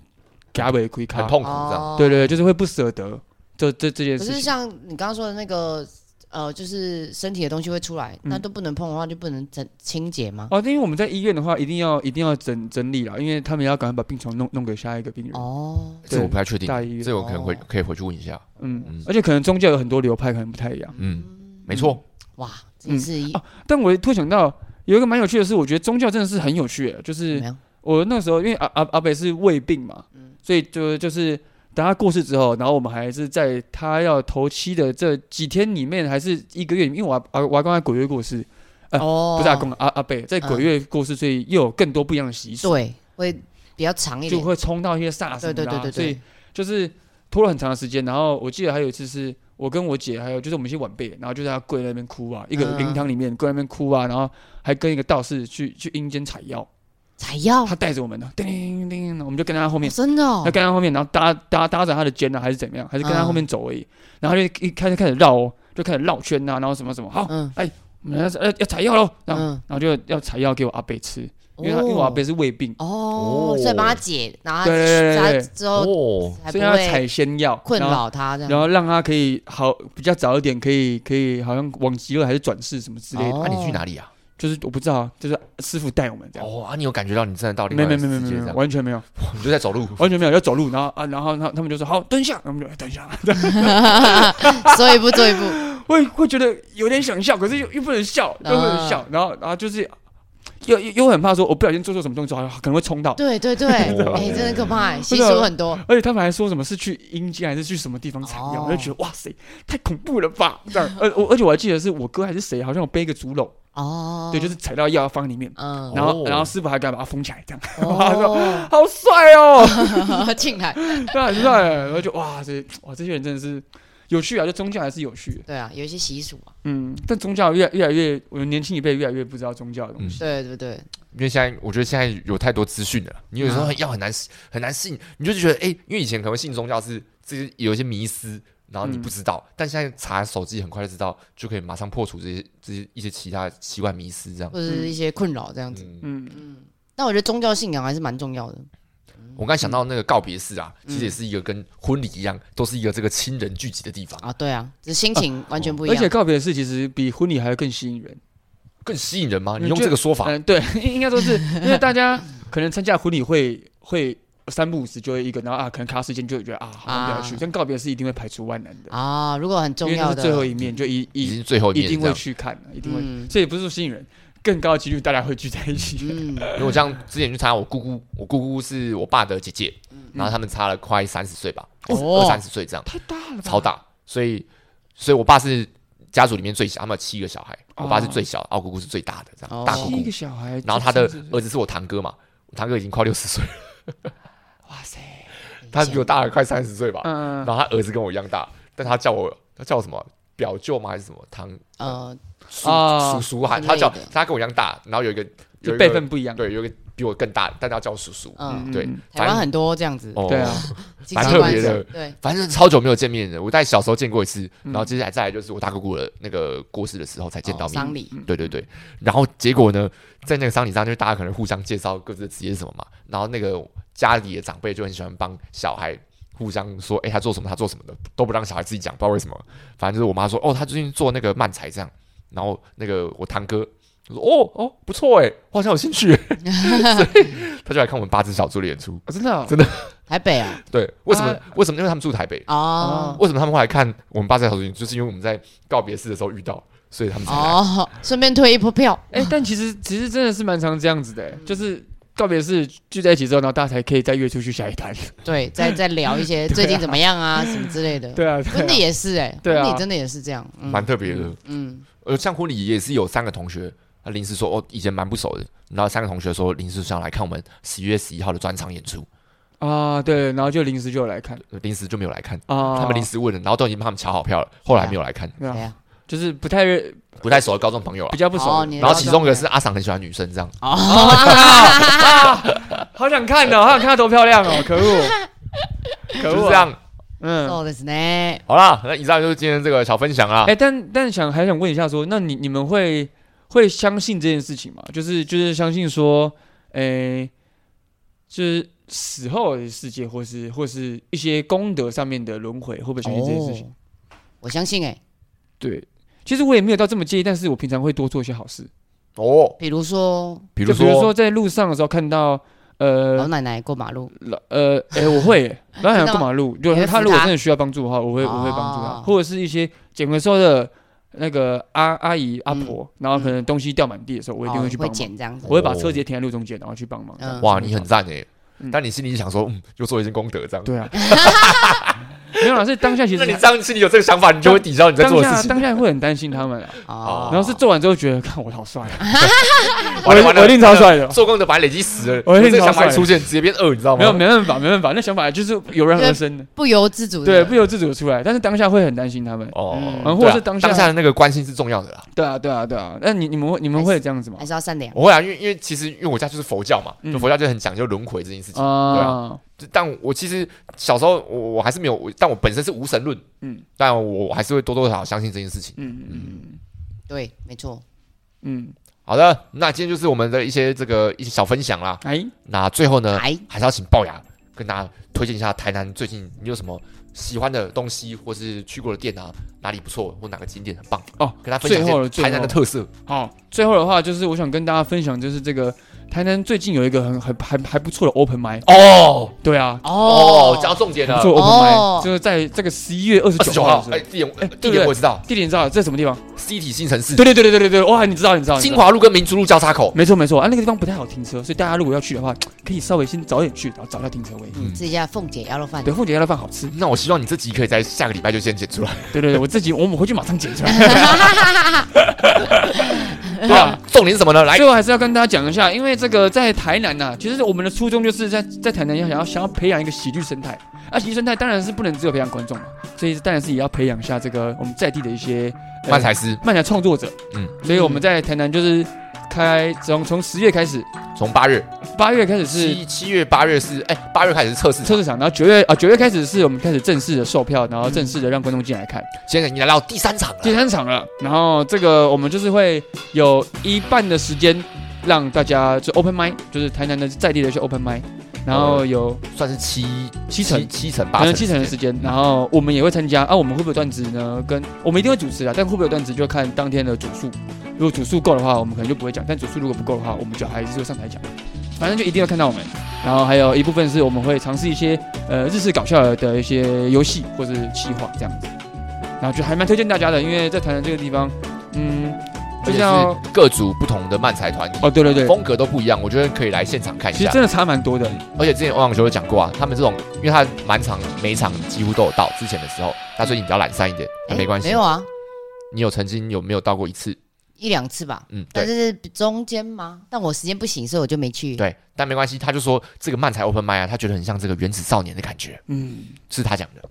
Speaker 2: 夹尾亏
Speaker 1: 很
Speaker 2: 卡。
Speaker 1: 痛苦这样。
Speaker 3: 哦
Speaker 2: 对对，对就是会不舍得。这这这件
Speaker 3: 可
Speaker 2: 事
Speaker 3: 是
Speaker 2: 情，
Speaker 3: 像你刚刚说的那个，呃，就是身体的东西会出来，
Speaker 2: 嗯
Speaker 3: 那都不能碰的话，就不能整清洁吗？
Speaker 2: 哦，因为我们在医院的话，一定要一定要整整理了，因为他们要赶快把病床弄弄给下一个病人。
Speaker 3: 哦，
Speaker 1: 这我不太确定，
Speaker 2: 大医院，
Speaker 1: 这我可能回
Speaker 3: 哦
Speaker 1: 可以回去问一下。
Speaker 2: 嗯
Speaker 1: 嗯，
Speaker 2: 而且可能宗教有很多流派，可能不太一样。
Speaker 1: 嗯，没错，
Speaker 3: 哇，这也是一
Speaker 2: 哦但我突然想到有一个蛮有趣的事，我觉得宗教真的是很有趣的，就是
Speaker 3: 怎么样？
Speaker 2: 我那时候因为阿阿阿北是胃病嘛，
Speaker 3: 嗯
Speaker 2: 所以就就是等他过世之后，然后我们还是在他要头七的这几天里面，还是一个月里面，因为我阿阿我阿公在鬼月过世，啊
Speaker 3: 哦，嗯
Speaker 2: 不是阿公阿阿北在鬼月过世，所以又有更多不一样的习俗，
Speaker 3: 对，会比较长一
Speaker 2: 就
Speaker 3: 点，
Speaker 2: 会冲到一些煞什
Speaker 3: 对
Speaker 2: 么的
Speaker 3: 对对
Speaker 2: 啊、
Speaker 3: 对
Speaker 2: 所以
Speaker 3: 对，
Speaker 2: 就是拖了很长的时间。然后我记得还有一次是我跟我姐，还有就是我们一些晚辈，然后就在她跪在那边哭啊，一个
Speaker 3: 嗯
Speaker 2: 灵堂里面跪在那边哭啊，然后还跟一个道士去去阴间采药，
Speaker 3: 采药
Speaker 2: 他带着我们呢，叮叮叮，我们就跟在他后面
Speaker 3: 哦。真的哦
Speaker 2: 他，跟在后面，然后搭搭搭着他的肩啊，还是怎么样，还是跟他后面走而已。然后他就一开始开始绕哦，就开始绕圈呐、啊，然后什么什么，好，
Speaker 3: 嗯
Speaker 2: 我们要要要采药喽，然后、
Speaker 3: 嗯，
Speaker 2: 然后就要采药给我阿伯吃，因为他、
Speaker 3: 哦
Speaker 2: 因为我阿伯是胃病，
Speaker 3: 哦，
Speaker 1: 哦
Speaker 3: 所以帮他解，然后
Speaker 2: 对对对对
Speaker 3: 他
Speaker 2: 对
Speaker 3: 之后
Speaker 1: 哦，
Speaker 3: 才不
Speaker 2: 所以要
Speaker 3: 会
Speaker 2: 采仙药，
Speaker 3: 困
Speaker 2: 然后。
Speaker 3: 扰他这
Speaker 2: 然
Speaker 3: 样。
Speaker 2: 后让他可以好比较早一点，可以可以好像往极乐还是转世什么之类的，
Speaker 3: 哦
Speaker 1: 那你去哪里啊？
Speaker 2: 就是我不知道，就是师傅带我们这样。
Speaker 1: 哦啊，你有感觉到你真的到另
Speaker 2: 没
Speaker 1: 外一
Speaker 2: 没
Speaker 1: 个
Speaker 2: 没没
Speaker 1: 世
Speaker 2: 没
Speaker 1: 界这
Speaker 2: 没，
Speaker 1: 样，
Speaker 2: 完全没有，
Speaker 1: 你就在走路。
Speaker 2: 完全没有，要走路，然后啊，然后他他们就说好蹲下，然后我们就哎等一下，
Speaker 3: 所以不，做一步，哦
Speaker 2: 会会觉得有点想笑，可是又又不能笑，又不能笑，然后然后就是又又又很怕说我不小心做错什么动作，啊可能会冲到。[laughs]
Speaker 3: 对对对，
Speaker 2: 啊
Speaker 3: 哎，真的可怕欸，吸
Speaker 2: 真的
Speaker 3: 收很多。
Speaker 2: 而且他们还说什么是去阴间还是去什么地方采药，
Speaker 3: 哦
Speaker 2: 我就觉得哇塞，太恐怖了吧！这样，而我而且我还记得是我哥还是谁，好像有背一个竹篓，
Speaker 3: 哦，
Speaker 2: 对，就是采到药放里面，
Speaker 3: 嗯，
Speaker 2: 然后
Speaker 1: 哦
Speaker 2: 然后师傅还敢把它封起来，这样 [laughs]
Speaker 3: 哦，
Speaker 2: 好帅哦，
Speaker 3: [laughs] 进来，
Speaker 2: [laughs] 对，啊很帅。然后就哇这哇这些人真的是有趣啊，就宗教还是有趣的，
Speaker 3: 对啊，有一些习俗啊，
Speaker 2: 嗯，但宗教越来越来越，我们年轻一辈越来越不知道宗教的东西，
Speaker 3: 对对对，
Speaker 1: 因为现在我觉得现在有太多资讯了，你有时
Speaker 2: 嗯
Speaker 1: 候要很难很难信，你就是觉得哎、因为以前可能信宗教是这些有一些迷思，然后你
Speaker 2: 嗯
Speaker 1: 不知道，但现在查手机很快就知道，就可以马上破除这些这些一些其他奇怪迷思这样
Speaker 3: 或。者是一些困扰这样子。
Speaker 1: 嗯，
Speaker 2: 嗯，
Speaker 3: 嗯，但我觉得宗教信仰还是蛮重要的。
Speaker 1: 我刚才想到那个告别式啊，
Speaker 2: 嗯
Speaker 1: 其实也是一个跟婚礼一样，都是一个这个亲人聚集的地方，
Speaker 3: 啊，对啊，只是心情完全不一
Speaker 2: 哦而
Speaker 3: 样。
Speaker 2: 且告别式其实比婚礼还要更吸引人。
Speaker 1: 更吸引人吗？你
Speaker 2: 嗯
Speaker 1: 用
Speaker 2: 就
Speaker 1: 这个说法，
Speaker 2: 嗯，对， [laughs] 应应该说是因为大家可能参加婚礼会会三不五时就会一个，然后啊，可能卡时间就会觉得啊，好像不要去，
Speaker 3: 啊
Speaker 2: 但告别是一定会排除万难的，
Speaker 3: 啊，如果很重
Speaker 2: 因为那
Speaker 3: 要
Speaker 2: 是
Speaker 3: 的，
Speaker 2: 最后一面，就一
Speaker 1: 已经
Speaker 2: 一
Speaker 1: 是最后一
Speaker 2: 一
Speaker 1: 面
Speaker 2: 定
Speaker 1: 这
Speaker 2: 会
Speaker 1: 样。
Speaker 2: 去看啊的，一定会，
Speaker 3: 嗯
Speaker 2: 这也不是说吸引人，更高的几率大家会聚在一起。
Speaker 3: 嗯，
Speaker 2: [laughs]
Speaker 1: 因为我像之前去参加我姑姑，我姑姑是我爸的姐姐，
Speaker 2: 嗯
Speaker 1: 然后他们差了快三十岁吧，
Speaker 3: 哦
Speaker 1: 二三十岁这样。
Speaker 2: 太大了吧，
Speaker 1: 超大，所以所以我爸是家族里面最小，他们有七个小孩，
Speaker 2: 哦
Speaker 1: 我爸是最小，奥姑姑是最大的这样，
Speaker 3: 哦
Speaker 1: 大姑
Speaker 2: 七
Speaker 1: 姑
Speaker 2: 个。小孩，
Speaker 1: 然后他的
Speaker 2: 这真是
Speaker 1: 儿子是我堂哥嘛，我堂哥已经快六十岁了，
Speaker 2: 哇塞，
Speaker 1: 他比我大了快三十岁吧。
Speaker 2: 嗯
Speaker 1: 然，后他儿子跟我一样大，但他叫我他叫我什么表舅吗还是什么堂
Speaker 3: 呃，
Speaker 1: 叔
Speaker 2: 啊
Speaker 1: 叔叔还
Speaker 3: 之类
Speaker 1: 他叫
Speaker 3: 的
Speaker 1: 他跟我一样大，然后有一个有
Speaker 2: 就
Speaker 1: 一个
Speaker 2: 辈分不一样，
Speaker 1: 对有一个比我更大，但他叫我叔叔。
Speaker 3: 嗯，
Speaker 1: 对
Speaker 2: 嗯，
Speaker 3: 台
Speaker 1: 反
Speaker 3: 湾
Speaker 1: 正
Speaker 3: 很多这样子，
Speaker 1: 哦
Speaker 2: 对啊，
Speaker 3: 亲
Speaker 1: 蛮
Speaker 3: 戚
Speaker 1: 特
Speaker 3: 关
Speaker 1: 别
Speaker 3: 系
Speaker 1: 的，
Speaker 3: 对，
Speaker 1: 反正超久没有见面了，我在小时候见过一次，
Speaker 2: 嗯
Speaker 1: 然后接下来再来就是我大姑姑的那个过世的时候才见到
Speaker 3: 哦
Speaker 1: 面。
Speaker 3: 丧
Speaker 2: 嗯
Speaker 3: 礼，
Speaker 1: 对对对，然后结果呢，在那个丧礼上，就大家可能互相介绍各自的职业是什么嘛，然后那个家里的长辈就很喜欢帮小孩互相说，哎，他做什么，他做什么的，都不让小孩自己讲，不知道为什么。反正就是我妈说，哦，他最近做那个漫才这样，然后那个我堂哥就说，哦哦，不错哎，我好像有兴趣耶，所以他就来看我们八只小猪的演出。
Speaker 2: 哦真的哦
Speaker 1: 真
Speaker 3: 台北啊，
Speaker 1: 对，为什么？
Speaker 2: 啊
Speaker 1: 为什么？因为他们住台北，
Speaker 3: 哦
Speaker 1: 为什么他们会来看我们八只小猪的演出？就是因为我们在告别式的时候遇到，所以他们才来。
Speaker 3: 哦， [laughs] 顺便推一波票，
Speaker 2: 哎、但其实其实真的是蛮常这样子的、就是告别是聚在一起之后，然后大家才可以再约出去下一摊。
Speaker 3: 对，再再聊一
Speaker 2: [laughs]
Speaker 3: 些最近怎么样啊，什么之类的，
Speaker 2: 对啊，对
Speaker 3: 婚礼
Speaker 2: 啊，
Speaker 3: 也是哎，
Speaker 2: 对啊
Speaker 3: 婚礼真的也是这样，嗯
Speaker 1: 蛮特别的，
Speaker 3: 嗯，
Speaker 1: 呃，像婚礼也是有三个同学，他临时说哦，以前蛮不熟的，然后三个同学说临时想来看我们十一月十一号的专场演出，
Speaker 2: 啊，对，然后就临时就有来看
Speaker 1: 呃临时就没有来看，
Speaker 2: 啊，
Speaker 1: 他们临时问了，然后都已经帮他们抢好票了，后来没有来看，
Speaker 2: 对
Speaker 3: 谁
Speaker 2: 啊， [laughs]
Speaker 3: 啊？
Speaker 2: 就是不太认
Speaker 1: 不太熟的高中朋友
Speaker 2: 比
Speaker 1: 啊。
Speaker 2: 较不熟的，
Speaker 3: 哦你
Speaker 1: 然后其中一个是阿赏很喜欢女生这样，
Speaker 2: 啊 [laughs]
Speaker 3: 哦
Speaker 2: 好想看哦，好想看她多漂亮哦，可恶，可
Speaker 1: [laughs] 就
Speaker 2: 恶、
Speaker 1: 是这，样。
Speaker 2: 嗯。
Speaker 3: そうですね。
Speaker 1: 好啦，那以上就是今天这个小分享啦
Speaker 2: 哎、。但但想还想问一下说那你你们会会相信这件事情吗？就是就是相信说，哎、就是死后的世界，或是或是一些功德上面的轮回，会不会相信这件事情？
Speaker 3: 哦，我相信哎，
Speaker 2: 对，其实我也没有到这么介意，但是我平常会多做一些好事，
Speaker 1: 哦，
Speaker 3: 比如说
Speaker 1: 比
Speaker 2: 就
Speaker 1: 如
Speaker 2: 比如
Speaker 1: 说啊
Speaker 2: 说在路上的时候看到。
Speaker 3: 老
Speaker 2: 呃
Speaker 3: 奶奶过马路，
Speaker 2: 老呃，哎、我会
Speaker 3: [laughs]
Speaker 2: 耶，然后想
Speaker 3: 真的吗哦
Speaker 2: 过马路，就
Speaker 3: 你会
Speaker 2: 他
Speaker 3: 扶
Speaker 2: 如果
Speaker 3: 他
Speaker 2: 真的需要帮助的话，我会我会帮助他，
Speaker 3: 哦
Speaker 2: 或者是一些捡回收的那个阿阿姨阿婆，然后可能东西掉满地的时候，我一定
Speaker 3: 嗯哦
Speaker 2: 会去帮
Speaker 3: 会
Speaker 2: 忙，
Speaker 3: 捡这样子
Speaker 2: 我。会把车直接停在路中间，然后去帮忙。
Speaker 3: 嗯
Speaker 1: 哦哇，你很赞诶，
Speaker 2: 嗯
Speaker 1: 但你心里想说，嗯，又做了一件功德这样。
Speaker 3: [laughs]
Speaker 2: 对啊，没有啦，是当下其
Speaker 1: 那
Speaker 2: 实
Speaker 1: 你这样心里有这个想法，你就会抵消你在
Speaker 2: 当
Speaker 1: 做的事
Speaker 2: 下
Speaker 1: 情。
Speaker 2: 当下会很担心他们啊，
Speaker 3: 哦，
Speaker 2: 然后是做完之后觉得，看我好
Speaker 3: [laughs]
Speaker 2: 帅啊，我
Speaker 1: 完了完了
Speaker 2: 我一定超帅的，
Speaker 1: 做功德把累积死了，
Speaker 2: 我
Speaker 1: 我
Speaker 2: 已经
Speaker 1: 这个想法
Speaker 2: 超
Speaker 1: 一
Speaker 2: 帅
Speaker 1: 出现，直接变二，你知道吗？
Speaker 2: 没有，没办法，没办法，那想法就是油然而生的，
Speaker 3: 不由自主的。
Speaker 2: 对，不由自主地出来。但是当下会很担心他们，
Speaker 1: 哦，
Speaker 2: 嗯
Speaker 1: 对啊
Speaker 2: 或者是当下
Speaker 1: 当下的那个关心是重要的啦。
Speaker 2: 对啊，对啊，对啊。那你你们会你们会这样子吗
Speaker 3: 还？是要善良。
Speaker 1: 我会啊，因为因为其实因为我家就是佛教嘛，
Speaker 2: 嗯
Speaker 1: 就佛教就很讲究轮回这件事情。对
Speaker 2: 啊，
Speaker 1: 就但我其实小时候我我还是没有，我但我本身是无神论，
Speaker 2: 嗯
Speaker 1: 但我还是会多多少少相信这件事情。
Speaker 2: 嗯嗯
Speaker 3: 对，没错。
Speaker 2: 嗯，
Speaker 1: 好的，那今天就是我们的一些这个一些小分享啦。
Speaker 2: 哎，
Speaker 1: 那最后呢，
Speaker 3: 哎，
Speaker 1: 还是要请龅牙跟大家推荐一下台南最近你有什么喜欢的东西，或是去过的店啊，哪里不错，或哪个景点很棒
Speaker 2: 哦
Speaker 1: 跟大家分享
Speaker 2: 最后了
Speaker 1: 一些
Speaker 2: 最
Speaker 1: 台南的
Speaker 2: 后
Speaker 1: 特色。
Speaker 2: 好，最后的话就是我想跟大家分享，就是这个台南最近有一个很很还还不错的 open mic，
Speaker 1: 哦
Speaker 2: 对啊，
Speaker 1: 哦，讲到重点
Speaker 2: 不
Speaker 1: 了，
Speaker 2: 错的 open mic，、
Speaker 3: 哦
Speaker 2: 就是在这个十一月二十
Speaker 1: 二十
Speaker 2: 九
Speaker 1: 九
Speaker 2: 号
Speaker 1: 号
Speaker 2: 的时，候
Speaker 1: 哎，地点
Speaker 2: 哎
Speaker 1: 地点我也知道
Speaker 2: 地点你知道在什么地方？
Speaker 1: ，C 体新城市
Speaker 2: 对，啊对对对对对对，哇，你知道你知道，你知
Speaker 1: 金
Speaker 2: 道
Speaker 1: 华路跟民族路交叉口，
Speaker 2: 没错没错啊，那个地方不太好停车，所以大家如果要去的话，可以稍微先早点去，然后找一下停车位。
Speaker 1: 嗯，
Speaker 3: 吃一下凤姐鸭肉饭 [laughs]
Speaker 2: 对，。凤姐家的饭好吃。
Speaker 1: 那我希望你这集可以在下个礼拜就先剪出来，
Speaker 2: 对对对，我自己我们回去马上剪出来。
Speaker 1: 对啊，重点是什么呢？来
Speaker 2: 最，后还是要跟大家讲一下，因为这个在台南呐、其实我们的初衷就是在在台南要想要想要培养一个喜剧生态，啊，喜剧生态当然是不能只有培养观众嘛，所以当然是也要培养一下这个我们在地的一些呃
Speaker 1: 漫才师
Speaker 2: 漫才创作者。嗯
Speaker 1: 嗯，
Speaker 2: 所以我们在台南就是开从从十月开始，
Speaker 1: 从八月
Speaker 2: 八月开始是
Speaker 1: 七七月八月是哎八月开始是测试，
Speaker 2: 测试场，然后九月啊九月开始是我们开始正式的售票，然后正式的让观众进来看
Speaker 1: 现在已经来到第三场
Speaker 2: 第
Speaker 1: 了，
Speaker 2: 三场了。然后这个我们就是会有一半的时间让大家就 open mic，就是台南的在地的一些 open mic，然后有
Speaker 1: 算是七
Speaker 2: 七成
Speaker 1: 七成八
Speaker 2: 可能
Speaker 1: 成
Speaker 2: 呃七成的时间，然后我们也会参加啊，我们会不会有段子呢？跟我们一定会主持啊，但会不会有段子就看当天的主数，如果主数够的话，我们可能就不会讲；但主数如果不够的话，我们就还是会上台讲。反正就一定要看到我们，然后还有一部分是我们会尝试一些呃日式搞笑的一些游戏或是企划这样子，然后就还蛮推荐大家的，因为在台南这个地方，嗯，
Speaker 1: 而
Speaker 2: 就
Speaker 1: 且
Speaker 2: 像
Speaker 1: 是各组不同的漫才团体，
Speaker 2: 哦对对对，
Speaker 1: 风格都不一样，我觉得可以来现场看一
Speaker 2: 其实
Speaker 1: 下。嗯
Speaker 2: 真的差蛮多的，
Speaker 1: 而且之前欧阳修有讲过啊，他们这种，因为他满场每场几乎都有到，之前的时候，他最近比较懒散一点，但没关
Speaker 2: 哎
Speaker 1: 系。
Speaker 3: 没有啊，
Speaker 1: 你有曾经有没有到过一次？
Speaker 3: 一两次吧。
Speaker 1: 嗯，
Speaker 3: 但
Speaker 1: 对
Speaker 3: 是中间吗？但我时间不行，所以我就没去。
Speaker 1: 对，但没关系。他就说这个漫才 open m i 啊，他觉得很像这个原子少年的感觉，
Speaker 2: 嗯，
Speaker 1: 是他讲的，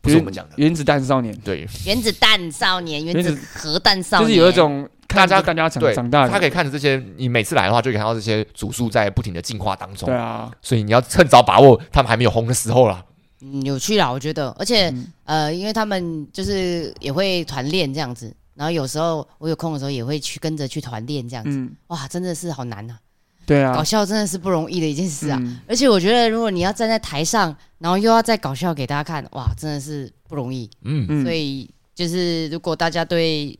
Speaker 1: 不是我们讲的。
Speaker 2: 原子弹少年，
Speaker 1: 对，
Speaker 3: 原子弹少年，原
Speaker 2: 原
Speaker 3: 子
Speaker 2: 子
Speaker 3: 核弹少
Speaker 2: 就
Speaker 3: 年，
Speaker 2: 是有一种看
Speaker 1: 大
Speaker 2: 着
Speaker 1: 家
Speaker 2: 大家长
Speaker 1: 对
Speaker 2: 长大的，
Speaker 1: 他可以看着这些，你每次来的话，就可以看到这些组数在不停的进化当中
Speaker 2: 对。啊，
Speaker 1: 所以你要趁早把握他们还没有红的时候啦。
Speaker 3: 嗯有趣啦，我觉得。而且、
Speaker 2: 嗯
Speaker 3: 呃，因为他们就是也会团练这样子，然后有时候我有空的时候也会去跟着去团练这样子。
Speaker 2: 嗯，
Speaker 3: 哇，真的是好难呐、
Speaker 2: 对
Speaker 3: 搞
Speaker 2: 啊，
Speaker 3: 笑真的是不容易的一件事啊。
Speaker 2: 嗯
Speaker 3: 而且我觉得，如果你要站在台上，然后又要再搞笑给大家看，哇，真的是不容易。
Speaker 1: 嗯，
Speaker 2: 嗯
Speaker 3: 所以就是，如果大家对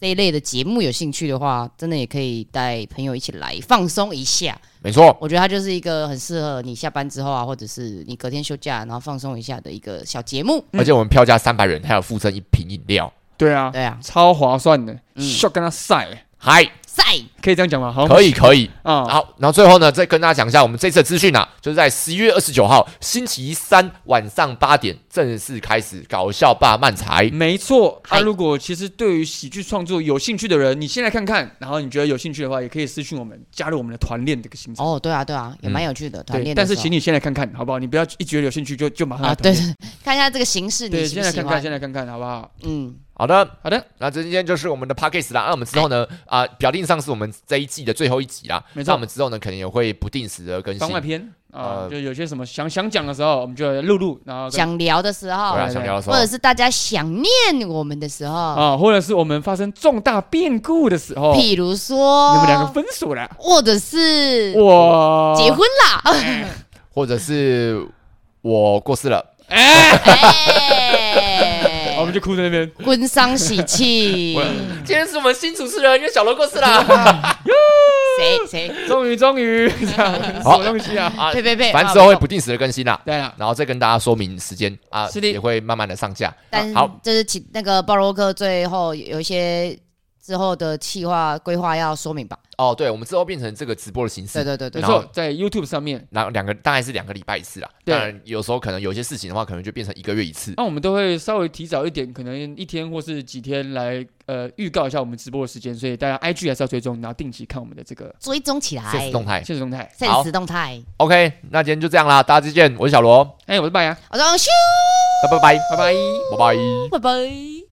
Speaker 3: 这一类的节目有兴趣的话，真的也可以带朋友一起来放松一下。
Speaker 1: 没错。
Speaker 3: 我觉得它就是一个很适合你下班之后啊，或者是你隔天休假然后放松一下的一个小节目。
Speaker 2: 嗯
Speaker 1: 而且我们票价三百元，还有附赠一瓶饮料。
Speaker 2: 对啊，
Speaker 3: 对啊，
Speaker 2: 超划算的，
Speaker 3: 嗯
Speaker 2: 笑跟他晒，
Speaker 1: 嗨，
Speaker 3: 赛
Speaker 2: 可以这样讲吗？好，
Speaker 1: 可以可以。
Speaker 2: 啊，
Speaker 1: 好，然后最后呢，再跟大家讲一下我们这次的资讯啊，就是在十一月二十九号星期三晚上八点正式开始搞笑霸漫才。
Speaker 2: 没错。啊，
Speaker 3: 嗨
Speaker 2: 如果其实对于喜剧创作有兴趣的人，你先来看看，然后你觉得有兴趣的话，也可以私讯我们，加入我们的团练这个行程。
Speaker 3: 哦，对啊，对啊，也蛮有趣的团
Speaker 2: 嗯对，
Speaker 3: 练的
Speaker 2: 但
Speaker 3: 时候。
Speaker 2: 是请你先来看看，好不好？你不要一觉得有兴趣就就马上
Speaker 3: 啊，
Speaker 2: 来
Speaker 3: 对
Speaker 2: 团练，，
Speaker 3: 看一下这个形式你
Speaker 2: 对，
Speaker 3: 喜
Speaker 2: 先
Speaker 3: 不
Speaker 2: 来
Speaker 3: 喜
Speaker 2: 看看，
Speaker 3: 欢
Speaker 2: 先？来看看，好不好？
Speaker 3: 嗯，
Speaker 1: 好的，
Speaker 2: 好的，
Speaker 1: 那今天就是我们的 podcast 啦。那我们之后呢，啊、表定上是我们这一季的最后一集啦。
Speaker 2: 没错
Speaker 1: 那我们之后呢，可能也会不定时的更新
Speaker 2: 番。外篇啊，
Speaker 1: 呃
Speaker 2: 就有些什么想想讲的时候，我们就来录录，然后跟
Speaker 3: 想聊的时候
Speaker 1: 对，啊，
Speaker 2: 对
Speaker 1: 想聊的时
Speaker 3: 或
Speaker 1: 候
Speaker 3: 者，是大家想念我们的时候，
Speaker 2: 啊，或者是我们发生重大变故的时候，你
Speaker 3: 譬如说
Speaker 2: 们两个分手了，
Speaker 3: 或者是
Speaker 2: 哇，
Speaker 3: 结婚
Speaker 2: [laughs]
Speaker 3: 啦，
Speaker 1: 或者是我过世了，
Speaker 2: 啊，我们
Speaker 3: 哎，
Speaker 2: 就哭在那边。
Speaker 3: 婚丧喜
Speaker 1: [laughs]
Speaker 3: 庆，
Speaker 1: 今天是我们新主持人，因为小罗过世了。
Speaker 3: 谁谁
Speaker 2: 终于，
Speaker 1: [laughs]
Speaker 2: 终于，这样什
Speaker 1: 好
Speaker 2: 么东西啊？
Speaker 1: 啊
Speaker 3: 呸呸呸，
Speaker 1: 反正
Speaker 3: 啊
Speaker 1: 之后会，
Speaker 3: 没错
Speaker 1: 不定时的更新啦，
Speaker 2: 对啊了，
Speaker 1: 然后再跟大家说明时间啊，
Speaker 2: 是的
Speaker 1: 也会慢慢的上架。
Speaker 3: 但
Speaker 1: 啊好，
Speaker 3: 是就是其那个鲍洛克最后有一些之后的计划规划要说明吧，
Speaker 1: 哦，对，我们之后变成这个直播的形式
Speaker 3: 对。对对
Speaker 2: 没
Speaker 3: 对，
Speaker 1: 然后
Speaker 2: 错，在 YouTube 上面，
Speaker 1: 然后两个大概是两个礼拜一次啦。
Speaker 2: 对
Speaker 1: 当然有时候可能有一些事情的话，可能就变成一个月一次。
Speaker 2: 那我们都会稍微提早一点，可能一天或是几天来呃预告一下我们直播的时间，所以大家 IG 还是要追踪，然后定期看我们的这个哎
Speaker 3: 追踪起
Speaker 1: 现实
Speaker 3: 来，
Speaker 1: 动态
Speaker 2: 现实动态。
Speaker 3: 现
Speaker 1: 好
Speaker 3: 实动态，
Speaker 1: ，OK，那今天就这样啦，大家再见，我是小罗，
Speaker 2: 啊哎，我是拜呀，
Speaker 3: 我说咻，
Speaker 1: 拜拜拜
Speaker 2: 拜拜。
Speaker 1: 拜拜。
Speaker 3: 拜拜。